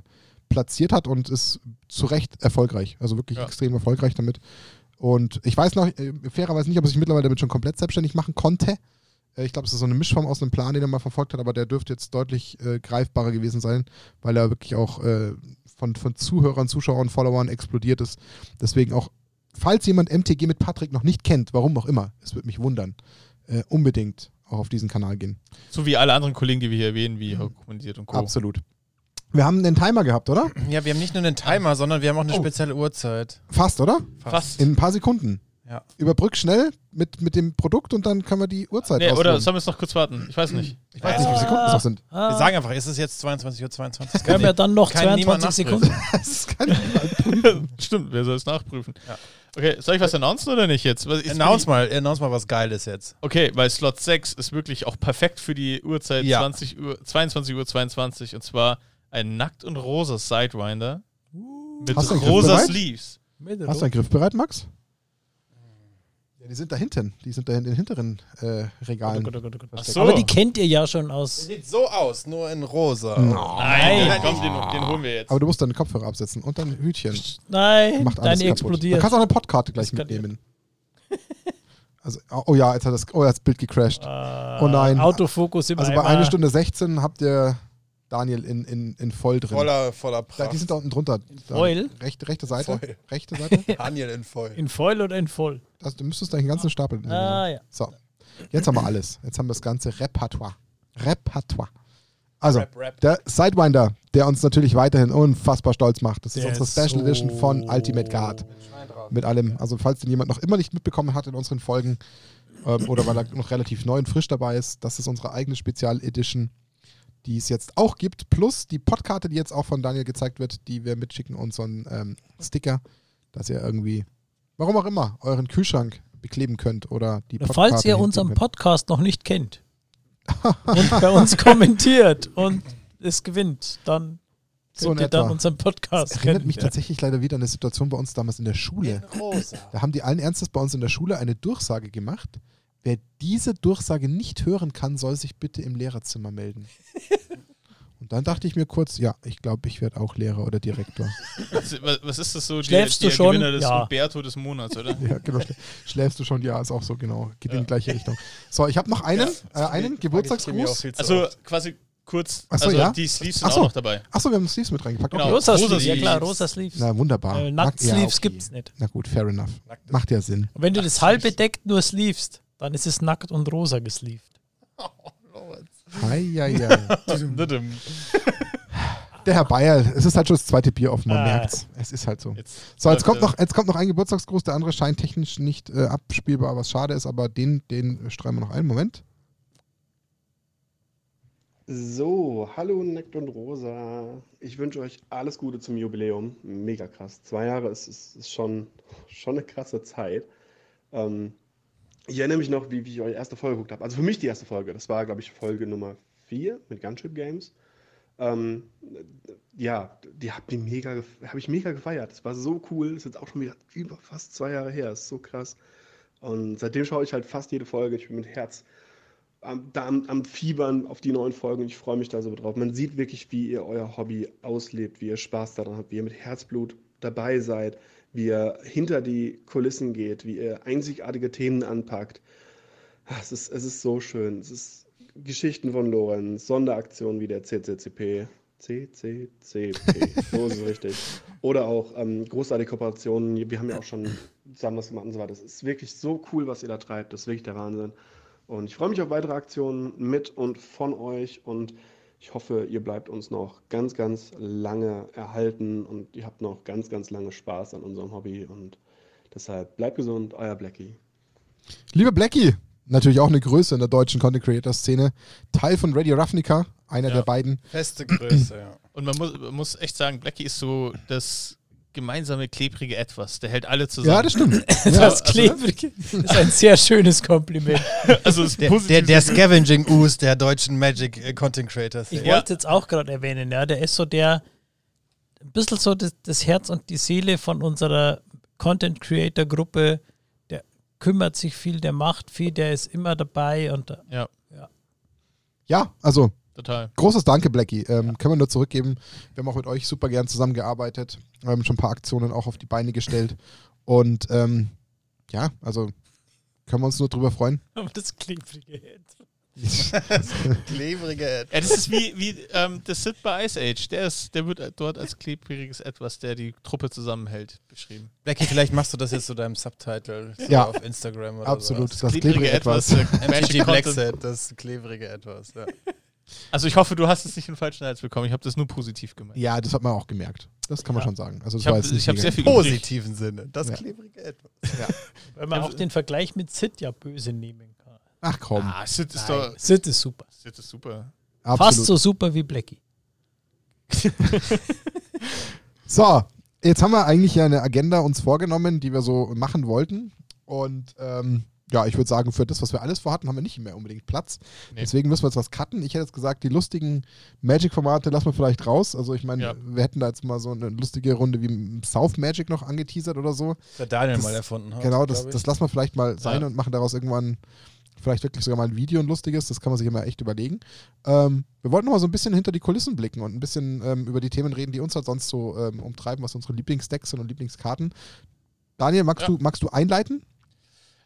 [SPEAKER 1] platziert hat und ist zu Recht erfolgreich. Also wirklich
[SPEAKER 3] Ja.
[SPEAKER 1] extrem erfolgreich damit. Und ich weiß noch, äh, fairerweise nicht, ob er sich mittlerweile damit schon komplett selbstständig machen konnte. Äh, ich glaube, es ist so eine Mischform aus einem Plan, den er mal verfolgt hat, aber der dürfte jetzt deutlich äh, greifbarer gewesen sein, weil er wirklich auch äh, von, von Zuhörern, Zuschauern, Followern explodiert ist. Deswegen auch, falls jemand MTG mit Patrick noch nicht kennt, warum auch immer, es würde mich wundern, äh, unbedingt auch auf diesen Kanal gehen.
[SPEAKER 3] So wie alle anderen Kollegen, die wir hier erwähnen, wie Hauck kommandiert und Co.
[SPEAKER 1] Mhm. Absolut. Wir haben einen Timer gehabt, oder?
[SPEAKER 8] Ja, wir haben nicht nur einen Timer, sondern wir haben auch eine spezielle Uhrzeit.
[SPEAKER 1] Fast, oder?
[SPEAKER 3] Fast.
[SPEAKER 1] In ein paar Sekunden.
[SPEAKER 8] Ja.
[SPEAKER 1] Überbrück schnell mit, mit dem Produkt und dann können wir die Uhrzeit
[SPEAKER 3] Nee, oder
[SPEAKER 1] ausloten.
[SPEAKER 3] sollen wir es noch kurz warten? Ich weiß nicht.
[SPEAKER 1] Ich weiß nicht, wie viele Sekunden es noch sind.
[SPEAKER 2] Ah.
[SPEAKER 8] Wir sagen einfach, es ist jetzt 22.22 Uhr. 22. Das
[SPEAKER 2] Wir haben ja dann noch
[SPEAKER 8] kann niemand
[SPEAKER 2] 22 Sekunden.
[SPEAKER 1] Das ist kein
[SPEAKER 3] Stimmt, wer soll es nachprüfen?
[SPEAKER 8] Ja.
[SPEAKER 3] Okay, soll ich was announcen oder nicht jetzt? Was, jetzt bin
[SPEAKER 8] Announce
[SPEAKER 3] ich-
[SPEAKER 8] mal, announce mal was Geiles jetzt.
[SPEAKER 3] Okay, weil Slot 6 ist wirklich auch perfekt für die Uhrzeit
[SPEAKER 8] Ja.
[SPEAKER 3] 20 Uhr, 22 Uhr 22 und zwar ein nackt und rosa Sidewinder mit
[SPEAKER 1] Hast du einen Griff
[SPEAKER 3] rosa
[SPEAKER 1] bereit?
[SPEAKER 3] Sleeves.
[SPEAKER 1] Hast du einen Griff bereit, Max? Ja, die sind da hinten. Die sind da in den hinteren äh, Regalen.
[SPEAKER 2] Gott, oh Gott, oh Gott.
[SPEAKER 3] Ach
[SPEAKER 1] versteckt.
[SPEAKER 3] so.
[SPEAKER 2] Aber die kennt ihr ja schon aus.
[SPEAKER 8] Sieht so aus, nur in rosa.
[SPEAKER 3] Nein,
[SPEAKER 2] Nein.
[SPEAKER 3] komm, den, den holen wir jetzt.
[SPEAKER 1] Aber du musst deine Kopfhörer absetzen und dein Hütchen.
[SPEAKER 2] Nein,
[SPEAKER 1] Macht alles
[SPEAKER 2] deine
[SPEAKER 1] kaputt. Du
[SPEAKER 2] explodiert.
[SPEAKER 1] kannst auch eine Podkarte gleich
[SPEAKER 2] Eskaliert.
[SPEAKER 1] mitnehmen. Also, oh ja, jetzt hat das, oh, ja, das Bild gecrashed.
[SPEAKER 2] Äh,
[SPEAKER 1] oh nein.
[SPEAKER 2] Autofokus im
[SPEAKER 1] also bei
[SPEAKER 2] Eimer.
[SPEAKER 1] 1 Stunde 16 habt ihr Daniel in, in, in voll drin.
[SPEAKER 8] Voller, voller
[SPEAKER 1] Da,
[SPEAKER 8] Pracht.
[SPEAKER 1] die sind da unten drunter. Da,
[SPEAKER 2] Foil?
[SPEAKER 1] Rechte, rechte Seite.
[SPEAKER 8] Foil.
[SPEAKER 1] Rechte Seite.
[SPEAKER 8] Daniel in voll.
[SPEAKER 2] In voll oder in voll?
[SPEAKER 1] Also, du müsstest deinen ganzen Stapel nehmen.
[SPEAKER 2] Ah, ja.
[SPEAKER 1] So. Jetzt haben wir alles. Jetzt haben wir das ganze Repertoire. Repertoire. Also,
[SPEAKER 8] Rap, rap.
[SPEAKER 1] der Sidewinder, der uns natürlich weiterhin unfassbar stolz macht. Das ist
[SPEAKER 2] Der
[SPEAKER 1] unsere
[SPEAKER 2] ist
[SPEAKER 1] Special
[SPEAKER 2] so-
[SPEAKER 1] Edition von Ultimate Guard. Mit allem. Also, falls den jemand noch immer nicht mitbekommen hat in unseren Folgen ähm, oder weil er noch relativ neu und frisch dabei ist, das ist unsere eigene Spezial Edition, die es jetzt auch gibt. Plus die Podkarte, die jetzt auch von Daniel gezeigt wird, die wir mitschicken und so einen ähm, Sticker, dass ihr irgendwie, warum auch immer, euren Kühlschrank bekleben könnt oder die
[SPEAKER 2] Falls ihr
[SPEAKER 1] hinkleben
[SPEAKER 2] unseren
[SPEAKER 1] könnt.
[SPEAKER 2] Podcast noch nicht kennt und bei uns kommentiert und es gewinnt, dann
[SPEAKER 1] So
[SPEAKER 2] könnt
[SPEAKER 1] in
[SPEAKER 2] ihr dann
[SPEAKER 1] etwa.
[SPEAKER 2] unseren Podcast
[SPEAKER 1] Das erinnert
[SPEAKER 2] kennen.
[SPEAKER 1] mich tatsächlich leider wieder an eine Situation bei uns damals in der Schule.
[SPEAKER 8] rosa.
[SPEAKER 1] Da haben die allen Ernstes bei uns in der Schule eine Durchsage gemacht. Wer diese Durchsage nicht hören kann, soll sich bitte im Lehrerzimmer melden. Und dann dachte ich mir kurz, ja, ich glaube, ich werde auch Lehrer oder Direktor.
[SPEAKER 3] Was, was- was ist das so?
[SPEAKER 2] Schläfst du schon?
[SPEAKER 3] Gewinner des
[SPEAKER 2] Ja.
[SPEAKER 3] Umberto des Monats, oder?
[SPEAKER 1] Ja, genau. Schl- Schläfst du schon? Ja, ist auch so, genau. Geht in die gleiche Richtung. So, ich habe noch einen, äh, einen Geburtstagsgruß.
[SPEAKER 3] Also quasi kurz,
[SPEAKER 1] Ach so,
[SPEAKER 3] also
[SPEAKER 1] ja.
[SPEAKER 3] die Sleeves sind
[SPEAKER 1] Ach so.
[SPEAKER 3] auch noch dabei.
[SPEAKER 1] Achso, wir haben Sleeves mit reingepackt.
[SPEAKER 3] Genau.
[SPEAKER 1] Okay.
[SPEAKER 2] rosa,
[SPEAKER 3] Rosa
[SPEAKER 2] Sleeves, ja
[SPEAKER 3] Sleeves.
[SPEAKER 2] klar, rosa Sleeves.
[SPEAKER 1] Na, wunderbar.
[SPEAKER 2] Äh,
[SPEAKER 1] Mag-
[SPEAKER 2] Nackt Sleeves
[SPEAKER 1] okay.
[SPEAKER 2] gibt's nicht.
[SPEAKER 1] Na gut, fair enough. Macht ja Sinn.
[SPEAKER 2] Und wenn du das halbe Deck nur sleevest, dann ist es nackt und rosa gesleeved.
[SPEAKER 1] Ei, ei, ei.
[SPEAKER 3] Jetzt
[SPEAKER 1] Der Herr Bayer, es ist halt schon das zweite Bier offen, man
[SPEAKER 2] Ah.
[SPEAKER 1] merkt's. Es ist halt so. So, jetzt kommt, noch, jetzt kommt noch ein Geburtstagsgruß, der andere scheint technisch nicht äh, abspielbar, was schade ist, aber den, den streuen wir noch ein. Moment.
[SPEAKER 12] So, hallo Nackt und Rosa. Äh, Ich wünsche euch alles Gute zum Jubiläum. Mega krass. Zwei Jahre ist, ist, ist schon, schon eine krasse Zeit. Ähm, ich erinnere mich noch, wie, wie ich eure erste Folge geguckt habe. Also für mich die erste Folge. Das war, glaube ich, Folge Nummer 4 mit Gunship Games. Ähm, ja, die habe die mega, gef- hab ich mega gefeiert. Das war so cool. Das ist jetzt auch schon wieder über fast zwei Jahre her. Das ist so krass. Und seitdem schaue ich halt fast jede Folge. Ich bin mit Herz am, da am, am Fiebern auf die neuen Folgen und ich freue mich da so drauf. Man sieht wirklich, wie ihr euer Hobby auslebt, wie ihr Spaß daran habt, wie ihr mit Herzblut dabei seid, wie ihr hinter die Kulissen geht, wie ihr einzigartige Themen anpackt. Ah, Es ist, es ist so schön. Es ist Geschichten von Lorenz, Sonderaktionen wie der CCCP. CCCP, so ist es richtig. Oder auch ähm, großartige Kooperationen. Wir haben ja auch schon zusammen was gemacht und so weiter. Es ist wirklich so cool, was ihr da treibt. Das ist wirklich der Wahnsinn. Und ich freue mich auf weitere Aktionen mit und von euch. Und ich hoffe, ihr bleibt uns noch ganz, ganz lange erhalten und ihr habt noch ganz, ganz lange Spaß an unserem Hobby. Und deshalb bleibt gesund, euer Blackie.
[SPEAKER 1] Liebe Blackie, natürlich auch eine Größe in der deutschen Content Creator Szene, Teil von Radio Ravnica, einer der beiden.
[SPEAKER 8] Feste Größe, ja.
[SPEAKER 3] Und man muss, man muss echt sagen, Blackie ist so das gemeinsame klebrige Etwas. Der hält alle zusammen.
[SPEAKER 1] Ja, also, das stimmt.
[SPEAKER 2] Das klebrige ist ein sehr schönes Kompliment.
[SPEAKER 3] Also es ist
[SPEAKER 4] Der, der, der Scavenging Ooze der deutschen Magic äh, Content Creators.
[SPEAKER 2] Ich wollte jetzt auch gerade erwähnen, ja, der ist so der, ein bisschen so das, das Herz und die Seele von unserer Content Creator Gruppe. Der kümmert sich viel, der macht viel, der ist immer dabei und äh,
[SPEAKER 3] ja,
[SPEAKER 1] Ja, also
[SPEAKER 3] total.
[SPEAKER 1] großes Danke, Blackie. Ähm, Können wir nur zurückgeben. Wir haben auch mit euch super gern zusammengearbeitet, haben schon ein paar Aktionen auch auf die Beine gestellt. Und ähm, ja, also können wir uns nur drüber freuen.
[SPEAKER 2] aber das klebrige Herz.
[SPEAKER 4] Klebrige Ad.
[SPEAKER 3] Ja, das ist wie, wie ähm, der Sid bei Ice Age. Der, ist, der wird dort als klebriges Etwas, der die Truppe zusammenhält, beschrieben.
[SPEAKER 8] Becky, vielleicht machst du das jetzt zu deinem Subtitle so
[SPEAKER 1] Ja.
[SPEAKER 8] auf Instagram oder
[SPEAKER 1] Absolut,
[SPEAKER 8] So.
[SPEAKER 1] das klebrige Etwas.
[SPEAKER 8] MTG
[SPEAKER 3] Magic
[SPEAKER 8] Black
[SPEAKER 3] Content.
[SPEAKER 8] Set, das klebrige Etwas. Ja.
[SPEAKER 3] Also ich hoffe, du hast es nicht in den falschen Hals bekommen. Ich habe das nur positiv gemeint.
[SPEAKER 1] Ja, das hat man auch gemerkt. Das kann man schon sagen. Also, das
[SPEAKER 3] Ich hab-
[SPEAKER 1] war jetzt nicht
[SPEAKER 3] ich hab sehr
[SPEAKER 1] negativ.
[SPEAKER 3] viel-
[SPEAKER 8] Positiven Sinne, das
[SPEAKER 1] Ja.
[SPEAKER 8] klebrige Etwas.
[SPEAKER 2] Weil man auch den Vergleich mit Sid ja böse nehmen kann.
[SPEAKER 1] Ach komm,
[SPEAKER 3] Ah, Sid ist
[SPEAKER 2] Nein,
[SPEAKER 3] doch.
[SPEAKER 2] Sid ist super.
[SPEAKER 3] Sid ist super.
[SPEAKER 1] absolut.
[SPEAKER 2] Fast so super wie Blackie.
[SPEAKER 1] So, jetzt haben wir eigentlich ja eine Agenda uns vorgenommen, die wir so machen wollten. Und ähm, ja, ich würde sagen, für das, was wir alles vorhatten, haben wir nicht mehr unbedingt Platz.
[SPEAKER 3] Nee.
[SPEAKER 1] Deswegen müssen wir jetzt was cutten. Ich hätte jetzt gesagt, die lustigen Magic-Formate lassen wir vielleicht raus. Also ich meine,
[SPEAKER 3] Ja.
[SPEAKER 1] wir hätten da jetzt mal so eine lustige Runde wie South Magic noch angeteasert oder so.
[SPEAKER 8] Der Daniel
[SPEAKER 1] Das-
[SPEAKER 8] mal erfunden hat.
[SPEAKER 1] genau, das,
[SPEAKER 8] glaub ich.
[SPEAKER 1] das lassen wir vielleicht mal sein
[SPEAKER 3] Ja.
[SPEAKER 1] und machen daraus irgendwann vielleicht wirklich sogar mal ein Video und lustiges. Das kann man sich immer echt überlegen. Ähm, wir wollten noch mal so ein bisschen hinter die Kulissen blicken und ein bisschen ähm, über die Themen reden, die uns halt sonst so ähm, umtreiben, was unsere Lieblingsdecks sind und Lieblingskarten. Daniel, magst,
[SPEAKER 3] Ja.
[SPEAKER 1] du, magst du einleiten?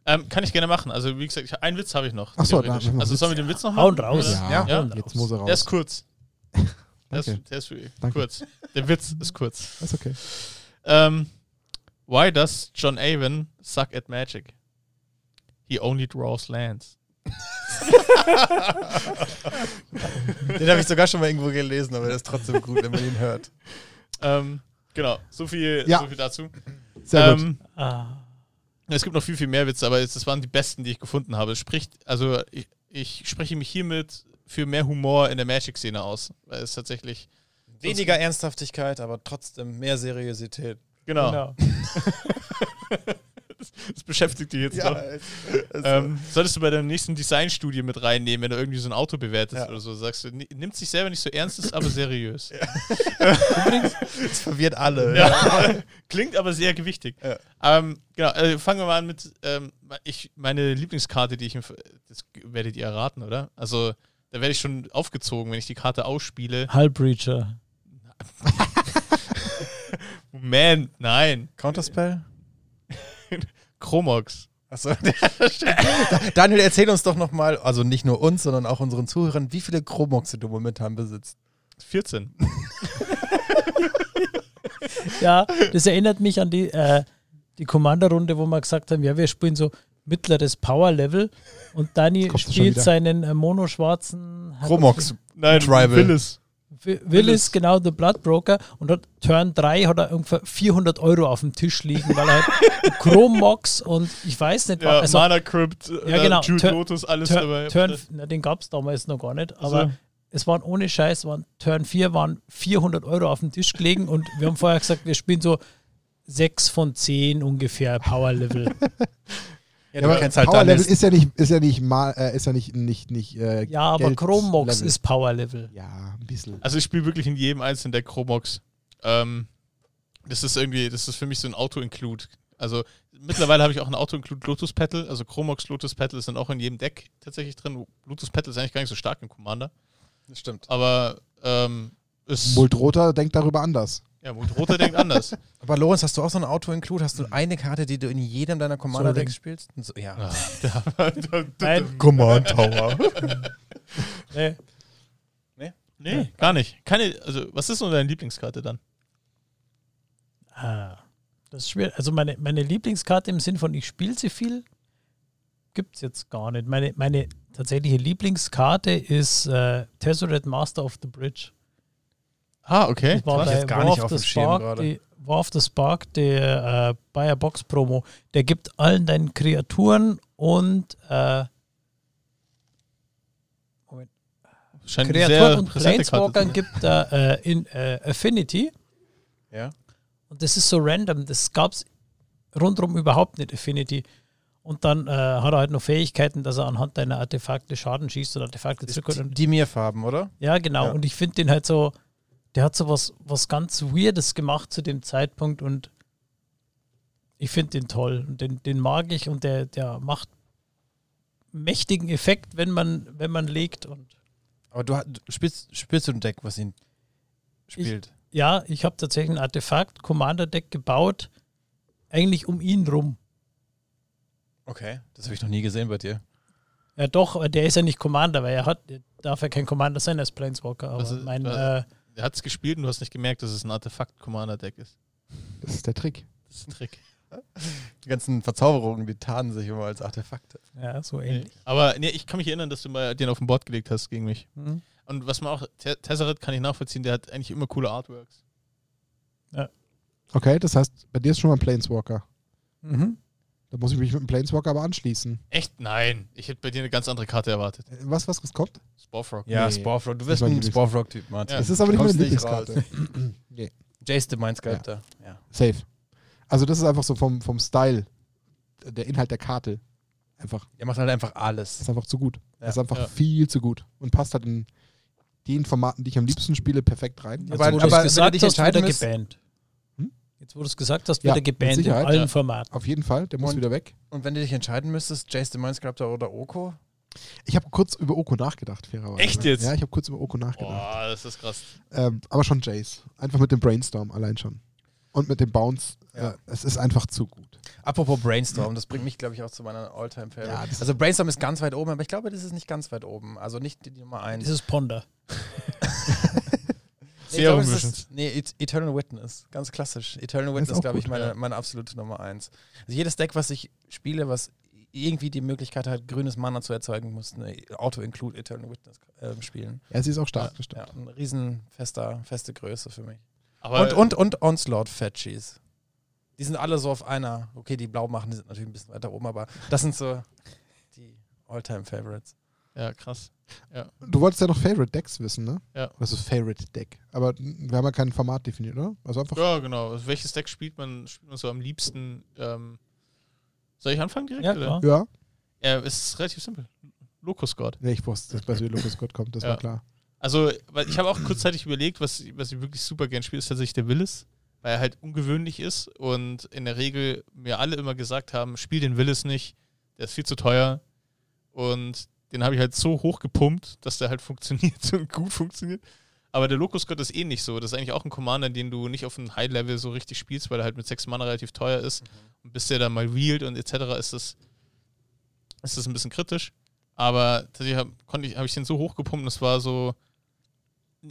[SPEAKER 3] Ähm, kann ich gerne machen. Also wie gesagt, ich, einen Witz habe ich noch.
[SPEAKER 1] Ach so, da
[SPEAKER 3] theoretisch.
[SPEAKER 1] haben wir noch
[SPEAKER 3] Also
[SPEAKER 1] Witz.
[SPEAKER 3] sollen wir den Witz noch machen?
[SPEAKER 2] Hauen raus.
[SPEAKER 3] oder?
[SPEAKER 1] Ja,
[SPEAKER 3] Ja.
[SPEAKER 1] jetzt muss er raus.
[SPEAKER 3] Der ist kurz. Der ist,
[SPEAKER 1] Danke.
[SPEAKER 3] der ist wirklich
[SPEAKER 1] Danke.
[SPEAKER 3] kurz. Der Witz ist kurz.
[SPEAKER 1] Ist okay.
[SPEAKER 3] Ähm, why does John Avon suck at magic? He only draws lands.
[SPEAKER 8] Den habe ich sogar schon mal irgendwo gelesen, aber der ist trotzdem gut, wenn man ihn hört.
[SPEAKER 3] Ähm, genau, so viel,
[SPEAKER 1] Ja.
[SPEAKER 3] so viel dazu.
[SPEAKER 1] Sehr gut.
[SPEAKER 3] ähm,
[SPEAKER 2] Ah,
[SPEAKER 3] Es gibt noch viel, viel mehr Witze, aber es- das waren die besten, die ich gefunden habe. Es Spricht, also ich, ich spreche mich hiermit für mehr Humor in der Magic-Szene aus. Weil es tatsächlich.
[SPEAKER 8] Weniger Ernsthaftigkeit, aber trotzdem mehr Seriosität.
[SPEAKER 2] genau.
[SPEAKER 3] Genau. Das beschäftigt dich jetzt noch. Ähm, solltest du bei deinem nächsten Designstudie mit reinnehmen, wenn du irgendwie so ein Auto bewertest
[SPEAKER 8] Ja.
[SPEAKER 3] oder so, sagst du, ni- nimmt sich selber nicht so ernst, ist aber seriös.
[SPEAKER 8] das verwirrt alle.
[SPEAKER 3] Ja. Klingt aber sehr gewichtig.
[SPEAKER 8] Ja.
[SPEAKER 3] Ähm, genau, äh, fangen wir mal an mit ähm, ich, meine Lieblingskarte, die ich im, Ver- das werdet ihr erraten, oder? Also da werde ich schon aufgezogen, wenn ich die Karte ausspiele.
[SPEAKER 2] Hullbreacher.
[SPEAKER 3] Man, nein.
[SPEAKER 8] Counterspell?
[SPEAKER 3] Chromox.
[SPEAKER 8] Achso, Daniel, erzähl uns doch nochmal, also nicht nur uns, sondern auch unseren Zuhörern, wie viele Chromoxe du momentan besitzt.
[SPEAKER 3] 14.
[SPEAKER 2] Ja, das erinnert mich an die, äh, die Commander-Runde, wo wir gesagt haben, ja, wir spielen so mittleres Power-Level und Dani
[SPEAKER 1] Kommt das schon
[SPEAKER 2] spielt
[SPEAKER 1] wieder?
[SPEAKER 2] seinen äh, monoschwarzen
[SPEAKER 8] Chromox.
[SPEAKER 3] Nein,
[SPEAKER 8] Tribal.
[SPEAKER 3] Willis.
[SPEAKER 2] Wi- Willis, genau, The Blood Broker und hat Turn 3 hat er ungefähr 400 Euro auf dem Tisch liegen, weil er halt Chromox und ich weiß nicht,
[SPEAKER 3] Ja,
[SPEAKER 2] also
[SPEAKER 3] Mana Crypt, äh,
[SPEAKER 2] Ja, genau.
[SPEAKER 3] Jude
[SPEAKER 2] Turn-
[SPEAKER 3] Lotus, alles dabei.
[SPEAKER 2] Turn, Turn, na, den gab es damals noch gar nicht, aber
[SPEAKER 3] Also.
[SPEAKER 2] es waren ohne Scheiß, waren Turn 4 waren 400 Euro auf dem Tisch gelegen und wir haben vorher gesagt, wir spielen so 6 von 10 ungefähr Power Level.
[SPEAKER 8] Ja, halt
[SPEAKER 1] Ja, aber
[SPEAKER 4] halt
[SPEAKER 1] Power Level ist ja nicht, ist ja nicht mal, äh, ist ja nicht, nicht, nicht. Äh,
[SPEAKER 2] Ja, aber
[SPEAKER 1] Geld-
[SPEAKER 2] Chromox
[SPEAKER 1] Level.
[SPEAKER 2] ist Power Level.
[SPEAKER 1] Ja, ein bisschen.
[SPEAKER 3] Also ich spiele wirklich in jedem einzelnen Deck Chromox. Ähm, das ist irgendwie, das ist für mich so ein Auto-Include. Also mittlerweile habe ich auch ein Auto-Include Lotus Petal. Also Chromox, Lotus Petal ist dann auch in jedem Deck tatsächlich drin. Lotus Petal ist eigentlich gar nicht so stark im Commander.
[SPEAKER 8] Stimmt.
[SPEAKER 3] Aber ähm, ist,
[SPEAKER 1] Multrota denkt darüber anders.
[SPEAKER 3] Ja, Roter denkt anders.
[SPEAKER 4] Aber Lorenz, hast du auch so ein Auto-Include? Hast du eine Karte, die du in jedem deiner Commander-Decks
[SPEAKER 2] So,
[SPEAKER 4] spielst? Und so, ja.
[SPEAKER 8] Ah.
[SPEAKER 2] Nein.
[SPEAKER 4] Command Tower.
[SPEAKER 2] nee.
[SPEAKER 3] Nee? Nee, gar nicht. Keine, also, was ist nur deine Lieblingskarte dann?
[SPEAKER 2] Ah, das ist schwer. Also meine, meine Lieblingskarte im Sinn von ich spiele sie viel, gibt es jetzt gar nicht. Meine, meine tatsächliche Lieblingskarte ist äh, Tesseret Master of the Bridge.
[SPEAKER 3] Ah, okay.
[SPEAKER 2] Das war
[SPEAKER 3] Krass.
[SPEAKER 2] bei
[SPEAKER 3] Jetzt gar
[SPEAKER 2] War
[SPEAKER 3] nicht
[SPEAKER 2] of
[SPEAKER 3] auf
[SPEAKER 2] the
[SPEAKER 3] dem Schirm
[SPEAKER 2] Spark,
[SPEAKER 3] gerade.
[SPEAKER 2] die, War of the Spark, der äh, Bayer Box Promo, der gibt allen deinen Kreaturen und äh, Moment.
[SPEAKER 3] Scheint eine
[SPEAKER 2] Kreaturen
[SPEAKER 3] sehr
[SPEAKER 2] und
[SPEAKER 3] präsente Karte zu
[SPEAKER 2] Planeswalkern
[SPEAKER 3] sein.
[SPEAKER 2] gibt da äh, in äh, Affinity.
[SPEAKER 3] Ja.
[SPEAKER 2] Und das ist so random. Das gab es rundherum überhaupt nicht, Affinity. Und dann äh, hat er halt noch Fähigkeiten, dass er anhand deiner Artefakte Schaden schießt und Artefakte zurückholt. Und
[SPEAKER 4] Die mir Farben, oder?
[SPEAKER 2] ja, genau.
[SPEAKER 4] Ja.
[SPEAKER 2] Und ich finde den halt so, der hat so was, was ganz Weirdes gemacht zu dem Zeitpunkt und ich finde den toll. Und den, den mag ich und der, der macht mächtigen Effekt, wenn man, wenn man legt. Und
[SPEAKER 4] Aber du, hat- du spielst, spielst du ein Deck, was ihn spielt?
[SPEAKER 2] ja, ich habe tatsächlich ein Artefakt-Commander-Deck gebaut, eigentlich um ihn rum.
[SPEAKER 8] Okay, das habe ich noch nie gesehen bei dir.
[SPEAKER 2] Ja, doch, aber der ist ja nicht Commander, weil er hat, der darf ja kein Commander sein als Planeswalker. Aber
[SPEAKER 3] Das ist-
[SPEAKER 2] mein,
[SPEAKER 3] das-
[SPEAKER 2] äh,
[SPEAKER 3] Er hat es gespielt und du hast nicht gemerkt, dass es ein Artefakt-Commander-Deck ist.
[SPEAKER 1] Das ist der Trick.
[SPEAKER 3] Das ist ein Trick.
[SPEAKER 8] Die ganzen Verzauberungen, die tarnen sich immer als Artefakte.
[SPEAKER 2] ja, so ähnlich.
[SPEAKER 3] Aber nee, ich kann mich erinnern, dass du mal den auf den Board gelegt hast gegen mich.
[SPEAKER 2] Mhm.
[SPEAKER 3] Und was man auch, Te- Tesseret kann ich nachvollziehen, der hat eigentlich immer coole Artworks.
[SPEAKER 1] Okay, das heißt, bei dir ist schon mal ein Planeswalker.
[SPEAKER 2] Mhm.
[SPEAKER 1] Da muss ich mich mit dem Planeswalker aber anschließen.
[SPEAKER 3] Echt? Nein. Ich hätte bei dir eine ganz andere Karte erwartet.
[SPEAKER 1] Äh, Was, was, was kommt?
[SPEAKER 3] Sporfrog.
[SPEAKER 8] Ja,
[SPEAKER 1] Nee.
[SPEAKER 8] Sporfrog. Du
[SPEAKER 1] Das
[SPEAKER 8] wirst
[SPEAKER 1] war
[SPEAKER 8] ein
[SPEAKER 1] Lieblings-
[SPEAKER 8] Sporfrog-Typ, Martin.
[SPEAKER 3] Ja.
[SPEAKER 1] Das ist aber nicht meine
[SPEAKER 8] Kommst
[SPEAKER 1] Lieblingskarte.
[SPEAKER 8] raus.
[SPEAKER 1] nee.
[SPEAKER 8] Jace the Mind Sculptor. Ja.
[SPEAKER 1] Safe. Also das ist einfach so vom, vom Style, der Inhalt der Karte. Einfach,
[SPEAKER 8] Er macht halt einfach
[SPEAKER 1] das
[SPEAKER 8] alles.
[SPEAKER 1] ist einfach zu gut. Das ist einfach
[SPEAKER 3] ja.
[SPEAKER 1] viel zu gut. Und passt halt in den Formaten, die ich am liebsten spiele, perfekt rein.
[SPEAKER 2] Jetzt,
[SPEAKER 4] Aber-
[SPEAKER 2] wo du es
[SPEAKER 4] aber wenn du
[SPEAKER 2] gesagt
[SPEAKER 4] dich
[SPEAKER 2] hast, wird er
[SPEAKER 4] entscheiden müsst-
[SPEAKER 2] gebannt.
[SPEAKER 1] Hm?
[SPEAKER 2] Jetzt, wo du es gesagt hast,
[SPEAKER 1] Ja,
[SPEAKER 2] wird er gebannt
[SPEAKER 1] mit
[SPEAKER 2] in
[SPEAKER 1] Sicherheit,
[SPEAKER 2] allen
[SPEAKER 1] ja.
[SPEAKER 2] Formaten.
[SPEAKER 1] Auf jeden Fall, der muss
[SPEAKER 4] Und-
[SPEAKER 1] wieder weg.
[SPEAKER 4] Und wenn du dich entscheiden müsstest, Jace the Mind Sculptor oder Oko?
[SPEAKER 1] Ich habe kurz über Oko nachgedacht, fairerweise.
[SPEAKER 3] Echt jetzt?
[SPEAKER 1] Ja, ich habe kurz über Oko nachgedacht.
[SPEAKER 3] Boah, das ist krass.
[SPEAKER 1] Ähm, aber schon Jace. Einfach mit dem Brainstorm allein schon. Und mit dem Bounce. Äh, es ist einfach zu gut.
[SPEAKER 4] Apropos Brainstorm, das bringt mich, glaube ich, auch zu meiner Alltime time
[SPEAKER 1] Ja, das-
[SPEAKER 4] Also Brainstorm ist ganz weit oben, aber ich glaube, das ist nicht ganz weit oben. Also nicht die Nummer 1.
[SPEAKER 2] Das ist Ponder.
[SPEAKER 3] Serum
[SPEAKER 4] es ist, nee, Et- Eternal Witness, ganz klassisch. Eternal Witness,
[SPEAKER 1] auch
[SPEAKER 4] glaube ich,
[SPEAKER 1] gut,
[SPEAKER 4] meine,
[SPEAKER 3] ja.
[SPEAKER 4] meine absolute Nummer eins. Also jedes Deck, was ich spiele, was irgendwie die Möglichkeit hat, grünes Mana zu erzeugen, muss eine Auto-Include Eternal Witness ähm, spielen.
[SPEAKER 1] Ja, sie ist auch stark, das
[SPEAKER 4] Ja,
[SPEAKER 1] stimmt.
[SPEAKER 4] ein riesen fester, feste Größe für mich.
[SPEAKER 3] Aber
[SPEAKER 4] Und, und, und Onslaught-Fetchies. Die sind alle so auf einer. Okay, die blau machen, die sind natürlich ein bisschen weiter oben, aber das sind so die All-Time-Favorites.
[SPEAKER 3] Ja, krass.
[SPEAKER 1] Du wolltest ja noch Favorite Decks wissen, ne?
[SPEAKER 3] Ja.
[SPEAKER 1] Was ist Favorite Deck? Aber wir haben ja kein Format definiert, oder? Also einfach.
[SPEAKER 3] Ja, genau. Also welches Deck spielt man, spielt man so am liebsten? Ähm, soll ich anfangen direkt?
[SPEAKER 2] Ja,
[SPEAKER 3] oder?
[SPEAKER 2] klar.
[SPEAKER 1] Ja.
[SPEAKER 3] Ja, es ist relativ simpel. Locus God.
[SPEAKER 1] Nee, ich wusste, dass bei Locus Gott kommt, das
[SPEAKER 3] Ja.
[SPEAKER 1] war klar.
[SPEAKER 3] Also, weil ich habe auch kurzzeitig überlegt, was, was ich wirklich super gern spiele, ist tatsächlich der Willis, weil er halt ungewöhnlich ist und in der Regel mir alle immer gesagt haben, spiel den Willis nicht, der ist viel zu teuer. Und den habe ich halt so hoch gepumpt, dass der halt funktioniert und gut funktioniert. Aber der Locus God ist eh nicht so. Das ist eigentlich auch ein Commander, den du nicht auf einem High-Level so richtig spielst, weil er halt mit sechs Mana relativ teuer ist. Und bis der dann mal wheelt und etc. ist das, ist das ein bisschen kritisch. Aber tatsächlich habe ich, hab ich den so hochgepumpt, das war so.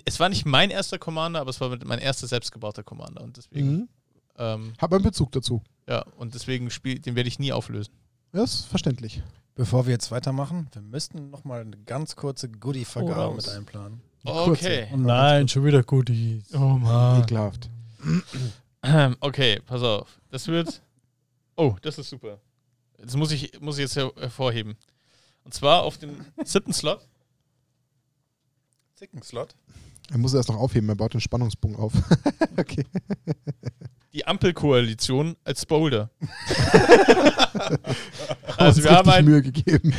[SPEAKER 3] Es war nicht mein erster Commander, aber es war mit- mein erster selbstgebauter Commander. Und deswegen,
[SPEAKER 1] Mhm.
[SPEAKER 3] ähm,
[SPEAKER 1] Hab einen Bezug dazu.
[SPEAKER 3] ja, und deswegen spiel, den werde ich nie auflösen.
[SPEAKER 1] Ja, ist verständlich.
[SPEAKER 4] Bevor wir jetzt weitermachen, wir müssten nochmal eine ganz kurze Goodie-Vergabe
[SPEAKER 2] Oh, raus.
[SPEAKER 4] mit einplanen.
[SPEAKER 3] Okay.
[SPEAKER 2] Oh nein, schon wieder Goodies.
[SPEAKER 3] Oh Mann.
[SPEAKER 1] Ekelhaft.
[SPEAKER 3] Ähm, Okay, pass auf. Das wird. Oh, das ist super. Das muss ich, muss ich jetzt her hervorheben. Und zwar auf dem siebten Slot.
[SPEAKER 4] Zicken Slot.
[SPEAKER 1] Er muss erst noch aufheben, er baut den Spannungsbogen auf.
[SPEAKER 3] Also
[SPEAKER 1] okay.
[SPEAKER 3] die Ampelkoalition als Boulder. also wir haben,
[SPEAKER 1] richtig
[SPEAKER 3] einen,
[SPEAKER 1] Mühe gegeben.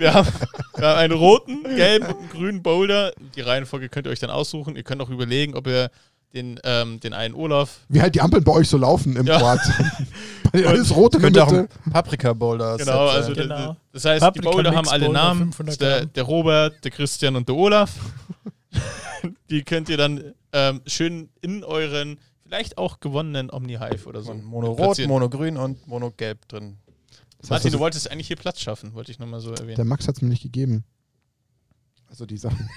[SPEAKER 3] wir, haben, wir haben einen roten, gelben und einen grünen Boulder. Die Reihenfolge könnt ihr euch dann aussuchen. Ihr könnt auch überlegen, ob ihr den, ähm, den einen Olaf
[SPEAKER 1] Wie halt die Ampeln bei euch so laufen im
[SPEAKER 3] Ja.
[SPEAKER 1] Ort. Alles rote in
[SPEAKER 4] Könnt
[SPEAKER 1] der
[SPEAKER 4] ihr auch
[SPEAKER 1] Mitte.
[SPEAKER 4] ein Paprika-Boulder
[SPEAKER 3] Genau, also
[SPEAKER 2] Genau.
[SPEAKER 3] d- d- das heißt,
[SPEAKER 2] Paprika
[SPEAKER 3] die Boulder
[SPEAKER 2] Mix
[SPEAKER 3] haben alle
[SPEAKER 2] Boulder,
[SPEAKER 3] Namen.
[SPEAKER 2] 500
[SPEAKER 3] Der,
[SPEAKER 2] Gramm.
[SPEAKER 3] der Robert, der Christian und der Olaf. die könnt ihr dann ähm, schön in euren, vielleicht auch gewonnenen Omni-Hive oder so.
[SPEAKER 8] Mono-Rot,
[SPEAKER 3] platziert.
[SPEAKER 8] Mono-Grün und Mono-Gelb drin.
[SPEAKER 1] Das heißt,
[SPEAKER 3] Martin,
[SPEAKER 1] das
[SPEAKER 3] du
[SPEAKER 1] ist-
[SPEAKER 3] wolltest eigentlich hier Platz schaffen, wollte ich nochmal so erwähnen.
[SPEAKER 1] Der Max hat es mir nicht gegeben. Also die Sachen.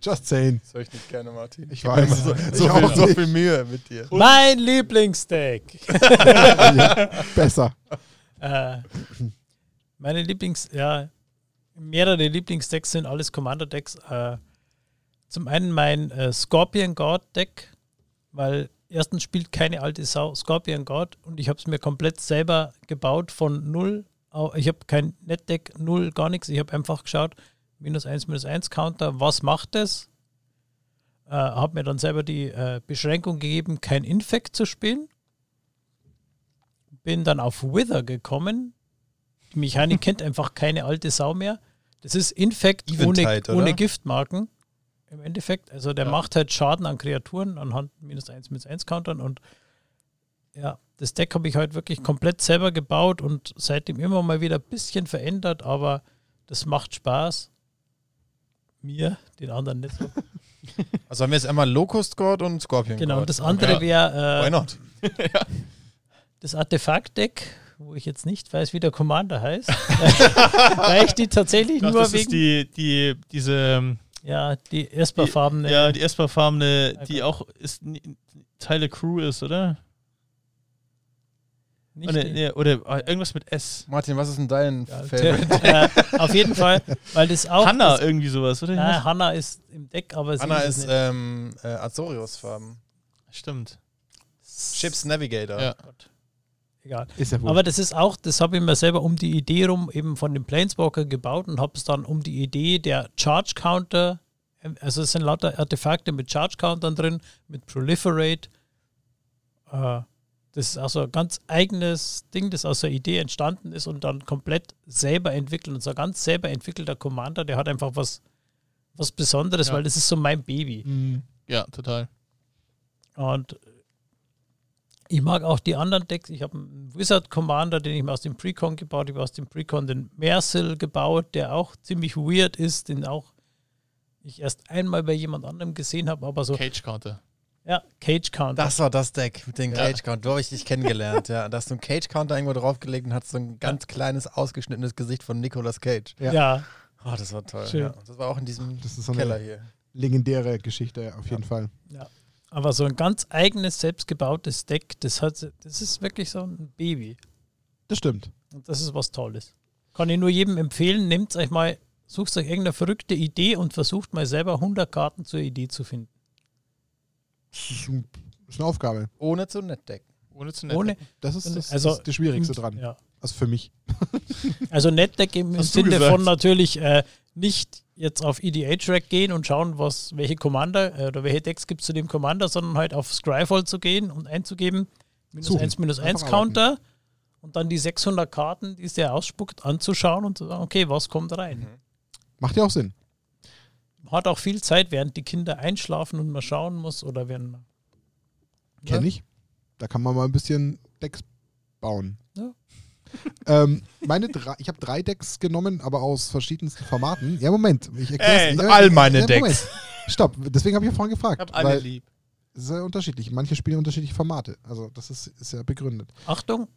[SPEAKER 1] Just saying.
[SPEAKER 8] Das höre ich nicht gerne, Martin.
[SPEAKER 1] Ich
[SPEAKER 8] gebe
[SPEAKER 1] weiß.
[SPEAKER 8] mir So,
[SPEAKER 1] Ich
[SPEAKER 8] so,
[SPEAKER 1] auch
[SPEAKER 8] viel, so
[SPEAKER 1] nicht.
[SPEAKER 8] viel Mühe mit dir.
[SPEAKER 2] Mein Lieblingsdeck.
[SPEAKER 1] Ja, besser.
[SPEAKER 2] Äh, meine Lieblings, ja, mehrere Lieblingsdecks sind alles Commander-Decks. Äh, zum einen mein äh, Scorpion Guard-Deck, weil erstens spielt keine alte Sau Scorpion Guard und ich habe es mir komplett selber gebaut von null. au- Ich habe kein Netdeck, null, gar nichts. Ich habe einfach geschaut, minus eins, minus eins Counter, was macht das? Äh, habe mir dann selber die äh, Beschränkung gegeben, kein Infect zu spielen bin dann auf Wither gekommen. Die Mechanik kennt einfach keine alte Sau mehr. Das ist Infect ohne,
[SPEAKER 8] Eventide, oder?
[SPEAKER 2] ohne Giftmarken. Im Endeffekt. Also der
[SPEAKER 8] Ja.
[SPEAKER 2] macht halt Schaden an Kreaturen anhand minus 1 minus 1 Countern und ja, das Deck habe ich halt wirklich komplett selber gebaut und seitdem immer mal wieder ein bisschen verändert, aber das macht Spaß. Mir, den anderen nicht so.
[SPEAKER 8] Also haben wir jetzt einmal Locust God und
[SPEAKER 4] Oh
[SPEAKER 8] Scorpion
[SPEAKER 2] Genau,
[SPEAKER 8] God.
[SPEAKER 2] und das andere wäre äh,
[SPEAKER 8] Why not?
[SPEAKER 2] das Artefaktdeck, wo ich jetzt nicht weiß, wie der Commander heißt. weil ich die tatsächlich
[SPEAKER 3] Doch,
[SPEAKER 2] nur
[SPEAKER 3] das
[SPEAKER 2] wegen
[SPEAKER 3] ist die, die, diese. ähm,
[SPEAKER 2] ja, die Esperfarbene.
[SPEAKER 3] Ja, die Esperfarbene,
[SPEAKER 2] Ja,
[SPEAKER 3] die auch ist, ni- Teil der Crew ist, oder?
[SPEAKER 2] Nicht
[SPEAKER 3] oder,
[SPEAKER 2] die-
[SPEAKER 3] nee, oder ah, irgendwas mit S.
[SPEAKER 8] Martin, was ist denn dein
[SPEAKER 2] Ja,
[SPEAKER 8] Favorite?
[SPEAKER 2] äh, auf jeden Fall, weil das auch.
[SPEAKER 3] Hanna
[SPEAKER 2] das, Ah.
[SPEAKER 3] irgendwie sowas, oder?
[SPEAKER 2] Nein, Hanna ist im Deck, aber sie
[SPEAKER 8] Anna
[SPEAKER 2] es
[SPEAKER 8] ist
[SPEAKER 2] nicht.
[SPEAKER 8] ähm, äh, Azorius-Farben.
[SPEAKER 3] Stimmt.
[SPEAKER 8] Ships Navigator.
[SPEAKER 3] Ja.
[SPEAKER 2] Egal.
[SPEAKER 1] Ist ja wurscht.
[SPEAKER 2] Aber das ist auch, das habe ich mir selber um die Idee rum eben von dem Planeswalker gebaut und habe es dann um die Idee der Charge Counter, ähm, also es sind lauter Artefakte mit Charge Countern drin, mit Proliferate. Äh, das ist also ein ganz eigenes Ding, das aus der Idee entstanden ist und dann komplett selber entwickelt. Und so ein ganz selber entwickelter Commander, der hat einfach was, was Besonderes,
[SPEAKER 3] Ja.
[SPEAKER 2] weil das ist so mein Baby.
[SPEAKER 3] Ja, total.
[SPEAKER 2] Und ich mag auch die anderen Decks. Ich habe einen Wizard Commander, den ich mir aus dem Precon gebaut habe. Aus dem Precon den Mercil gebaut, der auch ziemlich weird ist, den auch ich erst einmal bei jemand anderem gesehen habe, aber so,
[SPEAKER 3] Cage Counter.
[SPEAKER 2] ja, Cage Counter.
[SPEAKER 8] Das war das Deck mit dem
[SPEAKER 3] Ja.
[SPEAKER 8] Cage Counter. Da habe ich dich kennengelernt. ja. Da hast du einen Cage Counter irgendwo draufgelegt und hast so ein ganz kleines, ausgeschnittenes Gesicht von Nicolas Cage.
[SPEAKER 1] Ja.
[SPEAKER 2] ja.
[SPEAKER 8] Oh, das war toll.
[SPEAKER 2] Schön.
[SPEAKER 8] Ja. Und Das war auch in diesem
[SPEAKER 1] Das ist so eine-
[SPEAKER 8] Keller hier.
[SPEAKER 1] Legendäre Geschichte, ja, auf jeden Fall.
[SPEAKER 2] Aber so ein ganz eigenes, selbstgebautes Deck, das, hat, das ist wirklich so ein Baby.
[SPEAKER 1] Das stimmt.
[SPEAKER 2] Und das ist was Tolles. Kann ich nur jedem empfehlen, nehmt euch mal, sucht euch irgendeine verrückte Idee und versucht mal selber 100 Karten zur Idee zu finden.
[SPEAKER 1] Das ist, ein, ist eine Aufgabe.
[SPEAKER 8] Ohne zu Netdeck.
[SPEAKER 3] Ohne zu
[SPEAKER 2] Ohne,
[SPEAKER 1] Das ist das,
[SPEAKER 2] Also-
[SPEAKER 1] das, ist das Schwierigste dran.
[SPEAKER 2] ja.
[SPEAKER 1] Also für mich.
[SPEAKER 2] Also Netdeck im
[SPEAKER 3] Hast du
[SPEAKER 2] Sinne
[SPEAKER 3] gesagt.
[SPEAKER 2] von natürlich äh, nicht jetzt auf EDA-Track gehen und schauen, was, welche Commander äh, oder welche Decks gibt es zu dem Commander, sondern halt auf Scryfall zu gehen und einzugeben, minus
[SPEAKER 1] Suchen.
[SPEAKER 2] eins minus eins
[SPEAKER 1] Einfach arbeiten.
[SPEAKER 2] Counter und dann die 600 Karten, die es der ausspuckt, anzuschauen und zu sagen, okay, was kommt rein?
[SPEAKER 1] Macht ja auch Sinn.
[SPEAKER 2] Hat auch viel Zeit, während die Kinder einschlafen und man schauen muss oder während man
[SPEAKER 1] Kenne ich. Da kann man mal ein bisschen Decks bauen.
[SPEAKER 2] Ja.
[SPEAKER 1] ähm, meine drei, ich habe drei Decks genommen, aber aus verschiedensten Formaten. Ja, Moment. Ich
[SPEAKER 8] Ey,
[SPEAKER 1] erklär's. ja,
[SPEAKER 8] all meine Decks.
[SPEAKER 1] Moment. Stopp, deswegen habe ich ja vorhin gefragt.
[SPEAKER 3] Ich hab alle
[SPEAKER 1] weil
[SPEAKER 3] lieb.
[SPEAKER 1] es ist ja unterschiedlich. Manche spielen unterschiedliche Formate. Also das ist, ist ja begründet.
[SPEAKER 2] Achtung,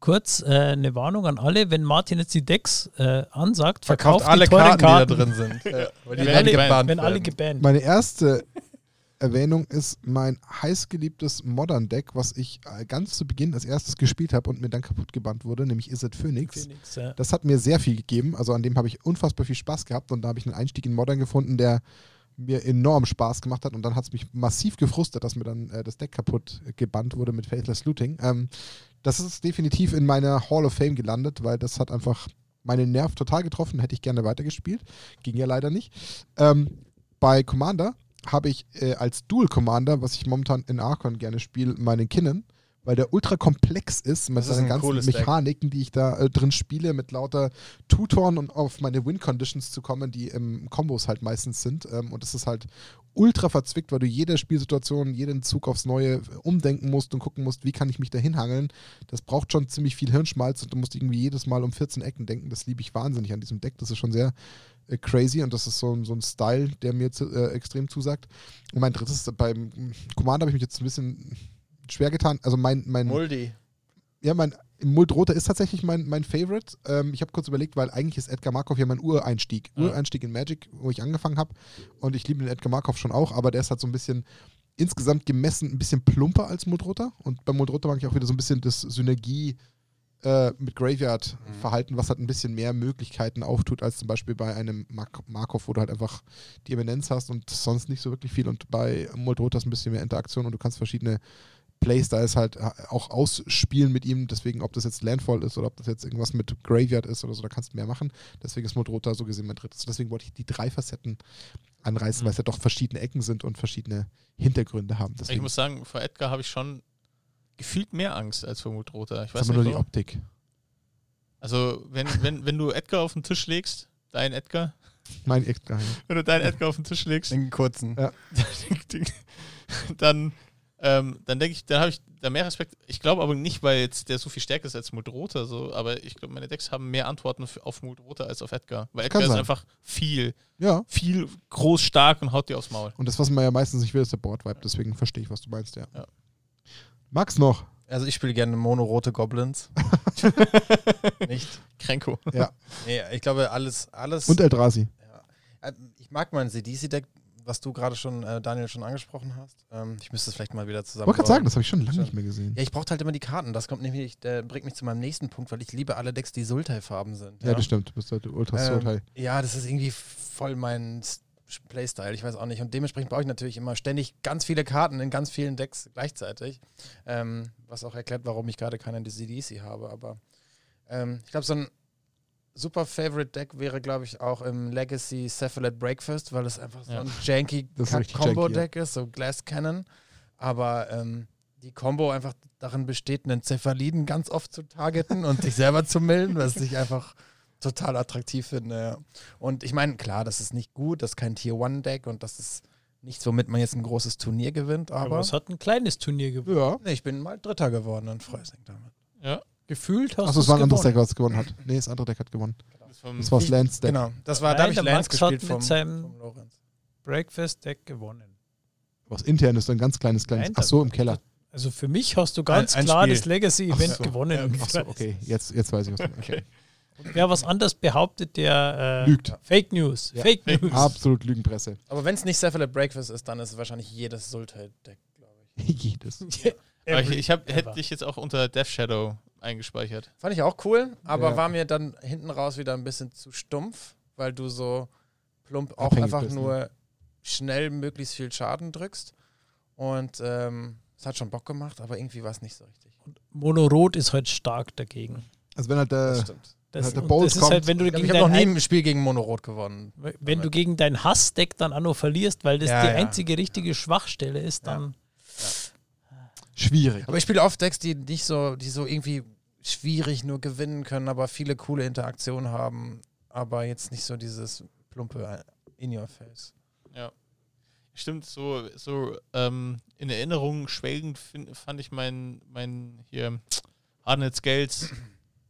[SPEAKER 2] kurz äh, eine Warnung an alle, wenn Martin jetzt die Decks äh, ansagt, verkauft,
[SPEAKER 8] Verkauft alle
[SPEAKER 2] die teuren
[SPEAKER 8] Karten,
[SPEAKER 2] Karten,
[SPEAKER 8] die da drin sind. ja. Weil die
[SPEAKER 3] Wenn
[SPEAKER 8] werden
[SPEAKER 3] alle-
[SPEAKER 8] gebannt.
[SPEAKER 2] wenn alle
[SPEAKER 8] werden.
[SPEAKER 2] gebannt.
[SPEAKER 1] Meine erste Erwähnung ist mein heißgeliebtes Modern Deck, was ich äh, ganz zu Beginn als erstes gespielt habe und mir dann kaputt gebannt wurde, nämlich Is it Phoenix.
[SPEAKER 2] Phoenix, ja.
[SPEAKER 1] Das hat mir sehr viel gegeben. Also an dem habe ich unfassbar viel Spaß gehabt und da habe ich einen Einstieg in Modern gefunden, der mir enorm Spaß gemacht hat und dann hat es mich massiv gefrustet, dass mir dann äh, das Deck kaputt äh, gebannt wurde mit Faithless Looting. Ähm, das ist definitiv in meiner Hall of Fame gelandet, weil das hat einfach meinen Nerv total getroffen, hätte ich gerne weitergespielt. Ging ja leider nicht. Ähm, bei Commander habe ich äh, als Dual Commander, was ich momentan in Archon gerne spiele, meinen Kinnan, weil der ultra komplex ist mit
[SPEAKER 8] Das ist
[SPEAKER 1] seinen
[SPEAKER 8] ein
[SPEAKER 1] ganzen
[SPEAKER 8] cooles Deck.
[SPEAKER 1] Mechaniken, die ich da äh, drin spiele, mit lauter Tutoren und auf meine Win-Conditions zu kommen, die im Kombos halt meistens sind. Ähm, und das ist halt ultra verzwickt, weil du jede Spielsituation, jeden Zug aufs Neue äh, umdenken musst und gucken musst, wie kann ich mich da hinhangeln. Das braucht schon ziemlich viel Hirnschmalz und du musst irgendwie jedes Mal um 14 Ecken denken. Das liebe ich wahnsinnig an diesem Deck. Das ist schon sehr äh, crazy und das ist so, ein- so ein Style, der mir zu, äh, extrem zusagt. Und mein drittes, beim Commander habe ich mich jetzt ein bisschen schwer getan. Also mein, mein
[SPEAKER 8] Muldi.
[SPEAKER 1] ja, mein Muldroter ist tatsächlich mein, mein Favorite. Ähm, ich habe kurz überlegt, weil eigentlich ist Edgar Markov ja mein Ureinstieg.
[SPEAKER 8] Ja.
[SPEAKER 1] Ureinstieg in Magic, wo ich angefangen habe. Und ich liebe den Edgar Markov schon auch, aber der ist halt so ein bisschen insgesamt gemessen ein bisschen plumper als Muldroter. Und bei Muldroter mag ich auch wieder so ein bisschen das Synergie äh, mit
[SPEAKER 3] Mhm.
[SPEAKER 1] Graveyard-Verhalten, was halt ein bisschen mehr Möglichkeiten auftut, als zum Beispiel bei einem Mark Markov, wo du halt einfach die Eminenz hast und sonst nicht so wirklich viel. Und bei Muldroter ist ein bisschen mehr Interaktion und du kannst verschiedene Playstyles halt auch ausspielen mit ihm. Deswegen, ob das jetzt Landfall ist oder ob das jetzt irgendwas mit Graveyard ist oder so, da kannst du mehr machen. Deswegen ist Modrota so gesehen mein drittes. Deswegen wollte ich die drei Facetten
[SPEAKER 3] Mhm.
[SPEAKER 1] anreißen, weil es ja doch verschiedene Ecken sind und verschiedene Hintergründe haben. Deswegen
[SPEAKER 3] Ich muss sagen, vor Edgar habe ich schon gefühlt mehr Angst als vor Mutrota. Ich
[SPEAKER 1] ist
[SPEAKER 3] weiß
[SPEAKER 1] aber nur
[SPEAKER 3] nicht,
[SPEAKER 1] die
[SPEAKER 3] warum.
[SPEAKER 1] Optik.
[SPEAKER 3] Also, wenn, wenn, wenn du Edgar auf den Tisch legst, dein Edgar,
[SPEAKER 1] Mein Edgar. ja.
[SPEAKER 3] wenn du deinen Edgar auf den Tisch legst,
[SPEAKER 4] Den kurzen.
[SPEAKER 1] Ja.
[SPEAKER 3] dann, ähm, dann denke ich, dann habe ich da mehr Respekt. Ich glaube aber nicht, weil jetzt der so viel stärker ist als Mutrota, so, aber ich glaube, meine Decks haben mehr Antworten für, auf Mutrota als auf Edgar. Weil Edgar
[SPEAKER 1] Kann
[SPEAKER 3] ist
[SPEAKER 1] sein.
[SPEAKER 3] einfach viel,
[SPEAKER 1] Ja.
[SPEAKER 3] viel groß, stark und haut dir aufs Maul.
[SPEAKER 1] Und das, was man ja meistens nicht will, ist der Board-Vibe. Deswegen verstehe ich, was du meinst, ja.
[SPEAKER 3] Ja.
[SPEAKER 1] Max noch.
[SPEAKER 4] Also ich spiele gerne monorote Goblins. Nicht?
[SPEAKER 3] Kränko.
[SPEAKER 1] Ja.
[SPEAKER 4] Nee, ich glaube, alles, alles.
[SPEAKER 1] Und Eldrazi.
[SPEAKER 4] Äh, Ich mag mein CDC-Deck, was du gerade schon, äh, Daniel, schon angesprochen hast. Ähm, ich müsste es vielleicht mal wieder
[SPEAKER 1] Ich
[SPEAKER 4] zusammen.
[SPEAKER 1] wollte gerade sagen, das habe ich schon lange nicht mehr gesehen.
[SPEAKER 4] Ja, ich brauchte halt immer die Karten. Das kommt nämlich, äh, bringt mich zu meinem nächsten Punkt, weil ich liebe alle Decks, die Sultai-Farben sind.
[SPEAKER 1] Ja, das stimmt. Du bist halt ultra
[SPEAKER 4] Ähm,
[SPEAKER 1] Sultai.
[SPEAKER 4] ja, das ist irgendwie voll mein S- Playstyle, ich weiß auch nicht. Und dementsprechend brauche ich natürlich immer ständig ganz viele Karten in ganz vielen Decks gleichzeitig. Ähm, was auch erklärt, warum ich gerade keine CDC habe. Aber ähm, ich glaube, so ein super Favorite Deck wäre, glaube ich, auch im Legacy Cephalid Breakfast, weil es einfach so
[SPEAKER 3] Ja.
[SPEAKER 4] ein janky
[SPEAKER 1] Das ist richtig
[SPEAKER 4] Combo-Deck ist, so Glass Cannon. Aber ähm, die Combo einfach darin besteht, einen Cephaliden ganz oft zu targeten und sich selber zu milden, was ich einfach total attraktiv finde. Ja. Und ich meine, klar, das ist nicht gut, das ist kein Tier-One-Deck und das ist nichts, womit man jetzt ein großes Turnier gewinnt,
[SPEAKER 2] Aber
[SPEAKER 4] aber
[SPEAKER 2] es hat ein kleines Turnier gewonnen.
[SPEAKER 1] Ja.
[SPEAKER 4] nee, ich bin mal Dritter geworden in Freising damit.
[SPEAKER 2] Gefühlt hast
[SPEAKER 1] Achso,
[SPEAKER 2] du
[SPEAKER 1] es war ein anderes
[SPEAKER 2] gewonnen.
[SPEAKER 1] Deck, was gewonnen hat. Nee, das andere Deck hat gewonnen.
[SPEAKER 3] Das war-
[SPEAKER 1] Das war das Lance Deck.
[SPEAKER 4] Genau, das war, da
[SPEAKER 2] Nein,
[SPEAKER 4] habe ich
[SPEAKER 2] der
[SPEAKER 4] Lance
[SPEAKER 2] Max hat
[SPEAKER 4] gespielt
[SPEAKER 2] mit
[SPEAKER 4] vom,
[SPEAKER 2] seinem-
[SPEAKER 4] vom Lorenz.
[SPEAKER 2] Breakfast-Deck gewonnen.
[SPEAKER 1] Was intern ist, so ein ganz kleines, kleines.
[SPEAKER 2] Nein,
[SPEAKER 1] Ach so, im Keller.
[SPEAKER 2] Also für mich hast du ganz
[SPEAKER 4] Ein- ein
[SPEAKER 2] klar
[SPEAKER 4] Spiel.
[SPEAKER 2] das Legacy-Event
[SPEAKER 1] Ach so.
[SPEAKER 2] gewonnen.
[SPEAKER 1] Ach so, okay, jetzt, jetzt weiß ich, was du meinst. Okay.
[SPEAKER 2] Wer was anderes behauptet, der äh,
[SPEAKER 1] Lügt.
[SPEAKER 2] Fake News.
[SPEAKER 1] Ja.
[SPEAKER 2] Fake News.
[SPEAKER 1] Absolut Lügenpresse.
[SPEAKER 4] Aber wenn es nicht Cephalid Breakfast ist, dann ist es wahrscheinlich jedes Sultai-Deck, glaube ich.
[SPEAKER 1] Jedes.
[SPEAKER 3] Aber ich
[SPEAKER 2] Every-
[SPEAKER 3] ich hab, hätte
[SPEAKER 2] ever.
[SPEAKER 3] dich jetzt auch unter Death Shadow eingespeichert.
[SPEAKER 4] Fand ich auch cool, aber
[SPEAKER 1] Ja.
[SPEAKER 4] war mir dann hinten raus wieder ein bisschen zu stumpf, weil du so plump auch
[SPEAKER 1] Abhängig
[SPEAKER 4] einfach
[SPEAKER 1] bist, ne?
[SPEAKER 4] nur schnell möglichst viel Schaden drückst. Und ähm, es hat schon Bock gemacht, aber irgendwie war es nicht so richtig.
[SPEAKER 1] Äh.
[SPEAKER 2] Monorot ist halt stark dagegen.
[SPEAKER 1] Also wenn halt
[SPEAKER 4] Das
[SPEAKER 1] der,
[SPEAKER 4] stimmt.
[SPEAKER 2] Das,
[SPEAKER 1] Halt der
[SPEAKER 2] und
[SPEAKER 1] Bolt
[SPEAKER 2] das ist
[SPEAKER 1] kommt.
[SPEAKER 2] halt, wenn du
[SPEAKER 4] Ich,
[SPEAKER 2] gegen
[SPEAKER 4] habe noch
[SPEAKER 2] dein,
[SPEAKER 4] nie
[SPEAKER 2] Ein-
[SPEAKER 4] ein Spiel gegen Monorot gewonnen.
[SPEAKER 2] wenn du gegen dein Hassdeck dann auch noch verlierst, weil das
[SPEAKER 4] Ja,
[SPEAKER 2] die
[SPEAKER 4] ja.
[SPEAKER 2] einzige richtige Schwachstelle ist, dann
[SPEAKER 1] schwierig.
[SPEAKER 4] Aber ich spiele oft Decks, die nicht so, die so irgendwie schwierig nur gewinnen können, aber viele coole Interaktionen haben, aber jetzt nicht so dieses plumpe in your face.
[SPEAKER 3] Stimmt, so, so ähm, in Erinnerung schwelgend fin- fand ich mein, mein hier Hardnets Gels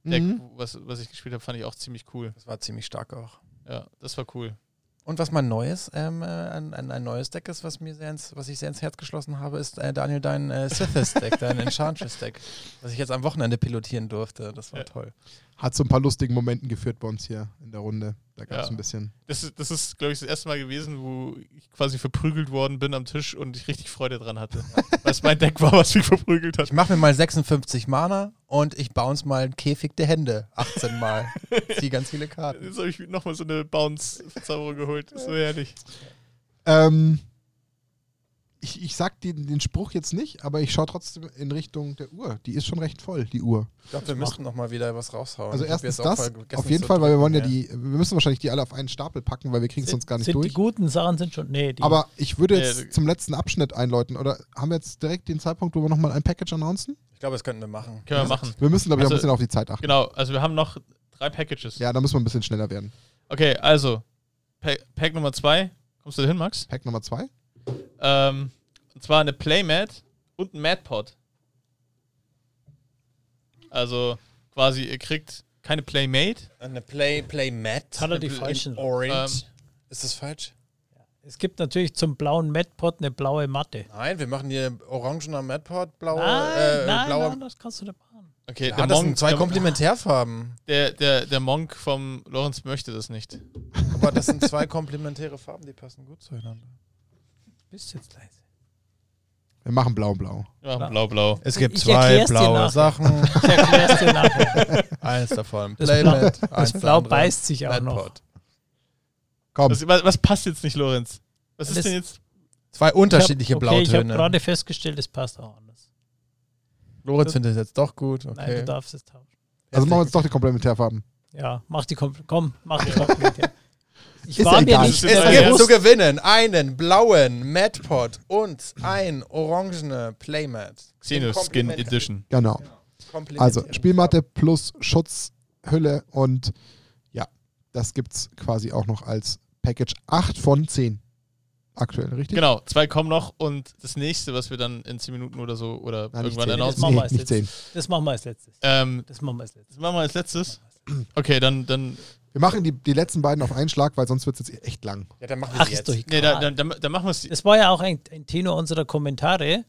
[SPEAKER 3] Deck,
[SPEAKER 1] Mhm.
[SPEAKER 3] was, was ich gespielt habe, fand ich auch ziemlich cool.
[SPEAKER 4] Das war ziemlich stark auch.
[SPEAKER 3] Ja, das war cool.
[SPEAKER 4] Und was mein neues, ähm, äh, ein, ein, ein neues Deck ist, was mir sehr ins, was ich sehr ins Herz geschlossen habe, ist äh, Daniel dein äh, Sithis Deck, dein Enchantress Deck, was ich jetzt am Wochenende pilotieren durfte. Das war
[SPEAKER 3] Ja.
[SPEAKER 4] toll.
[SPEAKER 1] Hat zu ein paar lustigen Momenten geführt bei uns hier in der Runde. Da gab es
[SPEAKER 3] Ja.
[SPEAKER 1] ein bisschen.
[SPEAKER 3] Das ist, das ist glaube ich, das erste Mal gewesen, wo ich quasi verprügelt worden bin am Tisch und ich richtig Freude dran hatte. weil es mein Deck war, was mich verprügelt hat.
[SPEAKER 4] Ich mache mir mal 56 Mana und ich bounce mal einen Käfig der Hände 18 Mal. Zieh ganz viele Karten.
[SPEAKER 3] Jetzt habe ich nochmal so eine Bounce-Verzauberung geholt. So herrlich.
[SPEAKER 1] Ähm, ich, ich sag den, den Spruch jetzt nicht, aber ich schaue trotzdem in Richtung der Uhr. Die ist schon recht voll, die Uhr.
[SPEAKER 4] Ich glaube, wir müssten noch mal wieder was raushauen.
[SPEAKER 1] Also
[SPEAKER 4] Ich hab
[SPEAKER 1] erstens
[SPEAKER 4] jetzt auch
[SPEAKER 1] das,
[SPEAKER 4] voll vergessen
[SPEAKER 1] auf jeden
[SPEAKER 4] zu
[SPEAKER 1] Fall, weil wir wollen ja,
[SPEAKER 4] drücken,
[SPEAKER 1] die, wir müssen wahrscheinlich die alle auf einen Stapel packen, weil wir kriegen es sonst gar nicht
[SPEAKER 2] sind
[SPEAKER 1] durch.
[SPEAKER 2] die guten Sachen sind schon. Nee, die
[SPEAKER 1] Aber ich würde
[SPEAKER 3] Ja,
[SPEAKER 1] jetzt
[SPEAKER 3] du-
[SPEAKER 1] zum letzten Abschnitt einläuten. Oder haben wir jetzt direkt den Zeitpunkt, wo wir nochmal ein Package announcen?
[SPEAKER 4] Ich glaube, das könnten wir machen.
[SPEAKER 3] Können wir machen.
[SPEAKER 1] Wir müssen, glaube ich, auch ein
[SPEAKER 3] Also-
[SPEAKER 1] bisschen auf die Zeit achten.
[SPEAKER 3] Genau, also wir haben noch drei Packages.
[SPEAKER 1] Ja, da müssen wir ein bisschen schneller werden.
[SPEAKER 3] Okay, also, Pack, Pack Nummer zwei. Kommst du da hin, Max?
[SPEAKER 1] Pack Nummer zwei.
[SPEAKER 3] Ähm, und zwar eine Playmat und ein Madpod. Also quasi, ihr kriegt keine Playmate. Ähm,
[SPEAKER 8] Eine Play, Playmat.
[SPEAKER 2] Hat er die falschen?
[SPEAKER 4] Ähm,
[SPEAKER 8] Orange. ist das falsch?
[SPEAKER 2] Es gibt natürlich zum blauen Madpot eine blaue Matte.
[SPEAKER 8] Nein, wir machen hier orangener Madpod, blaue,
[SPEAKER 2] nein,
[SPEAKER 8] äh,
[SPEAKER 2] nein,
[SPEAKER 8] blaue.
[SPEAKER 2] nein, das kannst du nicht machen.
[SPEAKER 3] Okay,
[SPEAKER 8] Ja,
[SPEAKER 4] Ah,
[SPEAKER 3] der
[SPEAKER 8] das sind
[SPEAKER 3] Monk,
[SPEAKER 8] zwei
[SPEAKER 3] der-
[SPEAKER 8] Komplementärfarben.
[SPEAKER 3] Der, der, der Monk vom Lorenz möchte das nicht.
[SPEAKER 8] Aber das sind zwei komplementäre Farben, die passen gut zueinander.
[SPEAKER 2] Bist jetzt leise.
[SPEAKER 1] Wir machen blau-blau.
[SPEAKER 3] Ja, blau, blau.
[SPEAKER 8] Es gibt
[SPEAKER 2] Ich
[SPEAKER 8] zwei
[SPEAKER 2] erklär's dir
[SPEAKER 8] blaue
[SPEAKER 2] nachher.
[SPEAKER 8] Sachen.
[SPEAKER 2] Ich erklär's dir nachher.
[SPEAKER 8] Eins davon.
[SPEAKER 2] Das
[SPEAKER 8] Playmat.
[SPEAKER 2] Blau- das
[SPEAKER 8] eins der
[SPEAKER 2] Blau
[SPEAKER 8] andere
[SPEAKER 2] beißt sich auch noch.
[SPEAKER 8] Madpod.
[SPEAKER 1] Komm.
[SPEAKER 4] Also
[SPEAKER 3] Was, was, was passt jetzt nicht, Lorenz? Was ist
[SPEAKER 2] Das-
[SPEAKER 3] denn jetzt?
[SPEAKER 8] Zwei unterschiedliche
[SPEAKER 2] ich hab, Okay, ich habe
[SPEAKER 8] Blautöne.
[SPEAKER 2] gerade festgestellt, es passt auch anders.
[SPEAKER 8] Lorenz findet es jetzt doch gut. Okay.
[SPEAKER 2] Nein, du darfst es tauschen.
[SPEAKER 1] Also machen wir uns doch die Komplementärfarben.
[SPEAKER 2] Ja, mach die Kompl Komm, mach die Komplimente. Ich
[SPEAKER 1] Ist
[SPEAKER 2] war
[SPEAKER 1] ja
[SPEAKER 2] mir
[SPEAKER 1] egal.
[SPEAKER 2] nicht
[SPEAKER 1] Ist
[SPEAKER 8] Es
[SPEAKER 1] ja
[SPEAKER 8] gibt zu
[SPEAKER 2] bewusst.
[SPEAKER 8] gewinnen einen blauen Madpod und ein orangene Playmat.
[SPEAKER 3] Xenoskin Edition.
[SPEAKER 1] Genau. Also Spielmatte plus Schutzhülle und ja, das gibt's quasi auch noch als Package 8 von 10. Aktuell, richtig?
[SPEAKER 3] Genau, zwei kommen noch und das nächste, was wir dann in 10 Minuten oder so oder
[SPEAKER 1] Nein, nicht
[SPEAKER 3] irgendwann
[SPEAKER 2] Das
[SPEAKER 1] zehn.
[SPEAKER 3] announcen.
[SPEAKER 2] machen wir als
[SPEAKER 1] nicht zehn.
[SPEAKER 2] letztes. Das machen wir als letztes.
[SPEAKER 3] Ähm,
[SPEAKER 2] Das machen wir als letztes.
[SPEAKER 3] das machen wir als letztes. Okay, dann, dann,
[SPEAKER 1] Wir machen die, die letzten beiden auf einen Schlag, weil sonst wird's jetzt echt lang.
[SPEAKER 8] Ja, dann machen wir
[SPEAKER 2] Ach,
[SPEAKER 8] sie jetzt.
[SPEAKER 2] ist doch egal.
[SPEAKER 3] nee, dann, dann, dann, dann machen wir es.
[SPEAKER 2] das war ja auch ein, ein Tenor unserer Kommentare.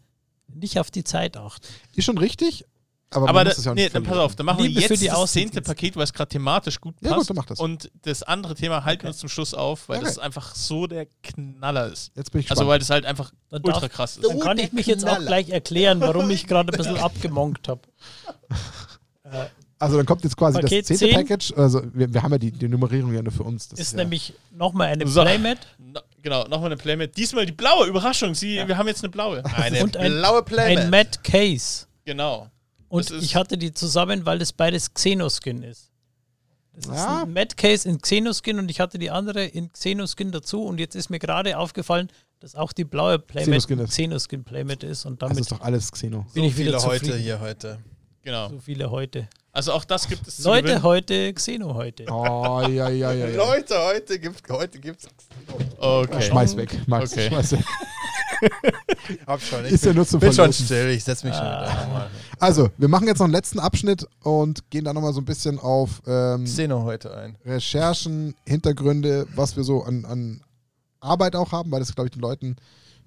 [SPEAKER 2] Nicht auf die Zeit achten.
[SPEAKER 1] Ist schon richtig, aber,
[SPEAKER 3] Aber
[SPEAKER 1] man
[SPEAKER 3] da,
[SPEAKER 1] muss es ja
[SPEAKER 3] nee,
[SPEAKER 1] nicht
[SPEAKER 3] dann pass
[SPEAKER 1] verlieren.
[SPEAKER 3] auf, dann machen
[SPEAKER 2] Liebe
[SPEAKER 3] wir
[SPEAKER 2] für
[SPEAKER 3] jetzt
[SPEAKER 2] die
[SPEAKER 3] das zehnte
[SPEAKER 2] Außendienste.
[SPEAKER 3] Paket, weil es gerade thematisch gut
[SPEAKER 1] Ja,
[SPEAKER 3] passt.
[SPEAKER 1] gut, dann mach das.
[SPEAKER 3] Und das andere Thema halten wir uns zum Schluss auf, weil
[SPEAKER 1] Ja,
[SPEAKER 3] das
[SPEAKER 1] geil.
[SPEAKER 3] einfach so der Knaller ist.
[SPEAKER 1] Jetzt bin ich gespannt.
[SPEAKER 3] Also weil das halt einfach
[SPEAKER 2] Dann darf-
[SPEAKER 3] ultra krass ist.
[SPEAKER 2] Dann kann ich mich jetzt auch gleich erklären, warum ich gerade ein bisschen abgemonkt habe.
[SPEAKER 1] Also dann kommt jetzt quasi
[SPEAKER 2] Paket
[SPEAKER 1] das 10.
[SPEAKER 2] 10.
[SPEAKER 1] Package. Also wir, wir haben ja die, die Nummerierung ja nur für uns. Das
[SPEAKER 2] Ist
[SPEAKER 1] ja,
[SPEAKER 2] nämlich nochmal eine
[SPEAKER 3] So.
[SPEAKER 2] Playmat
[SPEAKER 3] No, genau, nochmal eine Playmat. Diesmal die blaue, Überraschung. Sie, Wir haben jetzt eine blaue.
[SPEAKER 8] Eine
[SPEAKER 2] Und ein-
[SPEAKER 8] blaue
[SPEAKER 2] ein
[SPEAKER 8] Playmat.
[SPEAKER 2] Matt Case.
[SPEAKER 3] Genau.
[SPEAKER 2] Und
[SPEAKER 3] Das ist-
[SPEAKER 2] ich hatte die zusammen, weil das beides Xenoskin ist. Das
[SPEAKER 1] Ja.
[SPEAKER 2] ist ein Matt Case in Xenoskin und ich hatte die andere in Xenoskin dazu und jetzt ist mir gerade aufgefallen, dass auch die blaue Playmat
[SPEAKER 1] Xenoskin ist.
[SPEAKER 2] Xenoskin Playmat ist und
[SPEAKER 1] Das
[SPEAKER 2] damit
[SPEAKER 1] ist doch alles Xeno.
[SPEAKER 2] bin ich
[SPEAKER 8] viele
[SPEAKER 2] wieder zufrieden.
[SPEAKER 8] heute hier heute.
[SPEAKER 3] Genau.
[SPEAKER 2] So viele heute.
[SPEAKER 3] Also auch das gibt es zu
[SPEAKER 2] Leute
[SPEAKER 3] gewinnen.
[SPEAKER 2] heute, Xeno heute.
[SPEAKER 1] Oh, ja, ja, ja, ja.
[SPEAKER 8] Leute, heute gibt heute gibt's
[SPEAKER 3] Okay.
[SPEAKER 1] Schmeiß weg, Max.
[SPEAKER 3] Okay.
[SPEAKER 1] Schmeiß weg.
[SPEAKER 8] hab schon. Ich
[SPEAKER 1] Ist ja nur zum
[SPEAKER 8] bin schon
[SPEAKER 1] Verlosen.
[SPEAKER 8] still, ich setz mich schon
[SPEAKER 2] Ah.
[SPEAKER 8] wieder nochmal.
[SPEAKER 1] Also, wir machen jetzt noch einen letzten Abschnitt und gehen dann nochmal so ein bisschen auf ähm,
[SPEAKER 8] Szene heute ein.
[SPEAKER 1] Recherchen, Hintergründe, was wir so an, an Arbeit auch haben, weil das, glaube ich, den Leuten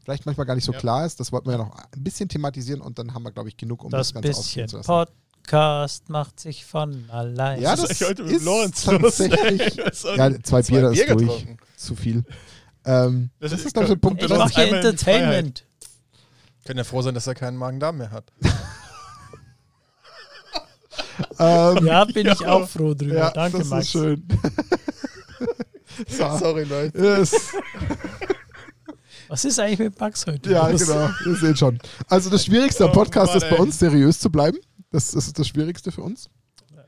[SPEAKER 1] vielleicht manchmal gar nicht so
[SPEAKER 3] Ja.
[SPEAKER 1] klar ist. Das wollten wir ja noch ein bisschen thematisieren und dann haben wir, glaube ich, genug, um das,
[SPEAKER 2] das
[SPEAKER 1] Ganze ausführen
[SPEAKER 2] bisschen
[SPEAKER 1] zu lassen.
[SPEAKER 2] Podcast macht sich von allein.
[SPEAKER 1] ja,
[SPEAKER 3] Was ist
[SPEAKER 1] das
[SPEAKER 3] eigentlich heute mit
[SPEAKER 1] ist
[SPEAKER 3] Lorenz los?
[SPEAKER 1] tatsächlich...
[SPEAKER 3] Das ist-
[SPEAKER 1] Ja, zwei, Bier, das ist durch.
[SPEAKER 8] getrunken.
[SPEAKER 1] Zu viel. Ähm,
[SPEAKER 3] Das
[SPEAKER 1] das,
[SPEAKER 3] ist-
[SPEAKER 1] ist, glaube ich, der Punkt.
[SPEAKER 2] ich
[SPEAKER 3] Lass uns
[SPEAKER 2] mache hier
[SPEAKER 3] einmal in die
[SPEAKER 2] Entertainment.
[SPEAKER 8] Können ja froh sein, dass er keinen Magen-Darm mehr hat.
[SPEAKER 1] Ähm,
[SPEAKER 2] Ja, bin ich auch froh drüber.
[SPEAKER 1] ja,
[SPEAKER 2] Danke,
[SPEAKER 1] das
[SPEAKER 2] Max.
[SPEAKER 1] ist schön. so.
[SPEAKER 8] Sorry, Leute.
[SPEAKER 1] yes.
[SPEAKER 2] Was ist eigentlich mit Max heute?
[SPEAKER 1] Ja,
[SPEAKER 2] los?
[SPEAKER 1] genau. Ihr seht schon. Also das Schwierigste am Podcast
[SPEAKER 3] Oh, Mann,
[SPEAKER 1] ist bei
[SPEAKER 3] ey.
[SPEAKER 1] uns, seriös zu bleiben. Das ist das Schwierigste für uns.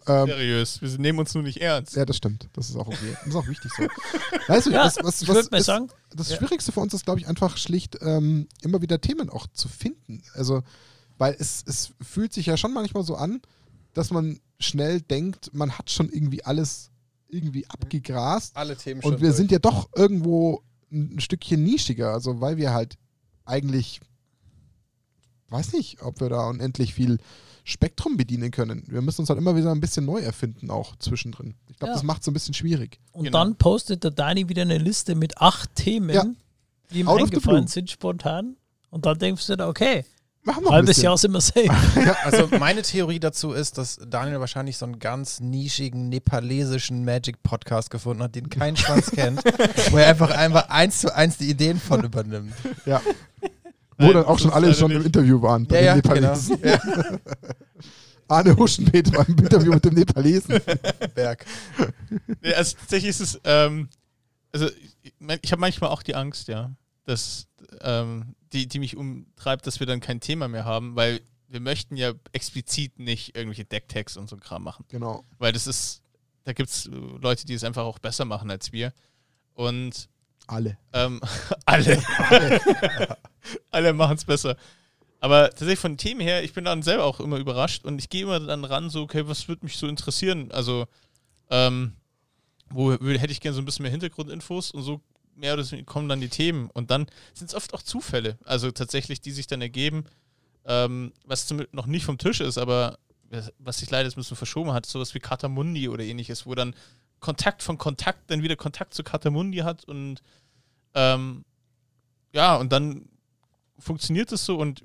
[SPEAKER 1] Ähm,
[SPEAKER 3] Seriös. Wir nehmen uns nur nicht ernst.
[SPEAKER 1] ja, das stimmt. Das ist auch okay. Das ist auch wichtig so. Weißt du,
[SPEAKER 2] Ja,
[SPEAKER 1] was, was,
[SPEAKER 2] ich
[SPEAKER 1] was
[SPEAKER 2] würde mal
[SPEAKER 1] ist,
[SPEAKER 2] sagen,
[SPEAKER 1] das
[SPEAKER 2] ja.
[SPEAKER 1] Schwierigste für uns ist, glaube ich, einfach schlicht ähm, immer wieder Themen auch zu finden. Also, weil es, es fühlt sich ja schon manchmal so an, dass man schnell denkt, man hat schon irgendwie alles irgendwie
[SPEAKER 3] Mhm.
[SPEAKER 1] abgegrast.
[SPEAKER 8] Alle Themen schon
[SPEAKER 1] Und wir
[SPEAKER 8] durch.
[SPEAKER 1] sind ja doch irgendwo ein ein Stückchen nischiger, also weil wir halt eigentlich, weiß nicht, ob wir da unendlich viel Spektrum bedienen können. Wir müssen uns halt immer wieder ein bisschen neu erfinden, auch zwischendrin. Ich glaube,
[SPEAKER 2] Ja.
[SPEAKER 1] das macht es ein bisschen schwierig.
[SPEAKER 2] Und
[SPEAKER 3] Genau.
[SPEAKER 2] dann postet der Dani wieder eine Liste mit acht Themen,
[SPEAKER 1] Ja.
[SPEAKER 2] die ihm
[SPEAKER 1] Out of the
[SPEAKER 2] eingefallen
[SPEAKER 1] blue.
[SPEAKER 2] sind, spontan. Und dann denkst du dir, okay,
[SPEAKER 1] Machen wir noch ein
[SPEAKER 2] halbes
[SPEAKER 1] bisschen.
[SPEAKER 2] Jahr sind wir safe.
[SPEAKER 8] Also meine Theorie dazu ist, dass Daniel wahrscheinlich so einen ganz nischigen nepalesischen Magic-Podcast gefunden hat, den kein Schwanz kennt, wo er einfach einfach eins zu eins die Ideen von übernimmt.
[SPEAKER 1] Ja. Wo dann auch schon
[SPEAKER 3] das
[SPEAKER 1] alle
[SPEAKER 3] leider
[SPEAKER 1] schon im
[SPEAKER 3] nicht.
[SPEAKER 1] Interview waren bei den Nepalesen.
[SPEAKER 8] genau. Ja,
[SPEAKER 1] Arne Huschenbeet war im Interview mit dem Nepalesen.
[SPEAKER 8] Berg.
[SPEAKER 3] Nee, also tatsächlich ist es, ähm, also ich, mein- ich habe manchmal auch die Angst, ja, dass ähm, die, die mich umtreibt, dass wir dann kein Thema mehr haben, weil wir möchten ja explizit nicht irgendwelche Decktags und so ein Kram machen.
[SPEAKER 1] Genau.
[SPEAKER 3] Weil das ist, da gibt es Leute, die es einfach auch besser machen als wir. Und
[SPEAKER 1] Alle.
[SPEAKER 3] ähm, alle. alle machen es besser. Aber tatsächlich von Themen her, ich bin dann selber auch immer überrascht und ich gehe immer dann ran, so, okay, was würde mich so interessieren? Also, ähm, wo wür- hätte ich gerne so ein bisschen mehr Hintergrundinfos und so mehr oder weniger kommen dann die Themen. Und dann sind es oft auch Zufälle, also tatsächlich, die sich dann ergeben, ähm, was zum, noch nicht vom Tisch ist, aber was sich leider jetzt ein bisschen verschoben hat, sowas wie Katamundi oder ähnliches, wo dann Kontakt von Kontakt dann wieder Kontakt zu Katamundi hat und ähm, ja, und dann funktioniert es so und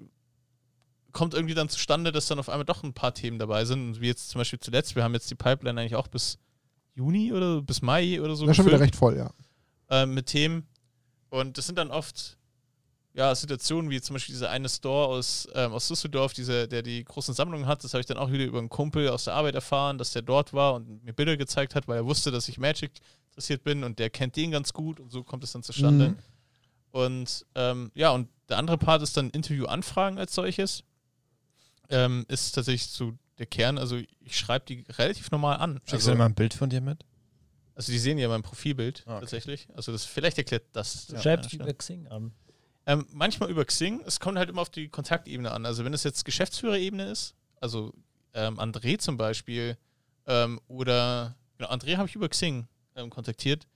[SPEAKER 3] kommt irgendwie dann zustande, dass dann auf einmal doch ein paar Themen dabei sind. Und wie jetzt zum Beispiel zuletzt, wir haben jetzt die Pipeline eigentlich auch bis Juni oder bis Mai oder so.
[SPEAKER 1] Ja, schon wieder recht voll, ja.
[SPEAKER 3] Äh, mit Themen. Und das sind dann oft ja, Situationen wie zum Beispiel dieser eine Store aus, ähm, aus Düsseldorf, dieser, der die großen Sammlungen hat. Das habe ich dann auch wieder über einen Kumpel aus der Arbeit erfahren, dass der dort war und mir Bilder gezeigt hat, weil er wusste, dass ich Magic interessiert bin und der kennt den ganz gut und so kommt es dann zustande. Mhm. Und ähm, ja, und der andere Part ist dann Interviewanfragen als solches. Ähm, ist tatsächlich so der Kern. Also ich schreibe die relativ normal an.
[SPEAKER 4] Schickst
[SPEAKER 3] also,
[SPEAKER 4] du immer ein Bild von dir mit?
[SPEAKER 3] Also die sehen ja mein Profilbild
[SPEAKER 1] Ah,
[SPEAKER 3] okay. tatsächlich. Also das vielleicht erklärt das.
[SPEAKER 2] Du schreibst ja, über Xing an.
[SPEAKER 3] Ähm, manchmal über Xing. Es kommt halt immer auf die Kontaktebene an. Also wenn es jetzt Geschäftsführerebene ist, also ähm, André zum Beispiel ähm, oder genau, André habe ich über Xing ähm, kontaktiert.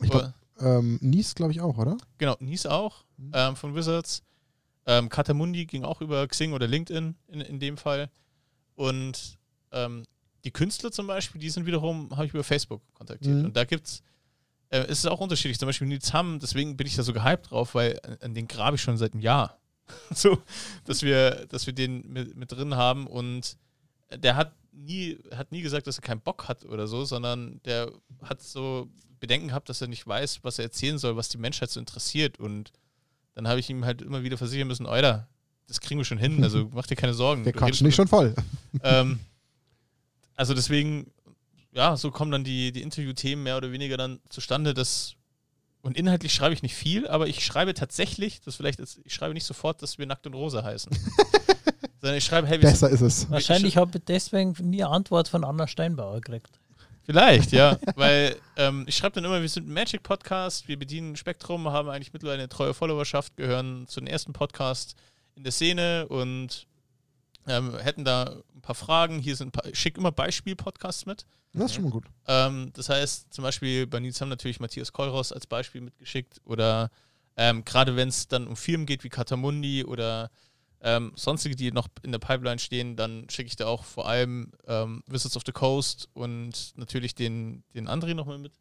[SPEAKER 1] Ich glaub, Ähm, Nies glaube ich auch, oder?
[SPEAKER 3] Genau, Nies auch ähm, von Wizards. Ähm, Katamundi ging auch über Xing oder LinkedIn in, in dem Fall. Und ähm, die Künstler zum Beispiel, die sind wiederum, habe ich über Facebook kontaktiert. Mhm. Und da gibt es äh, ist es auch unterschiedlich. Zum Beispiel Nils Hamm, deswegen bin ich da so gehypt drauf, weil an den grabe ich schon seit einem Jahr. so, dass wir, dass wir den mit, mit, drin haben und der hat nie, hat nie gesagt, dass er keinen Bock hat oder so, sondern der hat so Bedenken gehabt, dass er nicht weiß, was er erzählen soll, was die Menschheit so interessiert. Und dann habe ich ihm halt immer wieder versichern müssen, Euler, das kriegen wir schon hin, also mach dir keine Sorgen.
[SPEAKER 1] Der Quatsch nicht schon voll.
[SPEAKER 3] Ähm, also deswegen, ja, so kommen dann die, die Interviewthemen mehr oder weniger dann zustande, dass und inhaltlich schreibe ich nicht viel, aber ich schreibe tatsächlich, das vielleicht ist, ich schreibe nicht sofort, dass wir nackt und rosa heißen. sondern ich schreibe, hey,
[SPEAKER 1] besser ist es.
[SPEAKER 2] Wahrscheinlich habe ich deswegen nie eine Antwort von Anna Steinbauer gekriegt.
[SPEAKER 3] Vielleicht, ja, weil ähm, ich schreibe dann immer, wir sind ein Magic Podcast, wir bedienen Spektrum, haben eigentlich mittlerweile eine treue Followerschaft, gehören zu den ersten Podcasts in der Szene und ähm, hätten da ein paar Fragen. Hier sind ein paar, ich schick immer Beispiel-Podcasts mit.
[SPEAKER 1] Das ist schon mal gut.
[SPEAKER 3] Ähm, das heißt, zum Beispiel bei Nils haben natürlich Matthias Kollross als Beispiel mitgeschickt oder ähm, gerade wenn es dann um Firmen geht wie Katamundi oder ähm, sonstige, die noch in der Pipeline stehen, dann schicke ich da auch vor allem ähm, Wizards of the Coast und natürlich den, den André nochmal mit.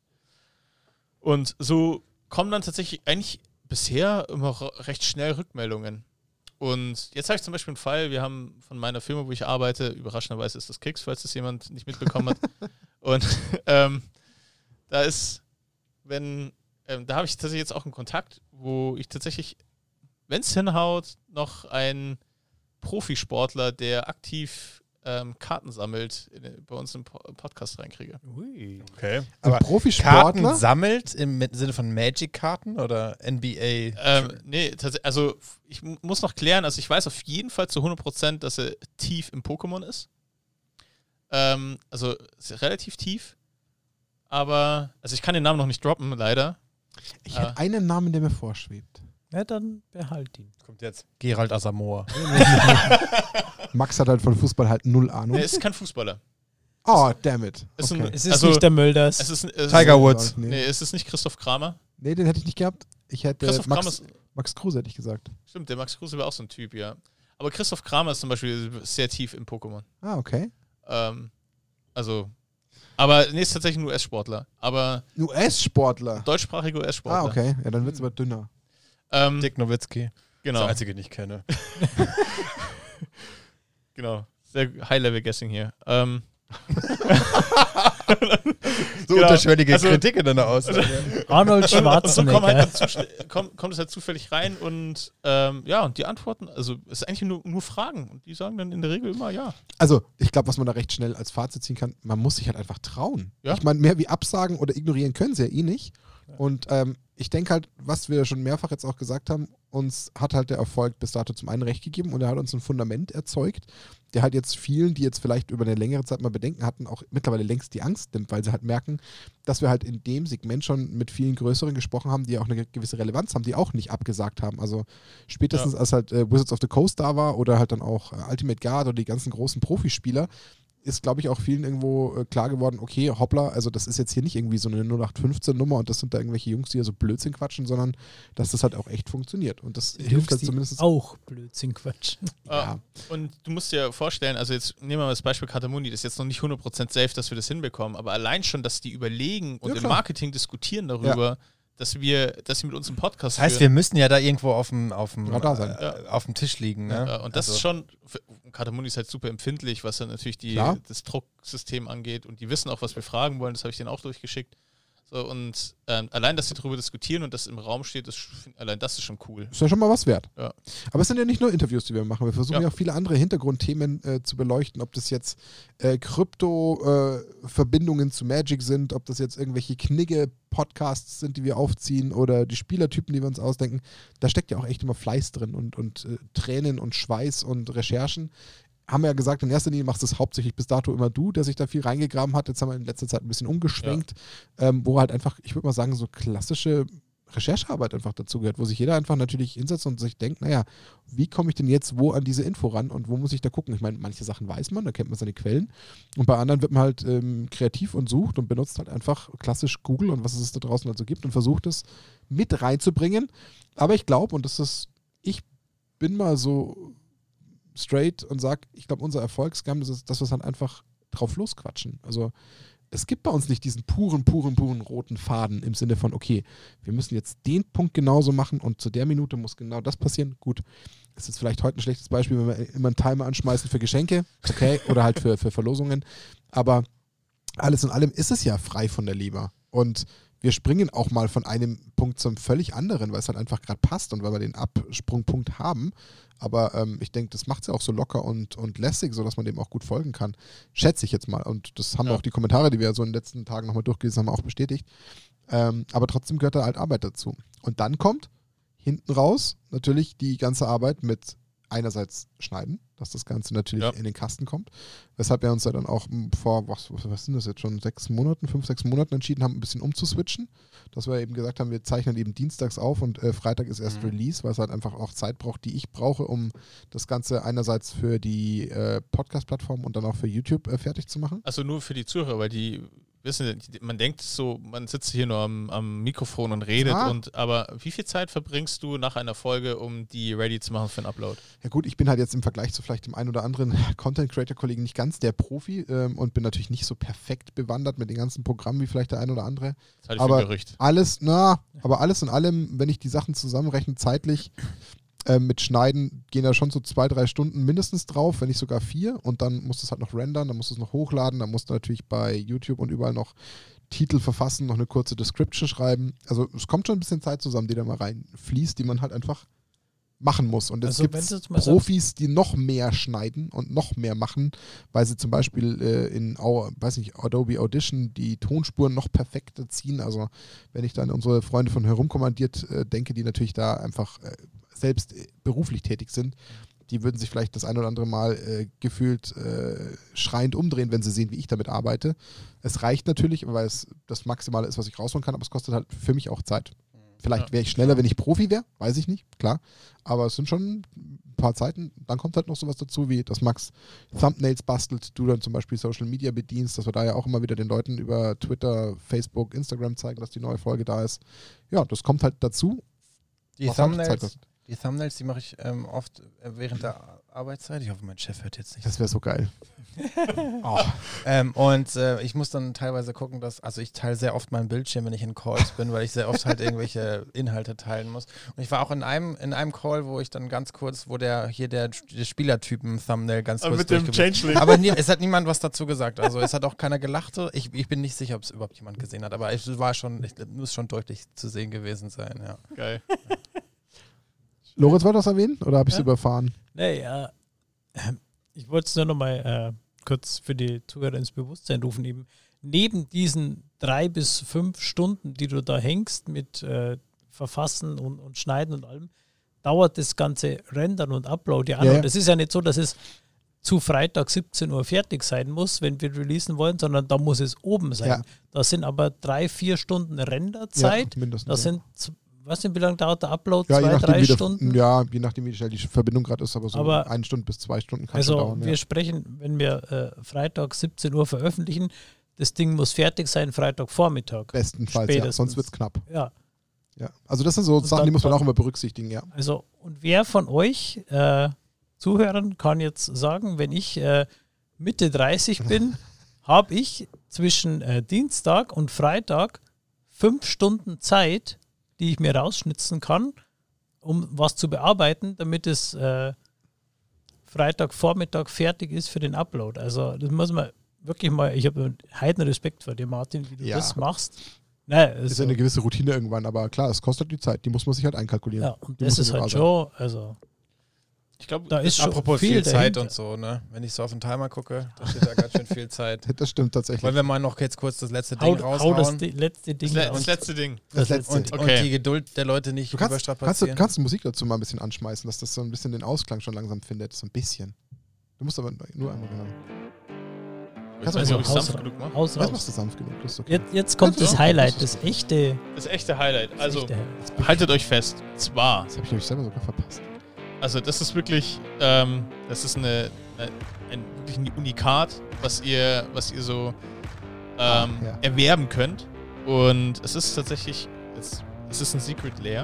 [SPEAKER 3] Und so kommen dann tatsächlich eigentlich bisher immer recht schnell Rückmeldungen. Und jetzt habe ich zum Beispiel einen Fall, wir haben von meiner Firma, wo ich arbeite, überraschenderweise ist das Kicks, falls das jemand nicht mitbekommen hat. Und ähm, da ist, wenn, ähm, da habe ich tatsächlich jetzt auch einen Kontakt, wo ich tatsächlich, wenn es hinhaut, noch einen Profisportler, der aktiv ähm, Karten sammelt, in, bei uns im po Podcast reinkriege.
[SPEAKER 4] Ui. Okay.
[SPEAKER 1] Aber
[SPEAKER 4] Ein Profisportler?
[SPEAKER 1] ne?
[SPEAKER 4] Karten sammelt im Sinne von Magic-Karten oder NBA?
[SPEAKER 3] Ähm, nee, also ich muss noch klären, also ich weiß auf jeden Fall zu 100%, dass er tief im Pokémon ist. Ähm, also ist relativ tief. Aber, also ich kann den Namen noch nicht droppen, leider.
[SPEAKER 1] Ich äh. hätte einen Namen, der mir vorschwebt.
[SPEAKER 2] Ja, dann behalt ihn.
[SPEAKER 4] Kommt jetzt. Gerald Asamoah.
[SPEAKER 1] Max hat halt von Fußball halt null Ahnung.
[SPEAKER 3] Er ist kein Fußballer.
[SPEAKER 1] Oh, damn it.
[SPEAKER 2] Okay. Ist ein, es ist also, nicht der Mölders.
[SPEAKER 3] Es ist, es
[SPEAKER 4] Tiger Woods.
[SPEAKER 3] Nee. nee, es ist nicht Christoph Kramer.
[SPEAKER 1] Nee, den hätte ich nicht gehabt. Ich hätte Christoph Max, Kramer ist, Max Kruse hätte ich gesagt.
[SPEAKER 3] Stimmt, der Max Kruse war auch so ein Typ, ja. Aber Christoph Kramer ist zum Beispiel sehr tief im Pokémon.
[SPEAKER 1] Ah, okay.
[SPEAKER 3] Ähm, also, aber nee, ist tatsächlich ein US-Sportler. Aber
[SPEAKER 1] US-Sportler?
[SPEAKER 3] Deutschsprachiger US-Sportler.
[SPEAKER 1] Ah, okay. Ja, dann wird es aber dünner.
[SPEAKER 4] Ähm, Dick Nowitzki.
[SPEAKER 3] Genau.
[SPEAKER 1] Also,
[SPEAKER 4] Das einzige, den ich kenne.
[SPEAKER 3] genau. Sehr High-Level-Guessing hier. Ähm.
[SPEAKER 4] so genau. unterschwellige also, Kritik in deiner Aussage.
[SPEAKER 2] Arnold Schwarzenegger.
[SPEAKER 3] Und so halt kommt, kommt, es halt zufällig rein und ähm, ja, und die Antworten, also es ist eigentlich nur, nur Fragen und die sagen dann in der Regel immer ja.
[SPEAKER 1] Also ich glaube, was man da recht schnell als Fazit ziehen kann, man muss sich halt einfach trauen.
[SPEAKER 3] Ja?
[SPEAKER 1] Ich meine, mehr wie absagen oder ignorieren können sie ja eh nicht. Und ähm, ich denke halt, was wir schon mehrfach jetzt auch gesagt haben, uns hat halt der Erfolg bis dato zum einen recht gegeben und er hat uns ein Fundament erzeugt, der halt jetzt vielen, die jetzt vielleicht über eine längere Zeit mal Bedenken hatten, auch mittlerweile längst die Angst nimmt, weil sie halt merken, dass wir halt in dem Segment schon mit vielen größeren gesprochen haben, die auch eine gewisse Relevanz haben, die auch nicht abgesagt haben. Also spätestens ja. als halt äh, Wizards of the Coast da war oder halt dann auch äh, Ultimate Guard oder die ganzen großen Profispieler, ist, glaube ich, auch vielen irgendwo äh, klar geworden, okay, hoppla, also das ist jetzt hier nicht irgendwie so eine 0815-Nummer und das sind da irgendwelche Jungs, die ja so Blödsinn quatschen, sondern dass das halt auch echt funktioniert. Und das hilft halt
[SPEAKER 2] die
[SPEAKER 1] zumindest.
[SPEAKER 2] auch Blödsinn quatschen.
[SPEAKER 3] Ah, Und du musst dir vorstellen, also jetzt nehmen wir mal das Beispiel Katamundi, das ist jetzt noch nicht 100% safe, dass wir das hinbekommen, aber allein schon, dass die überlegen und
[SPEAKER 4] Ja,
[SPEAKER 3] im
[SPEAKER 4] klar.
[SPEAKER 3] Marketing diskutieren darüber, dass wir, dass sie mit uns einen Podcast
[SPEAKER 4] Das heißt, wir
[SPEAKER 3] führen.
[SPEAKER 4] müssen ja da irgendwo auf dem, auf dem,
[SPEAKER 3] Radar sein.
[SPEAKER 4] äh, auf dem Tisch liegen. Ne?
[SPEAKER 3] Ja, und das
[SPEAKER 4] Also-
[SPEAKER 3] ist schon, für- Katamundi ist halt super empfindlich, was dann natürlich die,
[SPEAKER 4] Klar.
[SPEAKER 3] das Drucksystem angeht und die wissen auch, was wir fragen wollen, das habe ich denen auch durchgeschickt. So, und ähm, allein, dass sie darüber diskutieren und das im Raum steht, ist, sch- allein das ist schon cool.
[SPEAKER 1] Ist ja schon mal was wert.
[SPEAKER 3] Ja.
[SPEAKER 1] Aber es sind ja nicht nur Interviews, die wir machen. Wir versuchen ja,
[SPEAKER 3] Ja.
[SPEAKER 1] auch viele andere Hintergrundthemen äh, zu beleuchten, ob das jetzt äh, Krypto-Verbindungen zu Magic sind, ob das jetzt irgendwelche Knigge-Podcasts sind, die wir aufziehen oder die Spielertypen, die wir uns ausdenken. Da steckt ja auch echt immer Fleiß drin und, und äh, Tränen und Schweiß und Recherchen. Haben wir ja gesagt, in erster Linie machst du es hauptsächlich bis dato immer du, der sich da viel reingegraben hat. Jetzt haben wir in letzter Zeit ein bisschen umgeschwenkt, ähm, wo halt einfach, ich würde mal sagen, so klassische Recherchearbeit einfach dazu gehört, wo sich jeder einfach natürlich hinsetzt und sich denkt, naja, wie komme ich denn jetzt wo an diese Info ran und wo muss ich da gucken? Ich meine, manche Sachen weiß man, da kennt man seine Quellen und bei anderen wird man halt ähm, kreativ und sucht und benutzt halt einfach klassisch Google und was es da draußen also gibt und versucht es mit reinzubringen. Aber ich glaube, und das ist, ich bin mal so straight und sage, ich glaube, unser Erfolgsgeheimnis ist, dass wir es halt einfach drauf losquatschen. Also es gibt bei uns nicht diesen puren, puren, puren roten Faden im Sinne von, okay, wir müssen jetzt den Punkt genauso machen und zu der Minute muss genau das passieren. Gut, ist jetzt vielleicht heute ein schlechtes Beispiel, wenn wir immer einen Timer anschmeißen für Geschenke, okay, oder halt für, für Verlosungen. Aber alles in allem ist es ja frei von der Leber. Und wir springen auch mal von einem Punkt zum völlig anderen, weil es halt einfach gerade passt und weil wir den Absprungpunkt haben. Aber ähm, ich denke, das macht es ja auch so locker und, und lässig, sodass man dem auch gut folgen kann. Schätze ich jetzt mal. Und das haben auch die Kommentare, die wir so in den letzten Tagen nochmal durchgelesen haben, auch bestätigt. Ähm, aber trotzdem gehört da halt Arbeit dazu. Und dann kommt hinten raus natürlich die ganze Arbeit mit einerseits schneiden, dass das Ganze natürlich in den Kasten kommt, weshalb wir uns ja dann auch m, vor, was, was was sind das jetzt schon, sechs Monaten, fünf, sechs Monaten entschieden haben, ein bisschen umzuswitchen, dass wir eben gesagt haben, wir zeichnen eben dienstags auf und äh, Freitag ist erst Release, weil es halt einfach auch Zeit braucht, die ich brauche, um das Ganze einerseits für die äh, Podcast-Plattform und dann auch für YouTube äh, fertig zu machen.
[SPEAKER 3] Also nur für die Zuhörer, weil die wissen, die- man denkt so, man sitzt hier nur am, am Mikrofon und redet
[SPEAKER 1] Ja.
[SPEAKER 3] und aber wie viel Zeit verbringst du nach einer Folge, um die ready zu machen für einen Upload?
[SPEAKER 1] Ja gut, ich bin halt jetzt im Vergleich zu vielleicht dem einen oder anderen Content-Creator-Kollegen nicht ganz der Profi ähm, und bin natürlich nicht so perfekt bewandert mit den ganzen Programmen wie vielleicht der ein oder andere.
[SPEAKER 3] Das halte ich für
[SPEAKER 1] aber
[SPEAKER 3] ein Gerücht.
[SPEAKER 1] alles, na, aber alles in allem, wenn ich die Sachen zusammenrechne, zeitlich ähm, mit Schneiden gehen da schon so zwei, drei Stunden mindestens drauf, wenn nicht sogar vier. Und dann musst du es halt noch rendern, dann musst du es noch hochladen, dann musst du natürlich bei YouTube und überall noch Titel verfassen, noch eine kurze Description schreiben. Also es kommt schon ein bisschen Zeit zusammen, die da mal reinfließt, die man halt einfach machen muss. Und es
[SPEAKER 2] Also,
[SPEAKER 1] gibt
[SPEAKER 2] wenn du jetzt mal sagst-
[SPEAKER 1] Profis, die noch mehr schneiden und noch mehr machen, weil sie zum Beispiel äh, in Au- weiß nicht, Adobe Audition die Tonspuren noch perfekter ziehen. Also wenn ich dann an unsere Freunde von herumkommandiert äh, denke, die natürlich da einfach äh, selbst äh, beruflich tätig sind, die würden sich vielleicht das ein oder andere Mal äh, gefühlt äh, schreiend umdrehen, wenn sie sehen, wie ich damit arbeite. Es reicht natürlich, weil es das Maximale ist, was ich rausholen kann, aber es kostet halt für mich auch Zeit. Vielleicht wäre ich schneller, wenn ich Profi wäre, weiß ich nicht, klar. Aber es sind schon ein paar Zeiten. Dann kommt halt noch sowas dazu, wie dass Max Thumbnails bastelt, du dann zum Beispiel Social Media bedienst, dass wir da ja auch immer wieder den Leuten über Twitter, Facebook, Instagram zeigen, dass die neue Folge da ist. Ja, das kommt halt dazu.
[SPEAKER 4] Die
[SPEAKER 1] was halt Zeit
[SPEAKER 4] Thumbnails,
[SPEAKER 1] kostet.
[SPEAKER 4] die Thumbnails, die mache ich ähm, oft äh, während der Ar- Arbeitszeit. Ich hoffe, mein Chef hört jetzt nicht.
[SPEAKER 1] Das wäre so geil.
[SPEAKER 4] Oh. ähm, und äh, ich muss dann teilweise gucken, dass, also ich teile sehr oft meinen Bildschirm, wenn ich in Calls bin, weil ich sehr oft halt irgendwelche Inhalte teilen muss. Und ich war auch in einem, in einem Call, wo ich dann ganz kurz, wo der hier der, der Spielertypen-Thumbnail ganz
[SPEAKER 3] Aber
[SPEAKER 4] kurz
[SPEAKER 3] mit dem
[SPEAKER 4] durchgeblieben-
[SPEAKER 3] Changeling.
[SPEAKER 4] Aber nie, es hat niemand was dazu gesagt. Also es hat auch keiner gelacht. Ich, ich bin nicht sicher, ob es überhaupt jemand gesehen hat, aber es war schon, ich, muss schon deutlich zu sehen gewesen sein, ja.
[SPEAKER 3] Geil.
[SPEAKER 1] Lorenz wollte das erwähnen oder habe ich es
[SPEAKER 2] Ja.
[SPEAKER 1] überfahren?
[SPEAKER 2] Naja, ich wollte es nur noch mal äh, kurz für die Zuhörer ins Bewusstsein rufen. Eben neben diesen drei bis fünf Stunden, die du da hängst mit äh, Verfassen und, und Schneiden und allem, dauert das ganze Rendern und Upload ja auch
[SPEAKER 1] Ja,
[SPEAKER 2] noch.
[SPEAKER 1] ja.
[SPEAKER 2] Das ist ja nicht so, dass es zu Freitag 17 Uhr fertig sein muss, wenn wir releasen wollen, sondern da muss es oben sein.
[SPEAKER 1] Ja.
[SPEAKER 2] Da sind aber drei, vier Stunden Renderzeit.
[SPEAKER 1] mindestens,
[SPEAKER 2] das
[SPEAKER 1] ja.
[SPEAKER 2] sind z- weiß nicht, wie lange dauert der Upload?
[SPEAKER 1] Ja, je
[SPEAKER 2] Zwei,
[SPEAKER 1] nachdem,
[SPEAKER 2] drei
[SPEAKER 1] wie der,
[SPEAKER 2] Stunden?
[SPEAKER 1] ja, je nachdem, wie schnell die Verbindung gerade ist, aber so
[SPEAKER 2] Aber-
[SPEAKER 1] eine Stunde bis zwei Stunden kann
[SPEAKER 2] also
[SPEAKER 1] schon dauern.
[SPEAKER 2] wir
[SPEAKER 1] ja.
[SPEAKER 2] sprechen, wenn wir äh, Freitag 17 Uhr veröffentlichen, das Ding muss fertig sein Freitagvormittag.
[SPEAKER 1] Bestenfalls, ja,
[SPEAKER 2] Spätestens.
[SPEAKER 1] sonst wird es knapp.
[SPEAKER 2] Ja,
[SPEAKER 1] Ja. Also das sind so
[SPEAKER 2] Und
[SPEAKER 1] Sachen, die
[SPEAKER 2] dann-
[SPEAKER 1] muss man
[SPEAKER 2] dann-
[SPEAKER 1] auch immer berücksichtigen, ja.
[SPEAKER 2] also und wer von euch äh, Zuhörern kann jetzt sagen, wenn ich äh, Mitte 30 bin, habe ich zwischen äh, Dienstag und Freitag fünf Stunden Zeit, die ich mir rausschnitzen kann, um was zu bearbeiten, damit es äh, Freitagvormittag fertig ist für den Upload. Also das muss man wirklich mal, ich habe heiden Respekt vor dir, Martin, wie du
[SPEAKER 1] Ja.
[SPEAKER 2] das machst. Naja, also,
[SPEAKER 1] Ist ja eine gewisse Routine irgendwann, aber klar, es kostet die Zeit, die muss man sich halt einkalkulieren.
[SPEAKER 2] ja, und
[SPEAKER 1] Die
[SPEAKER 2] das
[SPEAKER 1] muss
[SPEAKER 2] ist
[SPEAKER 1] immer
[SPEAKER 2] halt
[SPEAKER 1] da sein.
[SPEAKER 2] schon, also
[SPEAKER 3] Ich glaube,
[SPEAKER 2] da ist schon
[SPEAKER 4] Apropos
[SPEAKER 2] viel,
[SPEAKER 4] viel, Zeit
[SPEAKER 2] dahinter.
[SPEAKER 4] und so, ne? Wenn ich so auf den Timer gucke, da steht da ganz schön viel Zeit.
[SPEAKER 1] Das stimmt tatsächlich.
[SPEAKER 4] Wollen wir mal noch jetzt kurz das letzte
[SPEAKER 2] Hau,
[SPEAKER 4] Ding
[SPEAKER 2] hau
[SPEAKER 4] raushauen?
[SPEAKER 2] das di letzte Ding
[SPEAKER 3] Das, le- das
[SPEAKER 2] raus.
[SPEAKER 3] letzte Ding.
[SPEAKER 1] Das letzte.
[SPEAKER 4] Und,
[SPEAKER 3] Okay.
[SPEAKER 4] und die Geduld der Leute nicht
[SPEAKER 1] Du kannst, kannst, du,
[SPEAKER 4] überstrapazieren.
[SPEAKER 1] kannst die Musik dazu mal ein bisschen anschmeißen, dass das so ein bisschen den Ausklang schon langsam findet. So ein bisschen. Du musst aber nur einmal genau.
[SPEAKER 3] Ich
[SPEAKER 1] Kannst
[SPEAKER 3] weiß
[SPEAKER 1] du
[SPEAKER 3] nicht,
[SPEAKER 1] mal
[SPEAKER 3] ob ich
[SPEAKER 2] raus-
[SPEAKER 3] sanft genug mache.
[SPEAKER 2] Haus
[SPEAKER 1] Das
[SPEAKER 2] raus.
[SPEAKER 1] machst du sanft genug. Das ist okay.
[SPEAKER 2] Jetzt, jetzt kommt
[SPEAKER 1] Ja,
[SPEAKER 2] das
[SPEAKER 1] ja.
[SPEAKER 2] Highlight,
[SPEAKER 1] Das
[SPEAKER 2] das echte.
[SPEAKER 3] Das echte Highlight.
[SPEAKER 2] Das
[SPEAKER 3] Also,
[SPEAKER 2] echte Highlight.
[SPEAKER 3] haltet euch fest. Zwar,
[SPEAKER 1] Das habe ich nämlich selber sogar verpasst.
[SPEAKER 3] also das ist wirklich, ähm, das ist eine, ein, ein, wirklich ein Unikat, was ihr, was ihr so ähm,
[SPEAKER 1] ja.
[SPEAKER 3] erwerben könnt. Und es ist tatsächlich, es, es ist ein Secret Lair,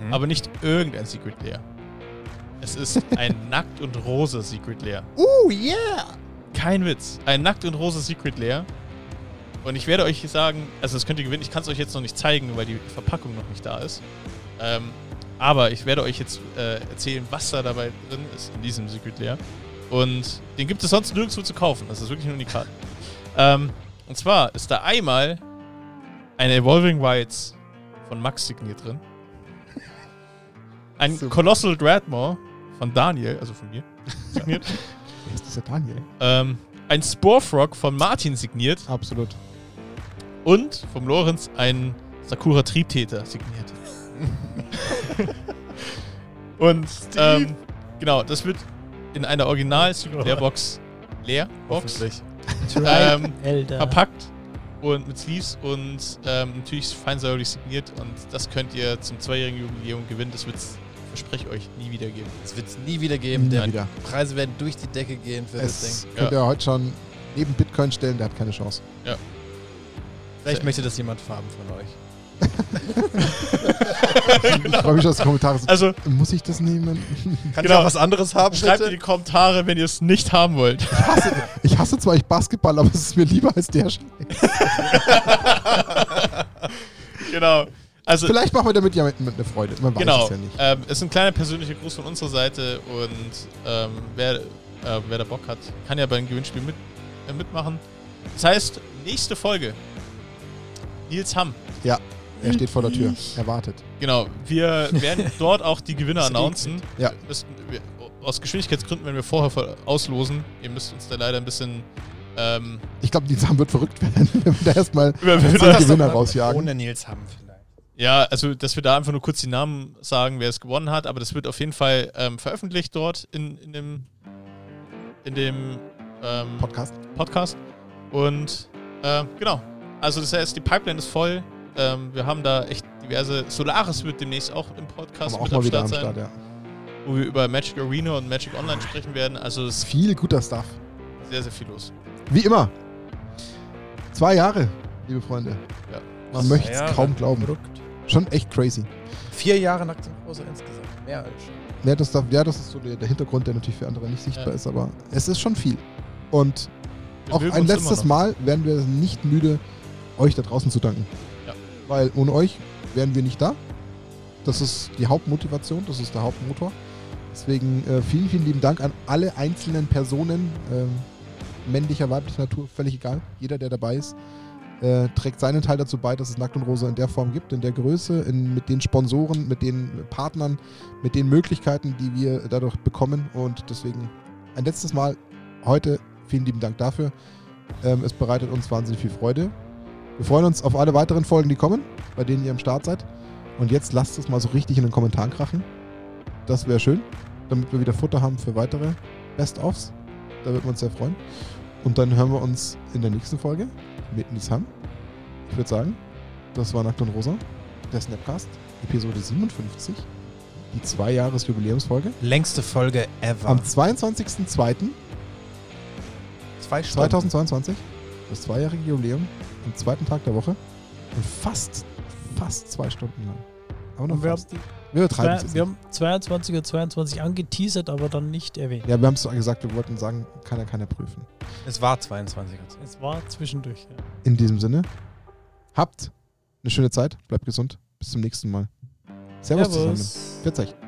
[SPEAKER 4] Mhm.
[SPEAKER 3] aber nicht irgendein Secret Lair. Es ist ein Nackt und Rose Secret Lair.
[SPEAKER 4] Oh yeah!
[SPEAKER 3] Kein Witz. Ein Nackt und Rose Secret Lair. Und ich werde euch sagen, also das könnt ihr gewinnen. Ich kann es euch jetzt noch nicht zeigen, weil die Verpackung noch nicht da ist. Ähm, aber ich werde euch jetzt äh, erzählen, was da dabei drin ist in diesem Secret Lair. Und den gibt es sonst nirgendwo zu kaufen. Das ist wirklich nur in die Karte. ähm, und zwar ist da einmal ein Evolving Wilds von Max signiert drin. Ein
[SPEAKER 1] Super.
[SPEAKER 3] Colossal Dreadmore von Daniel, also von mir, signiert.
[SPEAKER 1] Wer ist dieser Daniel?
[SPEAKER 3] Ähm, ein Sporefrog von Martin signiert
[SPEAKER 1] Absolut.
[SPEAKER 3] und vom Lorenz ein Sakura Triebtäter signiert. und ähm, genau, das wird in einer original Leerbox Leerbox ähm,
[SPEAKER 2] Elder.
[SPEAKER 3] verpackt und mit Sleeves und ähm, natürlich feinsäuberlich signiert und das könnt ihr zum zweijährigen Jubiläum gewinnen. Das wird's verspreche ich euch nie wieder geben.
[SPEAKER 4] Das wird es nie wieder geben.
[SPEAKER 1] Nie
[SPEAKER 4] Der
[SPEAKER 1] wieder.
[SPEAKER 4] Preise werden durch die Decke gehen für das
[SPEAKER 1] Es
[SPEAKER 4] Ding.
[SPEAKER 1] könnt ihr heute schon neben Bitcoin stellen, der hat keine Chance.
[SPEAKER 4] Vielleicht möchte das jemand farben von euch.
[SPEAKER 3] Genau.
[SPEAKER 1] Ich freue mich schon auf die Kommentare. So,
[SPEAKER 3] Also
[SPEAKER 1] muss ich das nehmen?
[SPEAKER 4] Kann
[SPEAKER 3] Genau.
[SPEAKER 4] ich auch was anderes haben,
[SPEAKER 3] schreibt in
[SPEAKER 4] bitte?
[SPEAKER 3] die Kommentare, wenn ihr es nicht haben wollt.
[SPEAKER 1] Ich hasse zwar ich Basketball, aber es ist mir lieber als der Scheiß.
[SPEAKER 3] Also genau. Also
[SPEAKER 1] Vielleicht machen wir damit ja mit, mit einer Freude. Man weiß
[SPEAKER 3] Genau.
[SPEAKER 1] es ja nicht.
[SPEAKER 3] Ähm, es ist ein kleiner persönlicher Gruß von unserer Seite und ähm, wer, äh, wer da Bock hat, kann ja beim Gewinnspiel mit, äh, mitmachen. Das heißt, nächste Folge. Nils Hamm.
[SPEAKER 1] Er steht vor der Tür. Er wartet.
[SPEAKER 3] Genau. Wir werden dort auch die Gewinner announcen.
[SPEAKER 1] eh Ja.
[SPEAKER 3] Wir müssen, wir, aus Geschwindigkeitsgründen werden wir vorher voll auslosen. Ihr müsst uns da leider ein bisschen ähm,
[SPEAKER 1] Ich glaube, die Sam wird verrückt werden, wenn wir da erstmal
[SPEAKER 3] überwinden.
[SPEAKER 1] die Gewinner rausjagen.
[SPEAKER 4] Ohne Nils haben vielleicht.
[SPEAKER 3] Ja, also dass wir da einfach nur kurz die Namen sagen, wer es gewonnen hat, aber das wird auf jeden Fall ähm, veröffentlicht dort in, in dem, in dem ähm,
[SPEAKER 1] Podcast.
[SPEAKER 3] Podcast. Und äh, genau. Also das heißt, die Pipeline ist voll. Ähm, wir haben da echt diverse. Solaris wird demnächst auch im Podcast
[SPEAKER 1] Aber auch
[SPEAKER 3] mit
[SPEAKER 1] mal
[SPEAKER 3] am
[SPEAKER 1] wieder
[SPEAKER 3] Start sein,
[SPEAKER 1] am Start, ja.
[SPEAKER 3] wo wir über Magic Arena und Magic Online sprechen werden. Also es ist
[SPEAKER 1] Viel guter Stuff.
[SPEAKER 3] sehr, sehr viel los.
[SPEAKER 1] Wie immer. Zwei Jahre, liebe Freunde.
[SPEAKER 3] Ja.
[SPEAKER 1] Man möchte es
[SPEAKER 4] Jahre.
[SPEAKER 1] kaum glauben. Schon echt crazy.
[SPEAKER 4] Vier Jahre nackt und rosa insgesamt. Mehr als schon.
[SPEAKER 1] Ja das, darf, ja, das ist so der, der Hintergrund, der natürlich für andere nicht sichtbar
[SPEAKER 3] Ja.
[SPEAKER 1] ist, aber es ist schon viel. Und
[SPEAKER 3] Wir
[SPEAKER 1] auch
[SPEAKER 3] mögen
[SPEAKER 1] ein
[SPEAKER 3] uns
[SPEAKER 1] letztes
[SPEAKER 3] immer noch.
[SPEAKER 1] Mal werden wir nicht müde, euch da draußen zu danken.
[SPEAKER 3] Ja.
[SPEAKER 1] Weil ohne euch wären wir nicht da. Das ist die Hauptmotivation, das ist der Hauptmotor. Deswegen äh, vielen, vielen lieben Dank an alle einzelnen Personen, ähm, männlicher, weiblicher Natur, völlig egal. Jeder, der dabei ist, äh, trägt seinen Teil dazu bei, dass es Nackt und Rosa in der Form gibt, in der Größe, in, mit den Sponsoren, mit den Partnern, mit den Möglichkeiten, die wir dadurch bekommen. Und deswegen ein letztes Mal heute vielen lieben Dank dafür. Ähm, es bereitet uns wahnsinnig viel Freude. Wir freuen uns auf alle weiteren Folgen, die kommen, bei denen ihr am Start seid. Und jetzt lasst es mal so richtig in den Kommentaren krachen. Das wäre schön, damit wir wieder Futter haben für weitere Best-Offs. Da würden wir uns sehr freuen. Und dann hören wir uns in der nächsten Folge mit Nisham. Ich würde sagen, das war Nackt und Rosa, der Snapcast. Episode 57, die zwei Jahres Jubiläumsfolge.
[SPEAKER 4] Längste Folge ever.
[SPEAKER 1] Am 22.02.
[SPEAKER 4] Zwei Stunden.
[SPEAKER 1] 2022, das zweijährige Jubiläum, am zweiten Tag der Woche und fast, fast zwei Stunden lang. Aber noch
[SPEAKER 2] Und wir
[SPEAKER 1] fast. Wir übertreiben es
[SPEAKER 2] Zwei,
[SPEAKER 1] jetzt
[SPEAKER 2] wir
[SPEAKER 1] nicht.
[SPEAKER 2] haben 22 Uhr 22 angeteasert, aber dann nicht erwähnt.
[SPEAKER 1] Ja, wir haben es gesagt, wir wollten sagen, kann ja keiner prüfen.
[SPEAKER 4] Es war 22 Uhr.
[SPEAKER 2] Es war zwischendurch. Ja.
[SPEAKER 1] In diesem Sinne, habt eine schöne Zeit, bleibt gesund, bis zum nächsten Mal. Servus,
[SPEAKER 2] Servus.
[SPEAKER 1] zusammen. Pfiat euch.